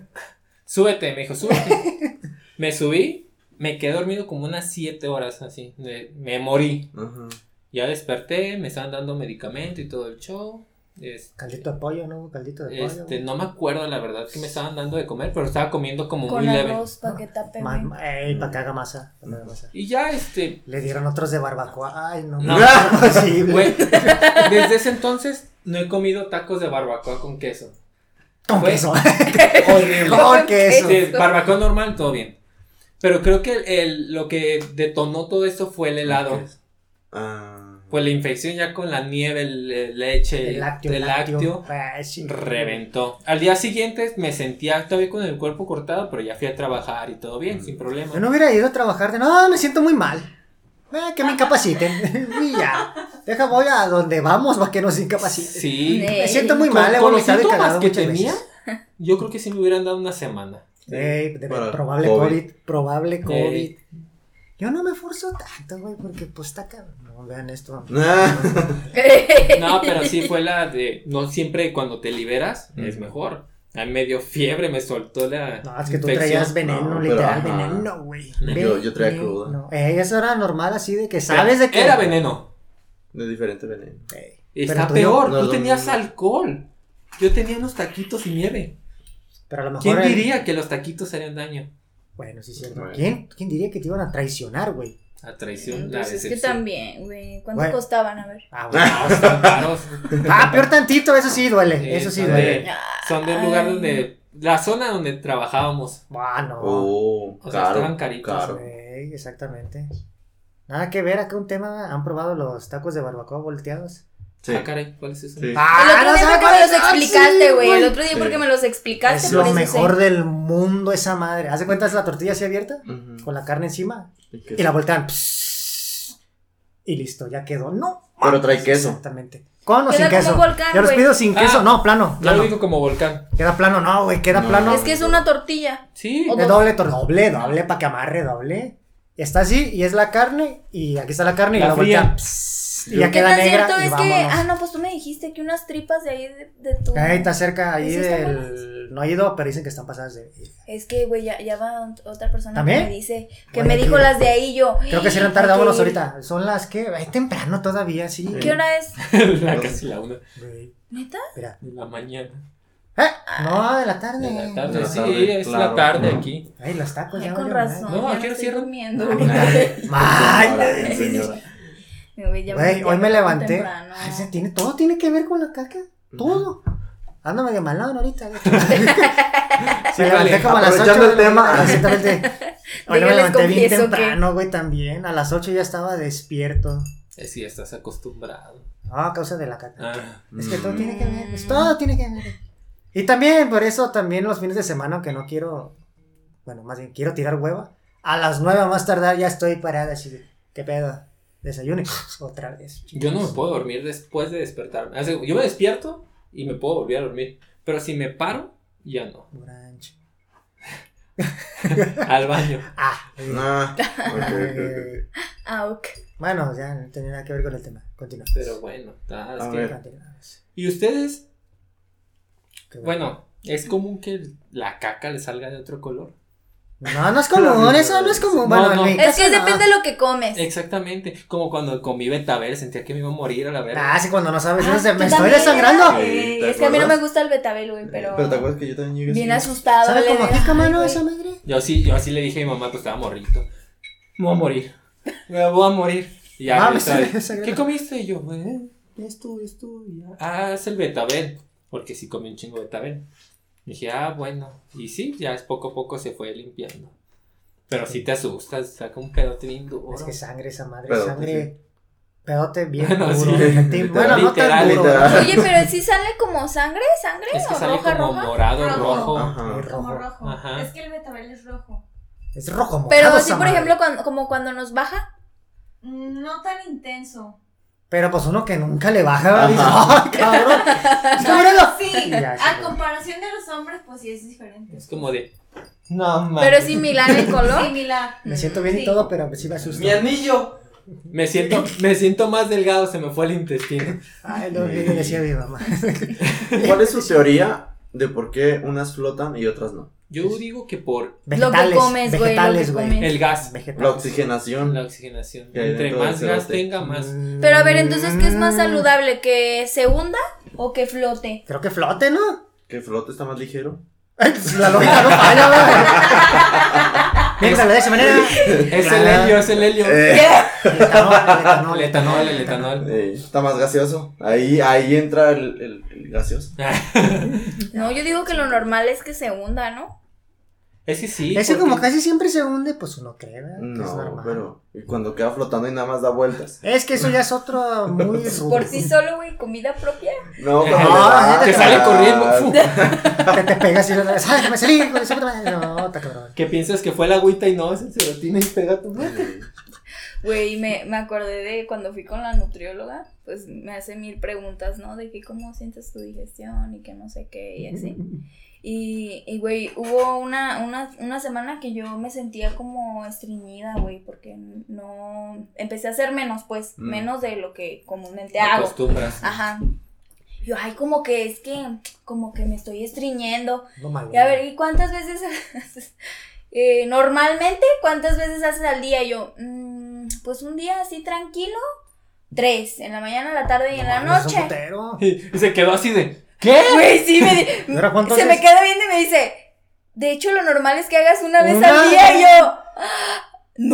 S2: Súbete, me dijo, súbete. me subí, me quedé dormido como unas 7 horas así. de- me morí.
S1: Ajá.
S2: Ya desperté, me estaban dando medicamento y todo el show. es-
S4: Caldito de pollo, ¿no? Caldito de pollo.
S2: este, no me acuerdo la verdad que me estaban dando de comer, pero estaba comiendo como
S3: Con
S2: muy leve.
S3: arroz para que tape,
S4: Ma-
S3: güey.
S4: ma- Ey, para que haga masa.
S2: Mm.
S4: pa' que haga masa.
S2: Y ya, este,
S4: Le dieron otros de barbacoa. Ay, no.
S2: No.
S4: No, es posible.
S2: güey, desde ese entonces no he comido tacos de barbacoa con queso.
S4: Con
S2: güey.
S4: queso.
S2: Horrible.
S4: Con queso.
S2: Sí, este, barbacoa normal, todo bien. Pero creo que el- el- lo que detonó todo esto fue el helado.
S1: Ah.
S2: Pues la infección ya con la nieve, el, el leche,
S4: El lácteo.
S2: el lácteo,
S4: Ay, sí.
S2: reventó. Al día siguiente me sentía todavía con el cuerpo cortado, pero ya fui a trabajar y todo bien, sin problema.
S4: Yo no hubiera ido a trabajar de no, me siento muy mal. Eh, que me incapaciten. y ya. Deja, voy a donde vamos para que nos incapaciten.
S2: Sí.
S3: Sí.
S4: Me siento muy
S2: Con-
S4: mal, he
S2: con los
S4: vomitado y
S2: síntomas
S4: cagado
S2: que
S4: muchas
S2: tenía,
S4: veces.
S2: yo creo que sí me hubieran dado una semana.
S4: Ey, de-
S1: Para
S4: probable
S1: COVID.
S4: COVID. probable COVID.
S2: Ey.
S4: Yo no me forzo tanto, güey, porque pues está cabrón. No, vean esto.
S1: Ah.
S2: Eh, No, pero sí fue la de. No siempre cuando te liberas es mejor. A mí me dio fiebre, me soltó la.
S4: No, es que tú
S2: infección.
S4: traías veneno,
S1: No, pero
S4: literal,
S1: ajá.
S4: veneno, güey.
S1: Yo- yo traía
S4: Veneno.
S1: cruda.
S4: Ey, eso era normal así de que sabes de que. Eh,
S2: Era veneno.
S1: De diferente veneno.
S4: Ey,
S2: Está
S4: tú no-
S2: peor.
S1: no,
S2: tú
S1: no,
S2: tenías
S1: no.
S2: alcohol. Yo tenía unos taquitos y nieve.
S4: Pero a lo mejor.
S2: ¿Quién
S4: el-
S2: diría que los taquitos harían daño?
S4: Bueno, sí, es cierto.
S1: Bueno.
S4: ¿Quién, ¿Quién diría que te iban a traicionar, güey?
S2: A traición, la
S3: Pues es que
S2: decepción.
S3: también, güey. ¿Cuánto
S4: Güey.
S3: costaban? A ver.
S4: Ah, bueno.
S2: No, están caros.
S4: Ah, peor tantito, eso sí duele. eso sí
S2: son
S4: duele.
S2: de- Son de un lugar
S3: Ay.
S2: donde. La zona donde trabajábamos.
S4: Bueno.
S1: Oh,
S2: O sea,
S1: caro,
S2: estaban caritos,
S1: caro.
S4: Ey, Pues, exactamente. Nada que ver, acá un tema. ¿Han probado los tacos de barbacoa volteados? Ah,
S1: Sí.
S2: Ah, caray, ¿cuál es eso?
S1: Sí.
S3: El otro día
S4: sabe
S3: porque
S4: cuál
S3: me los
S4: es. Ah, sí,
S3: explicaste, güey. El otro
S1: Sí.
S3: día porque me los explicaste.
S4: Es
S3: por
S4: lo
S3: eso
S4: mejor
S3: sé.
S4: del mundo esa madre. ¿Hace cuenta es la tortilla así abierta?
S1: Ujú.
S4: Con la carne encima.
S1: Y queso.
S4: Y la voltean. pss, Y listo, ya quedó. No.
S1: Pero trae queso.
S4: Exactamente. Con o
S3: Queda
S4: sin
S3: como
S4: queso.
S3: un volcán,
S4: Yo los
S3: güey.
S4: pido sin
S2: Ah.
S4: queso. No, plano.
S2: Yo lo
S4: plano.
S2: digo como volcán.
S4: Queda plano, no, güey. Queda
S1: No.
S4: plano.
S3: Es que es una tortilla.
S2: Sí.
S3: O
S4: De
S3: dos.
S4: doble, tor- doble, doble, para que amarre, doble. Está así, y es la carne, y aquí está la carne, y
S2: La
S4: la
S2: fría.
S4: voltean. pss, Y ya
S3: Que
S4: queda
S3: tan
S4: negra
S3: cierto
S4: y
S3: es que.
S4: vámonos.
S3: Ah, no, pues tú me dijiste que unas tripas de ahí de, de tu.
S4: Ahí está cerca, ahí
S3: ¿Esas están
S4: del... No he ido, pero dicen que están pasadas de...
S3: Es que, güey, ya, ya va otra persona
S4: ¿También?
S3: que me dice. Que
S4: Bueno,
S3: me dijo
S4: sí.
S3: las de ahí yo.
S4: Creo que serán tarde,
S3: "Hay que
S4: vámonos
S3: ir".
S4: ahorita. Son las que... Es temprano todavía, sí.
S3: ¿Qué hora es?
S2: la casi la una
S4: Güey,
S3: ¿Neta?
S4: Espera.
S2: de la mañana.
S4: ¡Eh! No, de la tarde.
S2: De la
S1: De
S2: tarde,
S1: la
S2: sí,
S1: tarde,
S2: es
S1: claro.
S2: la tarde aquí.
S4: Ay, los tacos
S3: Ay,
S4: Ah, pues ya
S3: con
S4: valió madre.
S3: razón.
S2: No,
S3: ya
S2: ¿a
S3: me
S2: qué hora
S3: estoy
S2: cierran?
S3: durmiendo.
S4: Ay,
S1: Señora, señora.
S3: Güey, ya me-
S4: Güey,
S3: ya
S4: hoy me
S3: fui
S4: levanté.
S3: temprano.
S4: Ay, se tiene, todo tiene que ver con la caca. Todo. Ando medio malado ahorita.
S2: Sí,
S4: me levanté
S2: vale.
S4: como a las 8
S1: Aprovechando el tema.
S4: Exactamente. Hoy no me
S3: Déjenles
S4: levanté bien
S3: confieso que-
S4: temprano, güey, también. A las 8 ya estaba despierto.
S2: Eh, Sí, estás acostumbrado.
S4: Ah, a causa de la caca.
S2: Ah,
S4: Es que todo
S1: Mm.
S4: tiene que ver. es
S3: Mm.
S4: todo tiene que ver. Y también, por eso, también los fines de semana, aunque no quiero. Bueno, más bien, quiero tirar hueva. A las 9 a más tardar ya estoy parada así de. ¿Qué pedo? Desayune. Otra vez.
S2: yo no me puedo dormir después de despertarme. Hace- Yo me despierto y me puedo volver a dormir. Pero si me paro, ya no.
S4: Brunch.
S2: Al baño.
S4: Ah,
S1: Ah, ok, ok, ok.
S4: eh,
S3: Ah, ok.
S4: bueno, ya no tenía nada que ver con el tema. Continúa.
S2: Pero bueno, ah, es
S1: A
S2: que-
S1: ver.
S4: Continúa.
S2: ¿Y ustedes?
S4: Qué
S2: Bueno, es común que la caca le salga de otro color.
S4: No, no es común, eso no es común.
S2: No,
S4: Bueno, en
S2: no.
S4: mi
S3: Es que
S4: caso no.
S3: depende de lo que comes.
S4: Eh,
S2: Exactamente. Como cuando comí betabel, sentía que me iba a morir a la verga.
S4: Ah, sí, cuando no sabes eso, se-
S3: Yo
S4: me estoy
S3: también.
S4: desangrando.
S1: Sí, ¿te
S3: es que a mí no
S1: acuerdas?
S3: me gusta el betabel, güey, pero.
S1: Pero te acuerdas que yo también llegué
S3: Bien
S1: así?
S3: asustado.
S4: ¿Sabe
S3: le
S4: cómo
S3: veo,
S4: pica
S3: ay,
S4: mano
S3: güey.
S4: esa madre?
S2: Yo sí, yo sí le dije a mi mamá, pues estaba morrito. Me voy a morir. Me voy a morir. Y ya,
S4: Ah,
S2: me
S4: me
S2: estaba-
S4: estoy desangrando.
S2: ¿Qué comiste? Y yo, eh, esto, esto, y ya. Ah, es el betabel. Porque sí comí un chingo de betabel. Y dije, ah, bueno. Y sí, ya es poco a poco se fue limpiando. Pero si te asustas, saca un pedote bien duro.
S4: Es que sangre esa madre,
S1: Pedote,
S4: sangre.
S5: pues,
S4: Pedote bien
S2: Bueno, sí,
S4: duro. efectivo. bueno, no tan
S2: literal,
S4: duro.
S1: literal.
S4: ¿verdad?
S3: Oye, pero sí sale como sangre, sangre
S2: Es que
S3: o
S2: sale
S3: roja,
S2: como
S3: roja.
S2: morado,
S6: Rojo.
S2: rojo.
S4: Es
S1: Ajá.
S6: Como
S4: rojo.
S6: rojo.
S2: Ajá.
S6: Es que el betabel es rojo.
S4: Es rojo mojado
S3: Pero sí,
S4: esa
S3: por
S4: madre.
S3: ejemplo, cuando- como cuando nos baja.
S6: Mm, No tan intenso.
S4: Pero pues uno que nunca le baja,
S1: Ajá.
S4: dice, ¡ay, cabrón! ¡Está míralo!
S6: Sí,
S4: Ya, sí,
S6: a
S4: ya.
S6: comparación de los hombres, pues sí es diferente.
S2: Es como de. No mames.
S3: Pero es similar el color.
S6: Similar.
S4: Me siento bien y
S6: Sí.
S4: todo, pero pues, sí me asusta.
S5: ¡Mi anillo!
S2: Me siento, me siento más delgado, se me fue el intestino.
S4: Ay, lo que decía mi mamá.
S1: ¿Cuál es su teoría de por qué unas flotan y otras no?
S2: Yo digo que por
S4: Vegetales,
S3: comes, güey, lo que
S4: vegetales,
S3: comes.
S2: el gas,
S1: La
S4: Vegetales.
S1: oxigenación.
S2: la oxigenación.
S1: Que hay
S2: Entre
S1: dentro del
S2: más gas
S1: cerote.
S2: tenga, más.
S3: Pero a ver, entonces, ¿qué es más
S4: Mm,
S3: saludable? ¿Que se hunda o que flote?
S4: Creo que flote, ¿no? pues,
S1: Que flote está más ligero.
S4: La lógica no falla, güey. Piénsalo de esa manera.
S2: Es el
S4: Claro.
S2: helio, es el helio.
S1: Eh,
S4: El etanol,
S2: El
S4: el
S2: etanol, el etanol.
S1: eh, está más gaseoso. Ahí, ahí entra el, el- el gaseoso.
S2: Ah,
S3: No, yo digo que lo normal es que se hunda, ¿no?
S2: Es que sí.
S4: Ese
S2: porque-
S4: como casi siempre se hunde, pues uno cree, ¿verdad? Que es
S1: No,
S4: normal.
S1: pero y cuando queda flotando y nada más da vueltas.
S4: Es que eso ya es otro muy rudo.
S3: Por sí solo, güey, comida propia.
S1: No,
S2: Eh,
S1: cuando
S4: ah,
S1: le
S2: que
S1: bajas.
S2: sale corriendo. fu.
S4: Te, te pegas y lo das. ¡Ay, me salí! con esa puta madre! No, está cabrón.
S2: Que piensas que fue la agüita y no, es el serotina y pega tu madre.
S3: Güey, me, me acordé de cuando fui con la nutrióloga, pues me hace mil preguntas, ¿no? De que cómo sientes tu digestión y que no sé qué y así. Y, y, güey, hubo una, una, una semana que yo me sentía como estreñida, güey, porque no... Empecé a hacer menos, pues,
S1: Mm.
S3: menos de lo que comúnmente
S2: Te
S3: hago.
S2: acostumbras.
S3: Ajá. Yo, ay, como que es que, como que me estoy estreñiendo.
S4: No malo.
S3: Y a ver, ¿y cuántas veces haces? Eh, normalmente, ¿cuántas veces haces al día? Y Yo, mm, pues un día así tranquilo, tres, en la mañana, en la tarde y en la
S4: mames, es un
S3: noche.
S4: putero.
S2: Y y se quedó así de. ¿Qué?
S3: Güey, sí, me, di-
S4: ¿Y ahora cuánto
S3: se me
S4: haces?
S3: queda viendo y me dice, de hecho lo normal es que hagas una vez
S4: Una
S3: al día. Y yo, "Ah,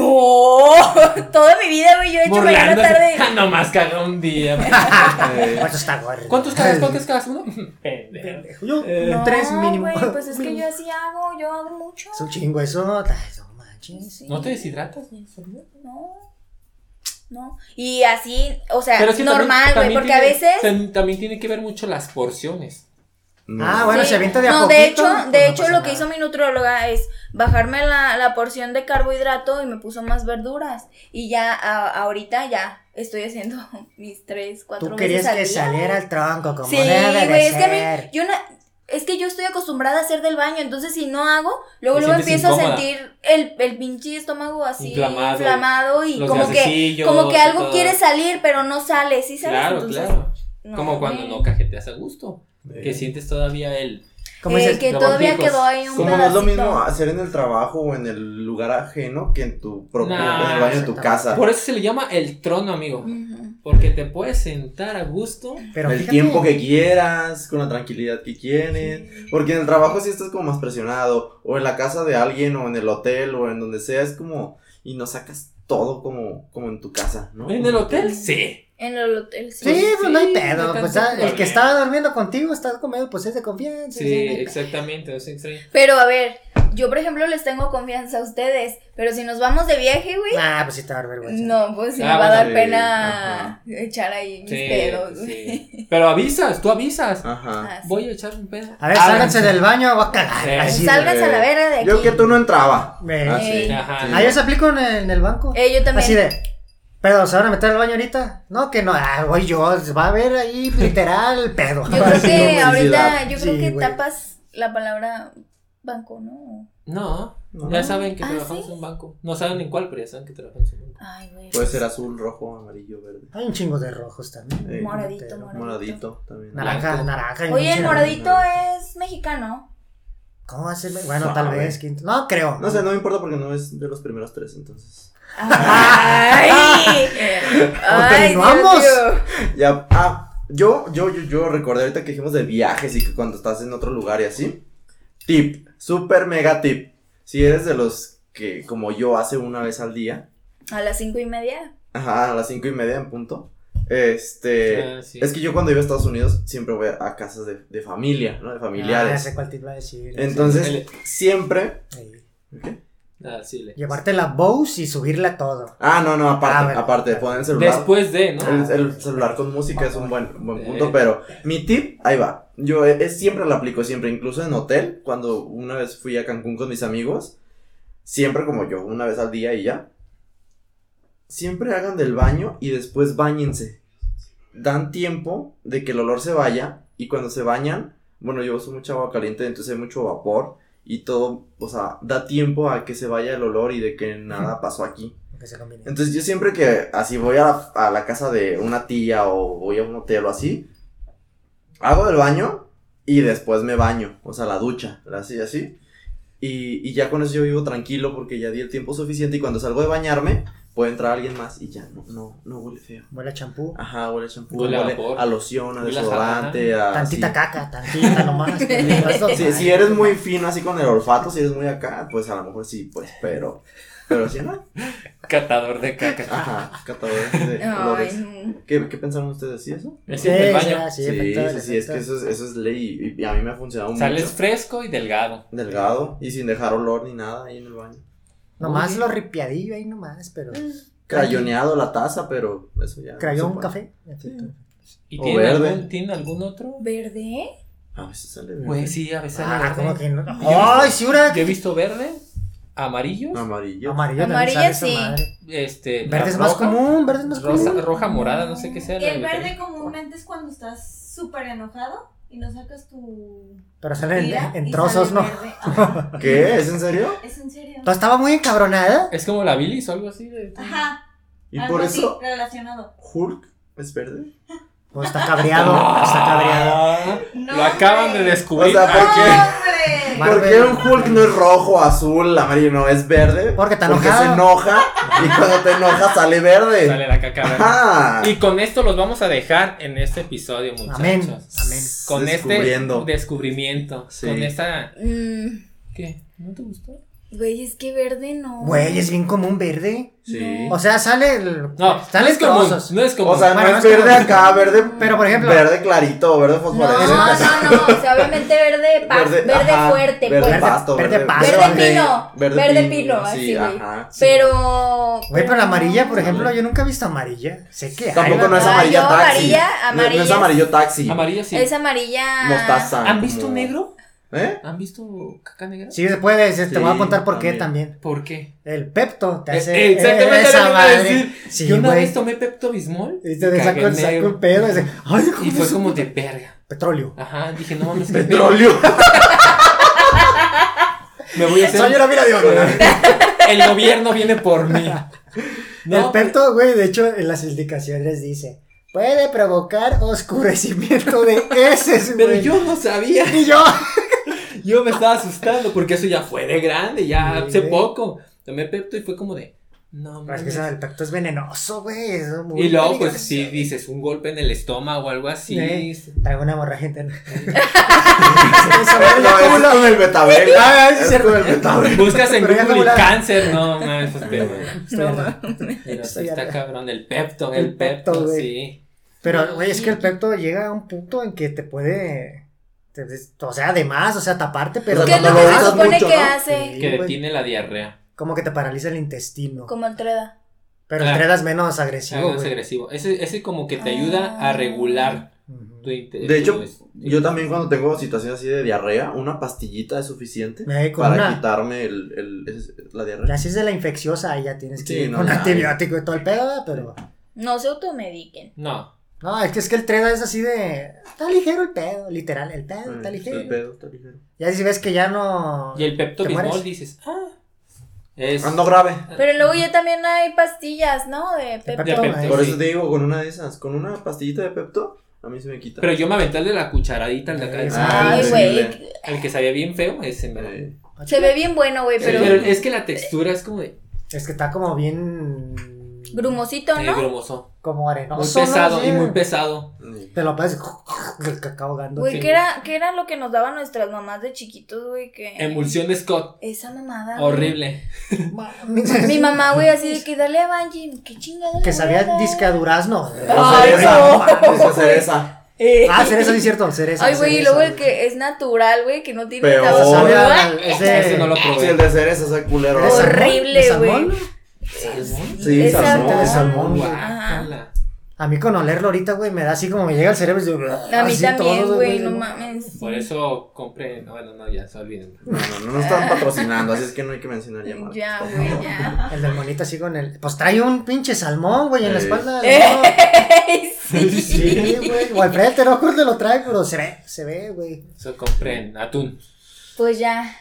S3: no, toda mi vida, güey, yo he hecho mañana,
S2: Burlándose.
S3: tarde.
S2: Ah, nomás cagó un día.
S1: Eh,
S4: ¿Cuántos está gordo?
S2: ¿Cuántos cagas? ¿Cuántos cagas? Uno. Pendejo.
S4: Pendejo, Yo,
S2: Eh,
S4: tres mínimo.
S3: güey, pues es que yo así hago, yo hago mucho.
S4: Es un chingo eso. Ay, no manches.
S3: Sí.
S2: ¿No te deshidratas?
S3: No. No. Y así, o sea,
S2: Pero es que también-
S3: normal, güey,
S2: también
S3: porque a
S2: tiene-
S3: veces.
S2: tam- También tiene que ver mucho las porciones.
S1: no.
S4: Ah, bueno,
S3: Sí.
S4: se avienta de a
S3: no,
S4: poquito.
S3: de hecho,
S4: pues
S3: de
S4: no
S3: hecho
S4: pasa
S3: lo que
S4: nada.
S3: hizo mi nutrióloga es bajarme la, la porción de carbohidrato y me puso más verduras. Y ya a- ahorita ya estoy haciendo mis tres, cuatro
S4: Tú
S3: veces
S4: querías
S3: al
S4: que
S3: día.
S4: saliera el tronco como
S3: Sí,
S4: debe de
S3: güey, es que a mí-
S4: ser.
S3: yo na- es que yo estoy acostumbrada a hacer del baño, entonces si no hago, luego
S2: Te
S3: luego
S2: sientes
S3: empiezo
S2: incómoda.
S3: a sentir el, el pinche estómago así
S2: Inflamado.
S3: inflamado, y
S2: Los
S3: como que
S2: gasecillos
S3: como que
S2: y
S3: algo
S2: todo.
S3: quiere salir, pero no sale, ¿sí sabes?
S2: Claro,
S3: Entonces,
S2: claro.
S3: no,
S2: Como cuando
S3: eh.
S2: no cajeteas a gusto. Que sientes todavía el.
S4: Como
S3: Eh,
S4: dices,
S3: que
S2: los
S3: todavía
S2: vampiros.
S3: quedó ahí un
S1: Como no es lo
S3: pedacito.
S1: mismo ah. hacer en el trabajo o en el lugar ajeno que en tu propio
S2: Nah,
S1: en el baño de tu
S4: exactamente.
S1: casa.
S2: Por eso se le llama el trono, amigo.
S3: Ujú.
S2: Porque te puedes sentar a gusto.
S4: pero
S1: el
S4: fíjate,
S1: tiempo que quieras, con la tranquilidad que quieres. Porque en el trabajo sí estás como más presionado. O en la casa de alguien, o en el hotel, o en donde sea. Es como. Y no sacas todo como, como en tu casa, ¿no?
S2: ¿En el hotel? Sí.
S3: En el hotel, sí.
S4: Sí, pues no
S2: Sí,
S4: hay pedo.
S2: no
S4: Pues,
S2: tanto
S4: ah, el que
S2: problema.
S4: estaba durmiendo contigo está conmigo, pues es de confianza.
S2: Sí,
S4: sí, no hay pedo.
S2: exactamente. Es extraño.
S3: Pero a ver, yo por ejemplo les tengo confianza a ustedes, pero si nos vamos de viaje, güey,
S4: Ah, pues sí te va a dar vergüenza.
S3: no, pues sí
S2: Ah,
S3: me va a
S2: bueno,
S3: dar
S1: sí,
S3: pena
S1: ajá.
S3: echar ahí mis
S2: Sí,
S3: pedos. güey.
S2: sí. Pero avisas, tú avisas.
S1: Ajá.
S3: Ah, sí.
S2: Voy a echar un pedo.
S4: A ver,
S2: Háganse.
S4: sálganse del baño, va a cagar.
S2: Sí.
S4: Así,
S3: Salgas a la verga de aquí.
S1: Yo que tú no entraba.
S4: Ve.
S1: Ah,
S3: Ey.
S1: sí.
S2: Eh, Ajá.
S1: Sí.
S4: Ah, yo se aplico en el, en el banco.
S3: Eh, yo también.
S4: Así de. Pero, ¿se van a meter al baño ahorita? No, que no. Ah, voy yo. Va a haber ahí literal pedo.
S3: Yo creo que
S1: Publicidad.
S3: ahorita, yo creo
S4: Sí,
S3: que
S4: güey.
S3: tapas la palabra banco, ¿no?
S2: No,
S1: No.
S2: ya saben que
S3: Ah,
S2: trabajamos
S3: ¿sí?
S2: en un banco. No saben en cuál, pero ya saben que trabajamos en un banco.
S3: Ay, güey.
S1: Puede ser azul, rojo, amarillo, verde.
S4: Hay un chingo de rojos también.
S1: Eh,
S3: Moradito,
S4: Moradito.
S1: moradito también.
S4: Naranja,
S2: Blanco.
S4: naranja. hay un
S3: Oye,
S4: chingo
S3: el
S4: de-
S3: moradito es mexicano.
S4: ¿Cómo va a ser? Bueno,
S1: Suave.
S4: tal vez quinto. No, creo. Ah,
S1: No sé, no me importa porque no es de los primeros tres, entonces.
S3: Ay, ay,
S4: Continuamos.
S3: Dios mío.
S1: Ya, ah, yo, yo, yo, yo recordé ahorita que dijimos de viajes y que cuando estás en otro lugar y así. Tip, super mega tip. Si eres de los que, como yo, hace una vez al día,
S3: A las cinco y media.
S1: ajá, a las cinco y media en punto. Este,
S2: Ah, sí.
S1: es que yo cuando iba a Estados Unidos siempre voy a casas de, de familia, ¿no? De
S4: Ah,
S1: familiares.
S4: sé cuál te iba a decir.
S1: Entonces, siempre.
S4: Sí.
S2: Ah, sí, le-
S4: Llevarte la Bose y subirla todo.
S1: Ah, no, no,
S4: Ah,
S1: aparte,
S4: bueno.
S1: aparte de poner el celular.
S2: Después de, ¿no?
S1: El, el celular con música es un buen, buen punto, pero mi tip, ahí va. Yo eh, es, siempre lo aplico, siempre, incluso en hotel, cuando una vez fui a Cancún con mis amigos, siempre como yo, una vez al día y ya. Siempre hagan del baño y después bañense. Dan tiempo de que el olor se vaya y cuando se bañan, bueno, yo uso mucha agua caliente, entonces hay mucho vapor y todo, o sea, da tiempo a que se vaya el olor y de que nada pasó aquí.
S4: Que se combine.
S1: Entonces yo siempre que así voy a la, a la casa de una tía o voy a un hotel o así, hago el baño y después me baño, o sea, la ducha, así, así. Y, y ya con eso yo vivo tranquilo porque ya di el tiempo suficiente y cuando salgo de bañarme puede entrar alguien más y ya no, no, no huele feo.
S4: Huele a champú.
S1: Ajá, huele a champú,
S2: Huele
S1: huele,
S2: a vapor.
S1: a loción, a
S2: Huele a
S1: desodorante, a...
S4: Tantita
S1: Ah, sí.
S4: caca, tantita nomás. pero no es normal.
S1: Si, si eres muy fino así con el olfato, si eres muy acá, pues a lo mejor sí, pues, pero... Pero si no,
S2: Catador de
S1: Ah,
S2: caca.
S1: ajá, catador de olores.
S3: Ay,
S1: ¿Qué, qué pensaron ustedes? ¿Sí eso?
S2: Es
S4: Sí,
S2: el del baño.
S4: será, sí,
S1: Sí, sí,
S4: efecto,
S1: sí, es
S4: efecto.
S1: que eso es, eso es ley y, y a mí me ha funcionado
S2: Sales
S1: mucho.
S2: fresco y delgado.
S1: Delgado y sin dejar olor ni nada ahí en el baño.
S4: Nomás
S2: Oye.
S4: lo ripiadillo ahí nomás, pero.
S1: Crayoneado la taza, pero eso ya. no se
S4: Crayón
S1: puede.
S4: café. efecto.
S2: ¿Y
S1: O
S2: tiene
S1: verde.
S2: algún, tiene algún otro?
S3: ¿Verde?
S1: A veces sale
S2: Güey, Pues sí, a veces.
S4: Ah,
S2: sale
S4: como
S2: verde.
S4: que no. ¡Ay, sí, una!
S2: Yo he visto verde, amarillo,
S1: amarillo.
S4: Amarillo también
S3: Amarilla,
S4: sale esa
S3: sí.
S4: madre.
S2: este. la
S4: Verde es más
S2: roja,
S4: común, verde es más común.
S2: Rosa, roja, morada, no sé qué sea. la
S6: Mm, El
S2: de-
S6: verde comúnmente es cuando estás súper enojado y no sacas tu.
S4: Pero salen
S6: ira
S4: en, en
S6: y
S4: trozos,
S6: sale
S4: ¿no?
S6: verde. Ajá.
S1: ¿Qué? ¿Es en serio?
S6: Es en serio.
S4: ¿Tú estaba muy encabronada?
S2: Es como la bilis o algo así. de-
S6: Ajá.
S1: Y
S6: algo
S1: por
S6: así
S1: eso
S6: relacionado.
S1: Hulk es verde.
S4: Pues está cabreado, está cabreado.
S2: Ah,
S6: No,
S2: Lo acaban de
S6: hombre.
S2: descubrir.
S1: O sea,
S2: Ah,
S1: ¿por qué? ¿Por
S6: ¡Hombre!
S4: Marvel.
S1: qué un Hulk no es rojo, azul, amarillo? No, es verde.
S4: Porque está
S1: Porque
S4: enojado.
S1: se enoja y cuando te enoja sale verde.
S2: Sale la caca verde.
S1: Ajá.
S2: Y con esto los vamos a dejar en este episodio, muchachos.
S4: Amén, amén.
S2: Con
S1: Descubriendo.
S2: este descubrimiento.
S1: Sí.
S2: Con esta.
S3: Mm,
S2: ¿Qué? ¿No te gustó?
S3: Güey, es que verde no.
S4: Güey, es bien común verde.
S1: Sí.
S4: O sea, sale el...
S2: No,
S4: salen
S2: no es común.
S4: trozos.
S2: No es común.
S1: O sea, no
S4: Bueno, no
S1: es
S4: es
S1: verde
S4: como-
S1: acá, verde.
S4: Pero, por ejemplo-
S1: Verde clarito, verde
S3: No, no,
S1: fosforescente.
S3: no, o sea, obviamente verde, pa- verde,
S1: ajá,
S3: fuerte,
S1: verde
S3: pues.
S1: pasto,
S4: Verde
S1: verde,
S4: pasto.
S3: Verde pino, verde pino, así,
S1: sí,
S3: güey.
S1: ajá. sí.
S3: Pero.
S4: Güey, pero la amarilla, pues, por ejemplo,
S1: Sí.
S4: yo nunca he visto amarilla. Sé que hay,
S1: Tampoco no es
S4: ¿verdad?
S3: Ah,
S1: amarilla
S3: yo
S1: taxi.
S3: amarilla,
S1: No- No, es
S3: amarilla.
S1: amarillo taxi.
S2: Amarillo sí.
S3: Es amarilla.
S1: Mostaza. como- ¿Eh?
S2: ¿Han visto caca negra?
S4: Sí, se puede, se- te
S1: Sí,
S4: voy a contar por qué
S1: también.
S4: también.
S2: ¿Por qué?
S4: El Pepto te
S2: Eh,
S4: hace.
S2: eh, exactamente
S4: esa
S2: lo que iba a
S4: madre.
S2: decir.
S4: Sí,
S2: Yo una
S4: güey.
S2: vez tomé Pepto Bismol
S4: Y te
S2: cagué
S4: sacó, sacó
S2: negro.
S4: un pedo y dice, ay,
S2: Y
S4: ¿cómo
S2: fue
S4: es?
S2: como de verga.
S4: Petróleo.
S2: Ajá, dije, no mames, qué pedo.
S1: Petróleo.
S2: Me voy a hacer.
S1: Señora, mira, Dios.
S2: El gobierno viene por mí.
S4: el Pepto, güey, de hecho, en las indicaciones dice, puede provocar oscurecimiento de heces,
S2: Pero
S4: güey.
S2: yo no sabía.
S4: Y yo.
S2: Yo me estaba asustando porque eso ya fue de grande, ya
S4: Sí,
S2: hace
S4: güey.
S2: poco. Tomé Pepto y fue como de. No
S4: Pero es que
S2: mames.
S4: eso del Pepto es venenoso, güey. es muy
S2: Y luego, pues
S4: peligroso.
S2: si dices un golpe en el estómago o algo así.
S4: Sí. Trae una hemorragia interna.
S1: No, es con el betabel.
S4: Ah, sí,
S1: es
S4: cierto.
S1: con el betabel.
S2: Buscas en
S4: Pero ya
S2: Google
S4: como la-
S2: cáncer, no mames, pues, pero,
S4: Estoy harto.
S2: pero
S4: Estoy
S2: está
S4: harta.
S2: cabrón, el Pepto,
S4: El
S2: el
S4: Pepto,
S2: Pepto,
S4: güey.
S2: sí.
S4: Pero, güey, es que el Pepto llega a un punto en que te puede. te- o sea, además, o sea, taparte, pero.
S1: O
S3: ¿Qué
S1: sea,
S3: es lo
S1: cuando
S3: que
S1: lo
S3: se
S1: usas
S3: supone
S1: mucho,
S3: que
S1: ¿no?
S3: hace?
S4: Sí,
S2: Que
S4: güey.
S2: detiene la diarrea.
S4: Como que te paraliza el intestino.
S3: Como el treda.
S4: Pero el
S2: Ah.
S4: Treda es menos agresivo,
S2: Algo es
S4: güey. Ah.
S2: agresivo. Ese, ese como que te ayuda a regular
S4: Ujú.
S2: tu inte-
S1: De hecho,
S2: tu- tu-
S1: yo también cuando tengo situaciones así de diarrea, una pastillita es suficiente
S4: Me voy con
S1: para
S4: una.
S1: quitarme el, el- es- la diarrea.
S4: Ya si es de la infecciosa, ahí ya tienes que
S1: Sí,
S4: ir
S1: no,
S4: con
S1: ya.
S4: antibiótico y todo el pedo, ¿verdad? pero.
S3: No se automediquen.
S2: No,
S4: No, es que es que el Treda es así de. Está ligero el pedo, literal, el pedo está
S1: Eh, el
S4: ligero.
S1: pedo, está ligero.
S4: Ya si ves que ya no.
S2: y el Pepto
S4: ¿Te
S2: Bismol
S4: mueres?
S2: dices, ah, es
S1: Ando grave.
S3: Pero luego ya también hay pastillas, ¿no? De Pepto.
S2: de
S4: eh,
S2: Pepto,
S1: Por
S2: sí.
S1: eso te digo, con una de esas, con una pastillita de Pepto, a mí se me quita.
S2: Pero yo me aventé el de la cucharadita, el de acá,
S4: Ah,
S3: Ay,
S1: sí,
S3: güey.
S2: el que sabía bien feo, ese me lo-
S1: Eh,
S3: Se ve bien bueno, güey,
S2: Pero,
S3: pero
S1: Sí.
S2: es que la textura es como de
S4: Es que está como bien.
S3: grumosito,
S2: eh,
S3: ¿no?
S2: grumoso,
S4: Como
S2: muy
S4: arenoso. ¿no?
S2: pesado
S4: Sí.
S2: y muy pesado.
S1: eh.
S4: Te lo pasas el cacao ahogando.
S3: Güey,
S2: Sí.
S3: ¿qué era, ¿qué era lo que nos daban nuestras mamás de chiquitos, güey? Que...
S2: Emulsión de Scott,
S3: Esa mamada. güey.
S2: horrible.
S4: Mames.
S3: Mi mamá, güey, así de que dale a Bungie, qué chingada. le voy
S4: Que
S3: a
S4: sabía
S3: dar?
S4: disca durazno.
S3: Ay,
S1: cereza,
S3: no.
S1: esa cereza.
S3: Eh.
S4: Ah, cereza, sí, es cierto, cereza.
S3: Ay, güey, y
S4: cereza,
S3: luego el que es natural, güey, que no tiene
S1: Peor.
S4: O sea,
S3: sabor.
S4: sabe
S3: ¡Ah!
S4: a- es de-
S2: Ese Este no lo probé.
S1: Sí, el de cereza es el culero.
S4: ¿De salmón?
S3: Horrible,
S4: ¿De salmón?
S3: güey.
S2: ¿Salmón?
S1: Sí,
S3: Es
S1: salmón.
S4: De salmón.
S2: Guácala.
S4: A mí con olerlo ahorita, güey, me da así como me llega al cerebro. y yo,
S3: A mí
S4: así
S3: también,
S4: todo,
S3: güey, no mames.
S2: Por eso compré, no, bueno, no, ya, se olviden.
S1: No, no, no nos están patrocinando, así es que no hay que mencionar ya marcas.
S3: Ya, güey, ya.
S4: El del monito así con el. Pues trae un pinche salmón, güey, en la
S1: Eh.
S4: espalda.
S3: Ey,
S4: Sí,
S3: sí.
S4: güey. O Alfredo Terócur te lo trae, pero se ve, se ve, güey.
S2: Eso compré en atún.
S3: Pues ya.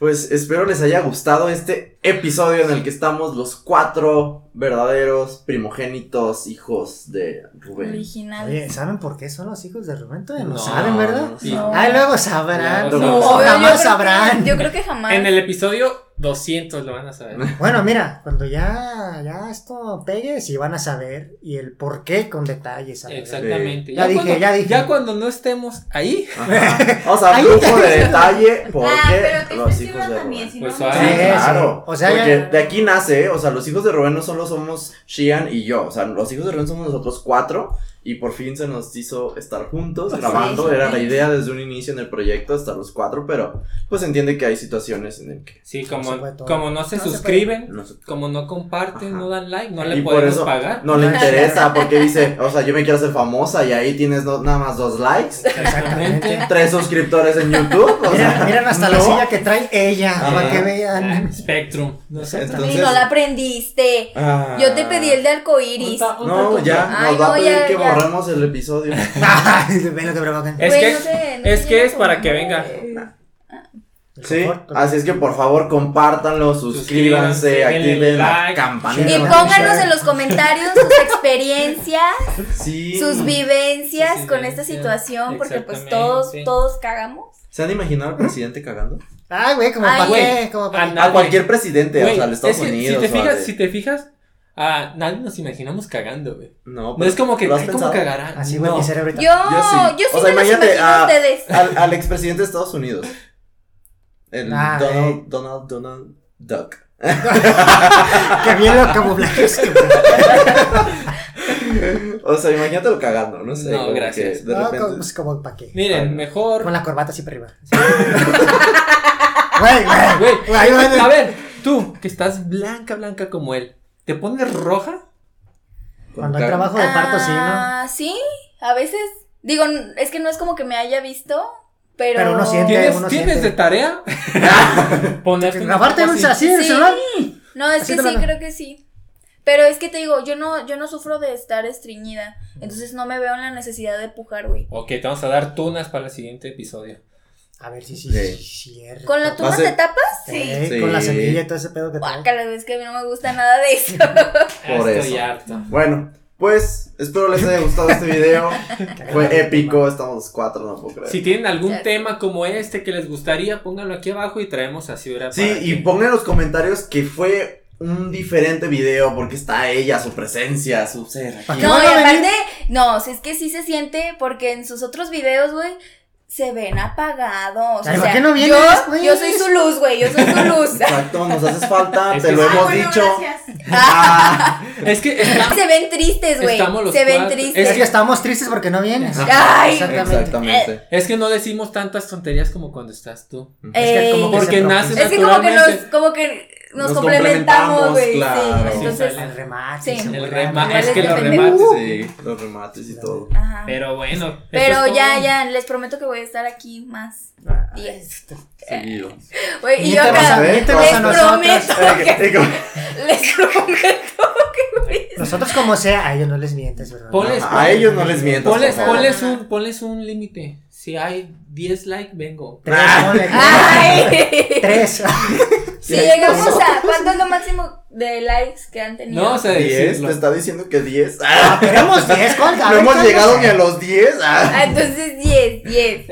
S1: Pues espero les haya gustado este episodio en el que estamos los cuatro verdaderos primogénitos hijos de Rubén.
S3: Original.
S4: Oye, ¿saben por qué son los hijos de Rubén? Todavía no,
S2: No,
S4: saben, ¿verdad?
S1: Sí.
S3: No.
S4: Ah, luego sabrán.
S2: Luego
S1: No,
S4: O
S1: sabrán.
S3: yo creo que-
S4: jamás sabrán.
S3: Yo creo que jamás.
S2: En el episodio 200 lo van a saber.
S4: Bueno, mira, cuando ya, ya esto pegue, sí van a saber y el por qué con detalles. ¿sabes?
S2: Exactamente.
S4: Ya dije,
S2: cuando-
S4: ya dije.
S2: Ya cuando no estemos ahí,
S1: Ajá. Vamos a
S4: Ahí
S1: ver lujo de detalle porque
S6: Ah, pero que
S1: los
S6: estés
S1: hijos de
S6: llevando también,
S1: Rubén.
S6: si
S2: Pues,
S6: no, no.
S4: Sí,
S2: ah,
S1: Sí,
S4: sí.
S1: claro.
S4: O sea,
S1: porque
S4: ya-
S1: de aquí nace, ¿eh? o sea, los hijos de Rubén no solo somos Shian y yo, o sea, los hijos de Rubén somos nosotros cuatro y por fin se nos hizo estar juntos grabando,
S3: sí.
S1: era la idea desde un inicio en el proyecto estar los cuatro, pero pues entiende que hay situaciones en el que
S2: sí,
S4: No
S2: como
S4: se puede todo.
S2: como no se
S4: No se
S2: suscriben,
S1: no se-
S2: como no comparten,
S1: Ajá.
S2: no dan like, no
S1: Y
S2: le
S1: por
S2: podemos
S1: eso-
S2: pagar.
S1: no le interesa porque dice, o sea, yo me quiero hacer famosa y ahí tienes no- nada más dos likes,
S4: Exactamente.
S1: tres suscriptores en YouTube, o
S4: Miren,
S1: sea,
S4: miren hasta la
S1: no.
S4: silla que trae ella,
S1: Ajá.
S4: para que vean.
S2: Ah, Spectrum. No sé.
S1: Entonces-
S3: Y no la aprendiste.
S1: Ah.
S3: Yo te pedí el de arcoiris.
S2: Un ta- un
S1: No,
S2: tanto-
S1: ya,
S3: Ay,
S1: nos va a
S3: no,
S1: pedir
S3: ya,
S1: que
S3: ya.
S1: borremos el episodio.
S4: Ay, ven lo que provocan.
S2: Es
S3: Güey,
S2: que-
S3: no sé, no
S2: es
S3: sé
S2: que
S3: yo
S2: es para que
S3: cómo.
S2: venga.
S1: Sí,
S4: Por favor.
S1: así es que por favor compártanlo, suscríbanse,
S2: Suscríbanse, denle
S1: activen la
S2: like,
S3: Y
S1: campanita.
S3: pónganos en los comentarios sus experiencias,
S1: Sí.
S3: sus vivencias
S2: Sus
S3: con esta
S2: vivencias,
S3: situación, porque pues
S2: exactamente.
S3: todos, todos cagamos.
S1: ¿Se han imaginado al presidente cagando?
S4: Ay, güey, como
S3: Ay,
S4: para qué,
S2: güey.
S4: como para
S2: Ah,
S4: qué.
S2: no.
S1: A cualquier presidente,
S2: Güey,
S1: o sea, de Estados
S2: es que
S1: Unidos.
S2: Si te
S1: o
S2: fijas,
S1: de-
S2: si te fijas, ah, nadie nos imaginamos cagando, güey.
S1: No,
S2: No
S1: pero
S2: es como que,
S1: ¿lo has
S2: ay, ¿cómo
S1: pensado?
S2: cagarán?
S4: Así, güey,
S2: no.
S4: mi cerebro. ahorita.
S3: Yo, yo
S1: sí.
S3: sí,
S1: O sea,
S3: me los
S1: imagínate,
S3: imagino
S1: ah,
S3: a ustedes.
S1: Al, al expresidente de Estados Unidos. El
S4: Ah,
S1: Donald,
S4: eh.
S1: Donald, Donald Duck.
S4: Qué bien lo camuflajeaste, güey.
S1: O sea, imagínatelo cagando, no sé.
S2: No,
S1: como que
S2: gracias.
S1: De
S4: No,
S1: repente.
S4: como, pues, como para qué.
S1: Ay, no.
S2: Miren, mejor.
S4: Con la corbata así para arriba. Güey, güey.
S2: Güey,
S4: Ahí van.
S2: a ver, tú, que estás blanca, blanca como él, ¿te pones roja?
S4: Cuando hay trabajo de parto, sí, ¿no?
S3: Ah, sí, a veces. Digo, n- es que no es como que me haya visto, Pero,
S4: Pero uno siente-
S2: ¿Tienes,
S4: uno
S2: ¿tienes
S4: siente.
S2: de tarea?
S4: Ah.
S2: Ponerte un
S4: Grabarte
S2: poco
S4: un
S2: así.
S4: así en el
S3: Sí.
S4: celular.
S3: No, es
S4: Así
S3: que
S4: te
S3: sí,
S4: van a-
S3: creo que sí. Pero es que te digo, yo no, yo no sufro de estar estreñida. Entonces no me veo en la necesidad de pujar, güey.
S2: Ok, te vamos a dar tunas para el siguiente episodio.
S4: A ver si sí,
S1: Sí.
S4: sí, cierto.
S3: ¿Con la
S1: Va a
S3: tuna
S1: ser-
S3: te tapas?
S4: Eh,
S1: Sí.
S4: Con la
S1: Sí.
S4: semilla y todo ese pedo que trae.
S3: Guácala, es que a mí no me gusta nada de eso.
S1: Por
S2: Estoy
S1: eso.
S2: harto.
S1: Bueno, pues espero les haya gustado este video. Fue épico, estamos los cuatro, no puedo creer.
S2: Si tienen algún
S3: Ya.
S2: tema como este que les gustaría, pónganlo aquí abajo y traemos a Ciudad.
S1: Sí, y pongan en los comentarios que fue un diferente video porque está ella, su presencia, su ser aquí.
S4: ¿Y
S3: No,
S4: van
S3: y
S4: a venir?
S3: aparte, no, si es que sí se siente, porque en sus otros videos, güey, se ven apagados.
S4: Ay,
S3: o
S4: ¿por
S3: sea,
S4: qué no vienes,
S3: yo,
S4: pues?
S3: yo soy su luz, güey, yo soy su luz.
S1: Exacto, nos haces falta,
S2: Es
S1: te
S2: que
S1: lo
S2: sí.
S6: Ah,
S1: hemos
S6: bueno,
S1: dicho.
S6: Gracias.
S1: Ah,
S2: Es que está-
S3: se ven tristes, güey.
S2: Estamos los
S3: Se ven
S2: cuatro.
S3: tristes.
S4: Es que estamos tristes porque no vienes.
S3: Ay,
S4: Exactamente.
S1: exactamente.
S2: es que no decimos tantas tonterías como cuando estás tú.
S4: que como
S3: eh,
S4: que
S2: Porque
S4: se
S2: naces
S4: propicia.
S3: es que como que nos,
S2: naturalmente.
S3: como que nos,
S1: Nos complementamos,
S3: complementamos, güey.
S1: claro.
S3: Sí, entonces.
S2: sale.
S4: El remate.
S3: Sí.
S4: se
S2: El
S4: burlan.
S2: rema-
S3: Igual
S2: es que
S3: es
S2: los
S3: depende.
S2: remates.
S1: Sí, los remates y todo.
S3: ajá. Pero,
S2: Pero bueno. eso es todo.
S3: ya, ya, les prometo que voy a estar aquí más días.
S1: Seguido.
S3: Güey, y yo
S4: Ni te vas a
S3: acá,
S4: ver,
S1: ni
S3: les
S1: te vas a
S3: prometo que,
S1: Eh,
S3: les prometo que voy a
S4: Nosotros como sea, a ellos no les mientes, ¿verdad?
S2: Ponles-
S1: A ellos no les mientas.
S2: Ponles,
S1: por favor.
S2: ponles un, ponles un límite. Si hay 10 likes, vengo.
S4: Tres,
S1: Ah.
S4: ponle-
S3: Ay.
S4: Tres.
S3: Si llegamos a. ¿Cuánto es lo máximo de likes que han tenido?
S2: No, o sea,
S1: 10,
S2: decirlo.
S1: te está diciendo que 10.
S4: Ah, Queremos diez, ¿cuál? A
S1: no
S4: ver,
S1: hemos
S4: ¿cuál
S1: llegado
S4: es?
S1: ni a los 10. ah.
S3: Ah, entonces 10, 10.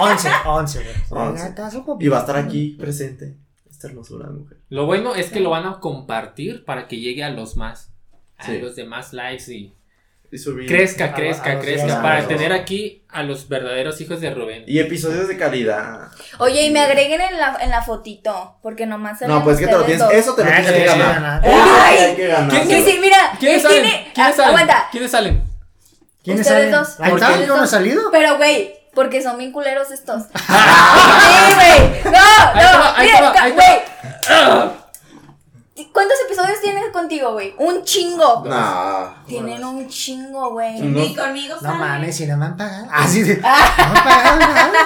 S4: Once, once, güey.
S1: Once.
S4: Ah, estás un poquito-
S1: Y va a estar aquí presente. Esta hermosura de mujer.
S2: Lo bueno es que lo van a compartir para que llegue a los más. A
S1: Sí.
S2: los demás likes y
S1: Y subir-
S2: crezca,
S4: A-
S2: crezca,
S4: a los
S2: crezca.
S1: diez,
S2: para
S1: a los-
S2: tener aquí a los verdaderos hijos de Rubén.
S1: Y episodios de calidad.
S3: Oye, y me agreguen en la, en la fotito. Porque nomás salen
S1: No, pues que te lo
S3: ustedes
S1: tienes.
S3: dos.
S1: Eso te lo
S4: Ah,
S1: tienes
S4: sí,
S1: que
S4: sí,
S1: ganar.
S4: ganar.
S1: Eso
S3: Ay.
S1: hay que ganar.
S2: ¿Quién-
S3: Sí,
S2: quién-
S3: sí, mira.
S2: ¿Quiénes
S3: él
S2: salen?
S3: tiene-
S2: ¿Quiénes
S3: ah,
S2: salen?
S3: Aguanta.
S2: ¿Quiénes salen?
S4: ¿Quiénes
S3: Ustedes
S4: salen?
S3: dos.
S4: Ahí está,
S2: Porque-
S4: yo no he salido.
S3: Pero, güey. Porque son bien culeros estos. Sí, güey.
S2: Ahí
S3: No,
S2: te va,
S3: no.
S2: ahí te
S3: Mira,
S2: va, ahí
S3: ca-
S2: te va.
S3: güey. ¿Cuántos episodios tienen contigo, güey? Un chingo.
S1: Nah.
S3: Tienen un chingo,
S1: No.
S3: güey.
S6: Ni conmigo
S4: No
S6: sale.
S4: mames, si no me han pagado.
S1: Ah,
S4: Así de. No me han pagado nada.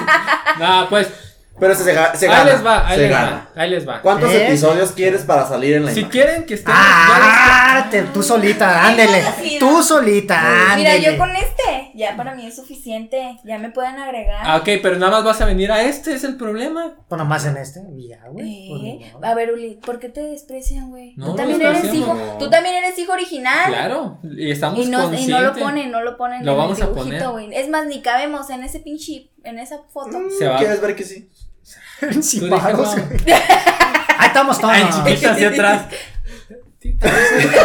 S2: No, pues,
S1: Pero se, se ga- se
S2: ahí
S1: gana.
S2: les va, ahí
S1: se
S2: les
S1: gana.
S2: va, ahí les va.
S1: ¿Cuántos
S4: ¿Eh?
S1: episodios quieres para salir en la
S2: Si
S1: imagen?
S2: quieren que estemos
S4: Ah, te- tú solita, ándele.
S6: Sí, no.
S4: Tú solita,
S3: Mira,
S4: ándele.
S3: yo con este, ya para mí es suficiente. Ya me pueden agregar.
S2: Ah, ok, pero nada más vas a venir a este, es el problema.
S4: Pues nomás en este. y Ya, güey. pues
S3: Eh,
S4: ni modo.
S3: a ver, Uli, ¿por qué te desprecian, güey?
S2: No,
S3: tú
S2: no
S3: también
S2: lo
S3: eres hijo,
S2: despreciamos.
S3: tú también eres hijo original.
S2: Claro, y estamos
S3: Ah. Y no, y no lo
S2: conscientes.
S3: ponen, no lo ponen
S2: Lo
S3: en
S2: vamos a
S3: el dibujito,
S2: poner.
S3: güey. Es más, ni cabemos en ese pinche, en esa foto.
S1: Mm,
S2: Se va.
S1: ¿Quieres ver que sí?
S2: Tú
S4: Encimados,
S2: dijiste,
S4: güey. Ahí estamos todos.
S2: Ay, chiquita hacia atrás.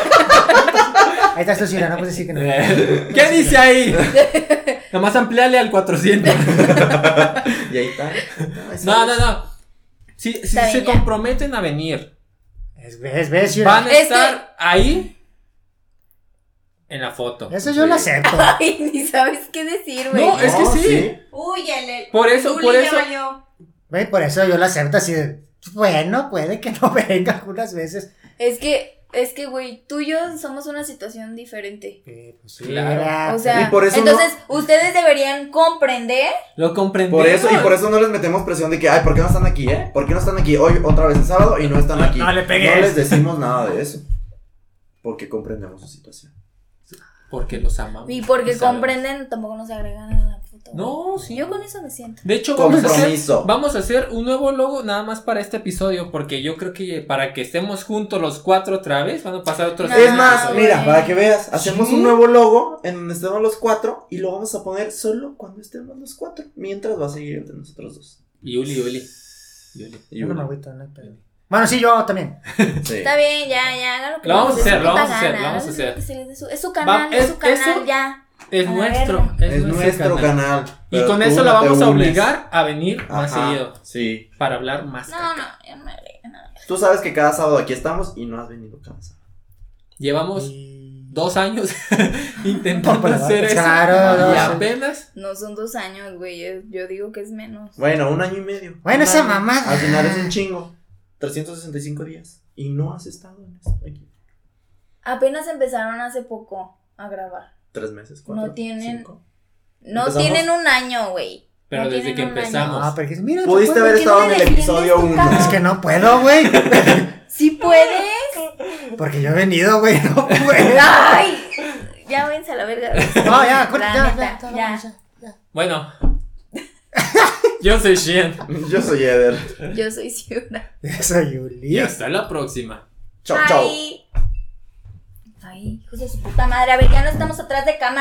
S4: Ahí este estás tú, Sira, no puedes decir pues, que no.
S2: ¿Qué dice ahí? Nomás ampliale al 400.
S1: Y ahí está. Ahí está.
S2: No, no, no. Si, si
S3: Está
S2: se
S3: bien, ya.
S2: comprometen a venir,
S4: Es, ves, ves, Sira.
S2: van a
S3: Es
S2: estar ahí en la foto.
S4: Eso yo lo acepto.
S3: Ay, ni sabes qué decir, güey.
S2: No, es que sí.
S6: Uy, el, el-
S2: Por eso,
S6: Uli
S2: por
S6: ya
S2: eso.
S6: valió.
S4: Güey, por eso yo lo acepto así de. pues, Bueno, puede que no venga algunas veces.
S3: Es que, es que, güey, tú y yo somos una situación diferente.
S4: Eh, pues sí,
S2: Claro.
S4: era-
S3: O sea,
S1: Y por eso no-
S3: entonces ustedes deberían comprender.
S2: Lo comprendí.
S1: Por eso, y por eso no les metemos presión de que, ay, ¿por qué no están aquí, eh? ¿Por qué no están aquí hoy, otra vez el sábado y no están aquí?
S4: no le pegues.
S1: No les decimos nada de eso. Porque comprendemos su situación.
S2: Porque los amamos.
S3: Y porque
S2: sabemos.
S3: comprenden, tampoco nos agregan en la foto. güey.
S2: No, sí.
S3: Yo con eso me siento.
S2: De hecho, vamos a, hacer,
S1: Compromiso.
S2: vamos a hacer un nuevo logo nada más para este episodio. Porque yo creo que para que estemos juntos los cuatro otra vez, van a pasar otros.
S3: No,
S1: es
S2: tres
S1: más,
S2: episodios.
S3: güey.
S1: mira, para que veas, hacemos
S2: Sí.
S1: un nuevo logo en donde estemos los cuatro y lo vamos a poner solo cuando estemos los cuatro. Mientras va a seguir entre nosotros dos.
S2: Y Uli, Uli. Y Uli.
S1: Y
S4: Yo no me
S1: uno.
S4: agüito, no hay pedo. Bueno, sí, yo también.
S1: Sí.
S3: Está bien, ya, ya, hagan lo que
S2: Lo
S3: les
S2: vamos a
S3: dé su
S2: hacer, lo
S3: puta
S2: vamos a hacer,
S3: gana,
S2: lo vamos a
S3: hagan lo que
S2: hacer.
S3: se les dé su- Es su canal, es,
S2: es-
S3: su canal,
S2: eso-
S3: ya.
S2: Es
S3: A
S2: nuestro.
S1: Es, nuestro
S2: canal.
S1: canal.
S2: Y
S1: pero
S2: con
S1: tú
S2: eso
S1: no
S2: la
S1: te
S2: vamos a
S1: unes.
S2: obligar a venir más
S1: Ajá,
S2: seguido.
S1: Sí.
S2: Para hablar más.
S3: No, no, ya no me agreguen nada.
S1: Tú sabes que cada sábado aquí estamos y no has venido cada sábado.
S2: Llevamos
S4: Y-
S2: dos años intentando
S4: Por-
S2: hacer eso.
S4: claro,
S2: y
S1: dos años.
S2: apenas.
S3: No son dos años, güey. Yo, yo digo que es menos.
S1: Bueno, un año y medio.
S4: Bueno,
S1: Un
S4: esa
S1: año.
S4: mamada.
S1: Al final es un chingo. 365 días. Y no has estado en esto aquí.
S3: Apenas empezaron hace poco a grabar.
S1: Tres meses, cuatro.
S3: No tienen-
S1: cinco.
S3: No
S1: Empezamos.
S3: tienen un año, güey.
S2: Pero
S3: No
S2: desde
S3: tienen
S2: que
S3: un baño.
S2: empezamos.
S1: Ah.
S4: No, porque dices, mira, se
S1: Pudiste
S4: puede.
S1: haber
S3: ¿Por qué no
S1: estado en
S3: me
S1: el
S3: defiendes
S1: episodio
S3: tu
S1: 1.
S3: cara?
S4: Es que no puedo, güey.
S3: ¡Sí puedes!
S4: Porque yo he venido, güey. No puedo.
S3: ¡Ay! Ya váyanse a la verga.
S4: No, ya, corta,
S3: La
S4: ya,
S3: neta,
S4: ya,
S3: ya.
S2: Bueno. Yo soy Shien.
S1: Yo soy Eder.
S3: Yo soy Ciura.
S4: Soy
S2: Y
S4: Uli.
S2: hasta la próxima.
S1: Chau, chau.
S3: Ay. Ay, hijos de su puta madre. A ver, ya no estamos atrás de cámara.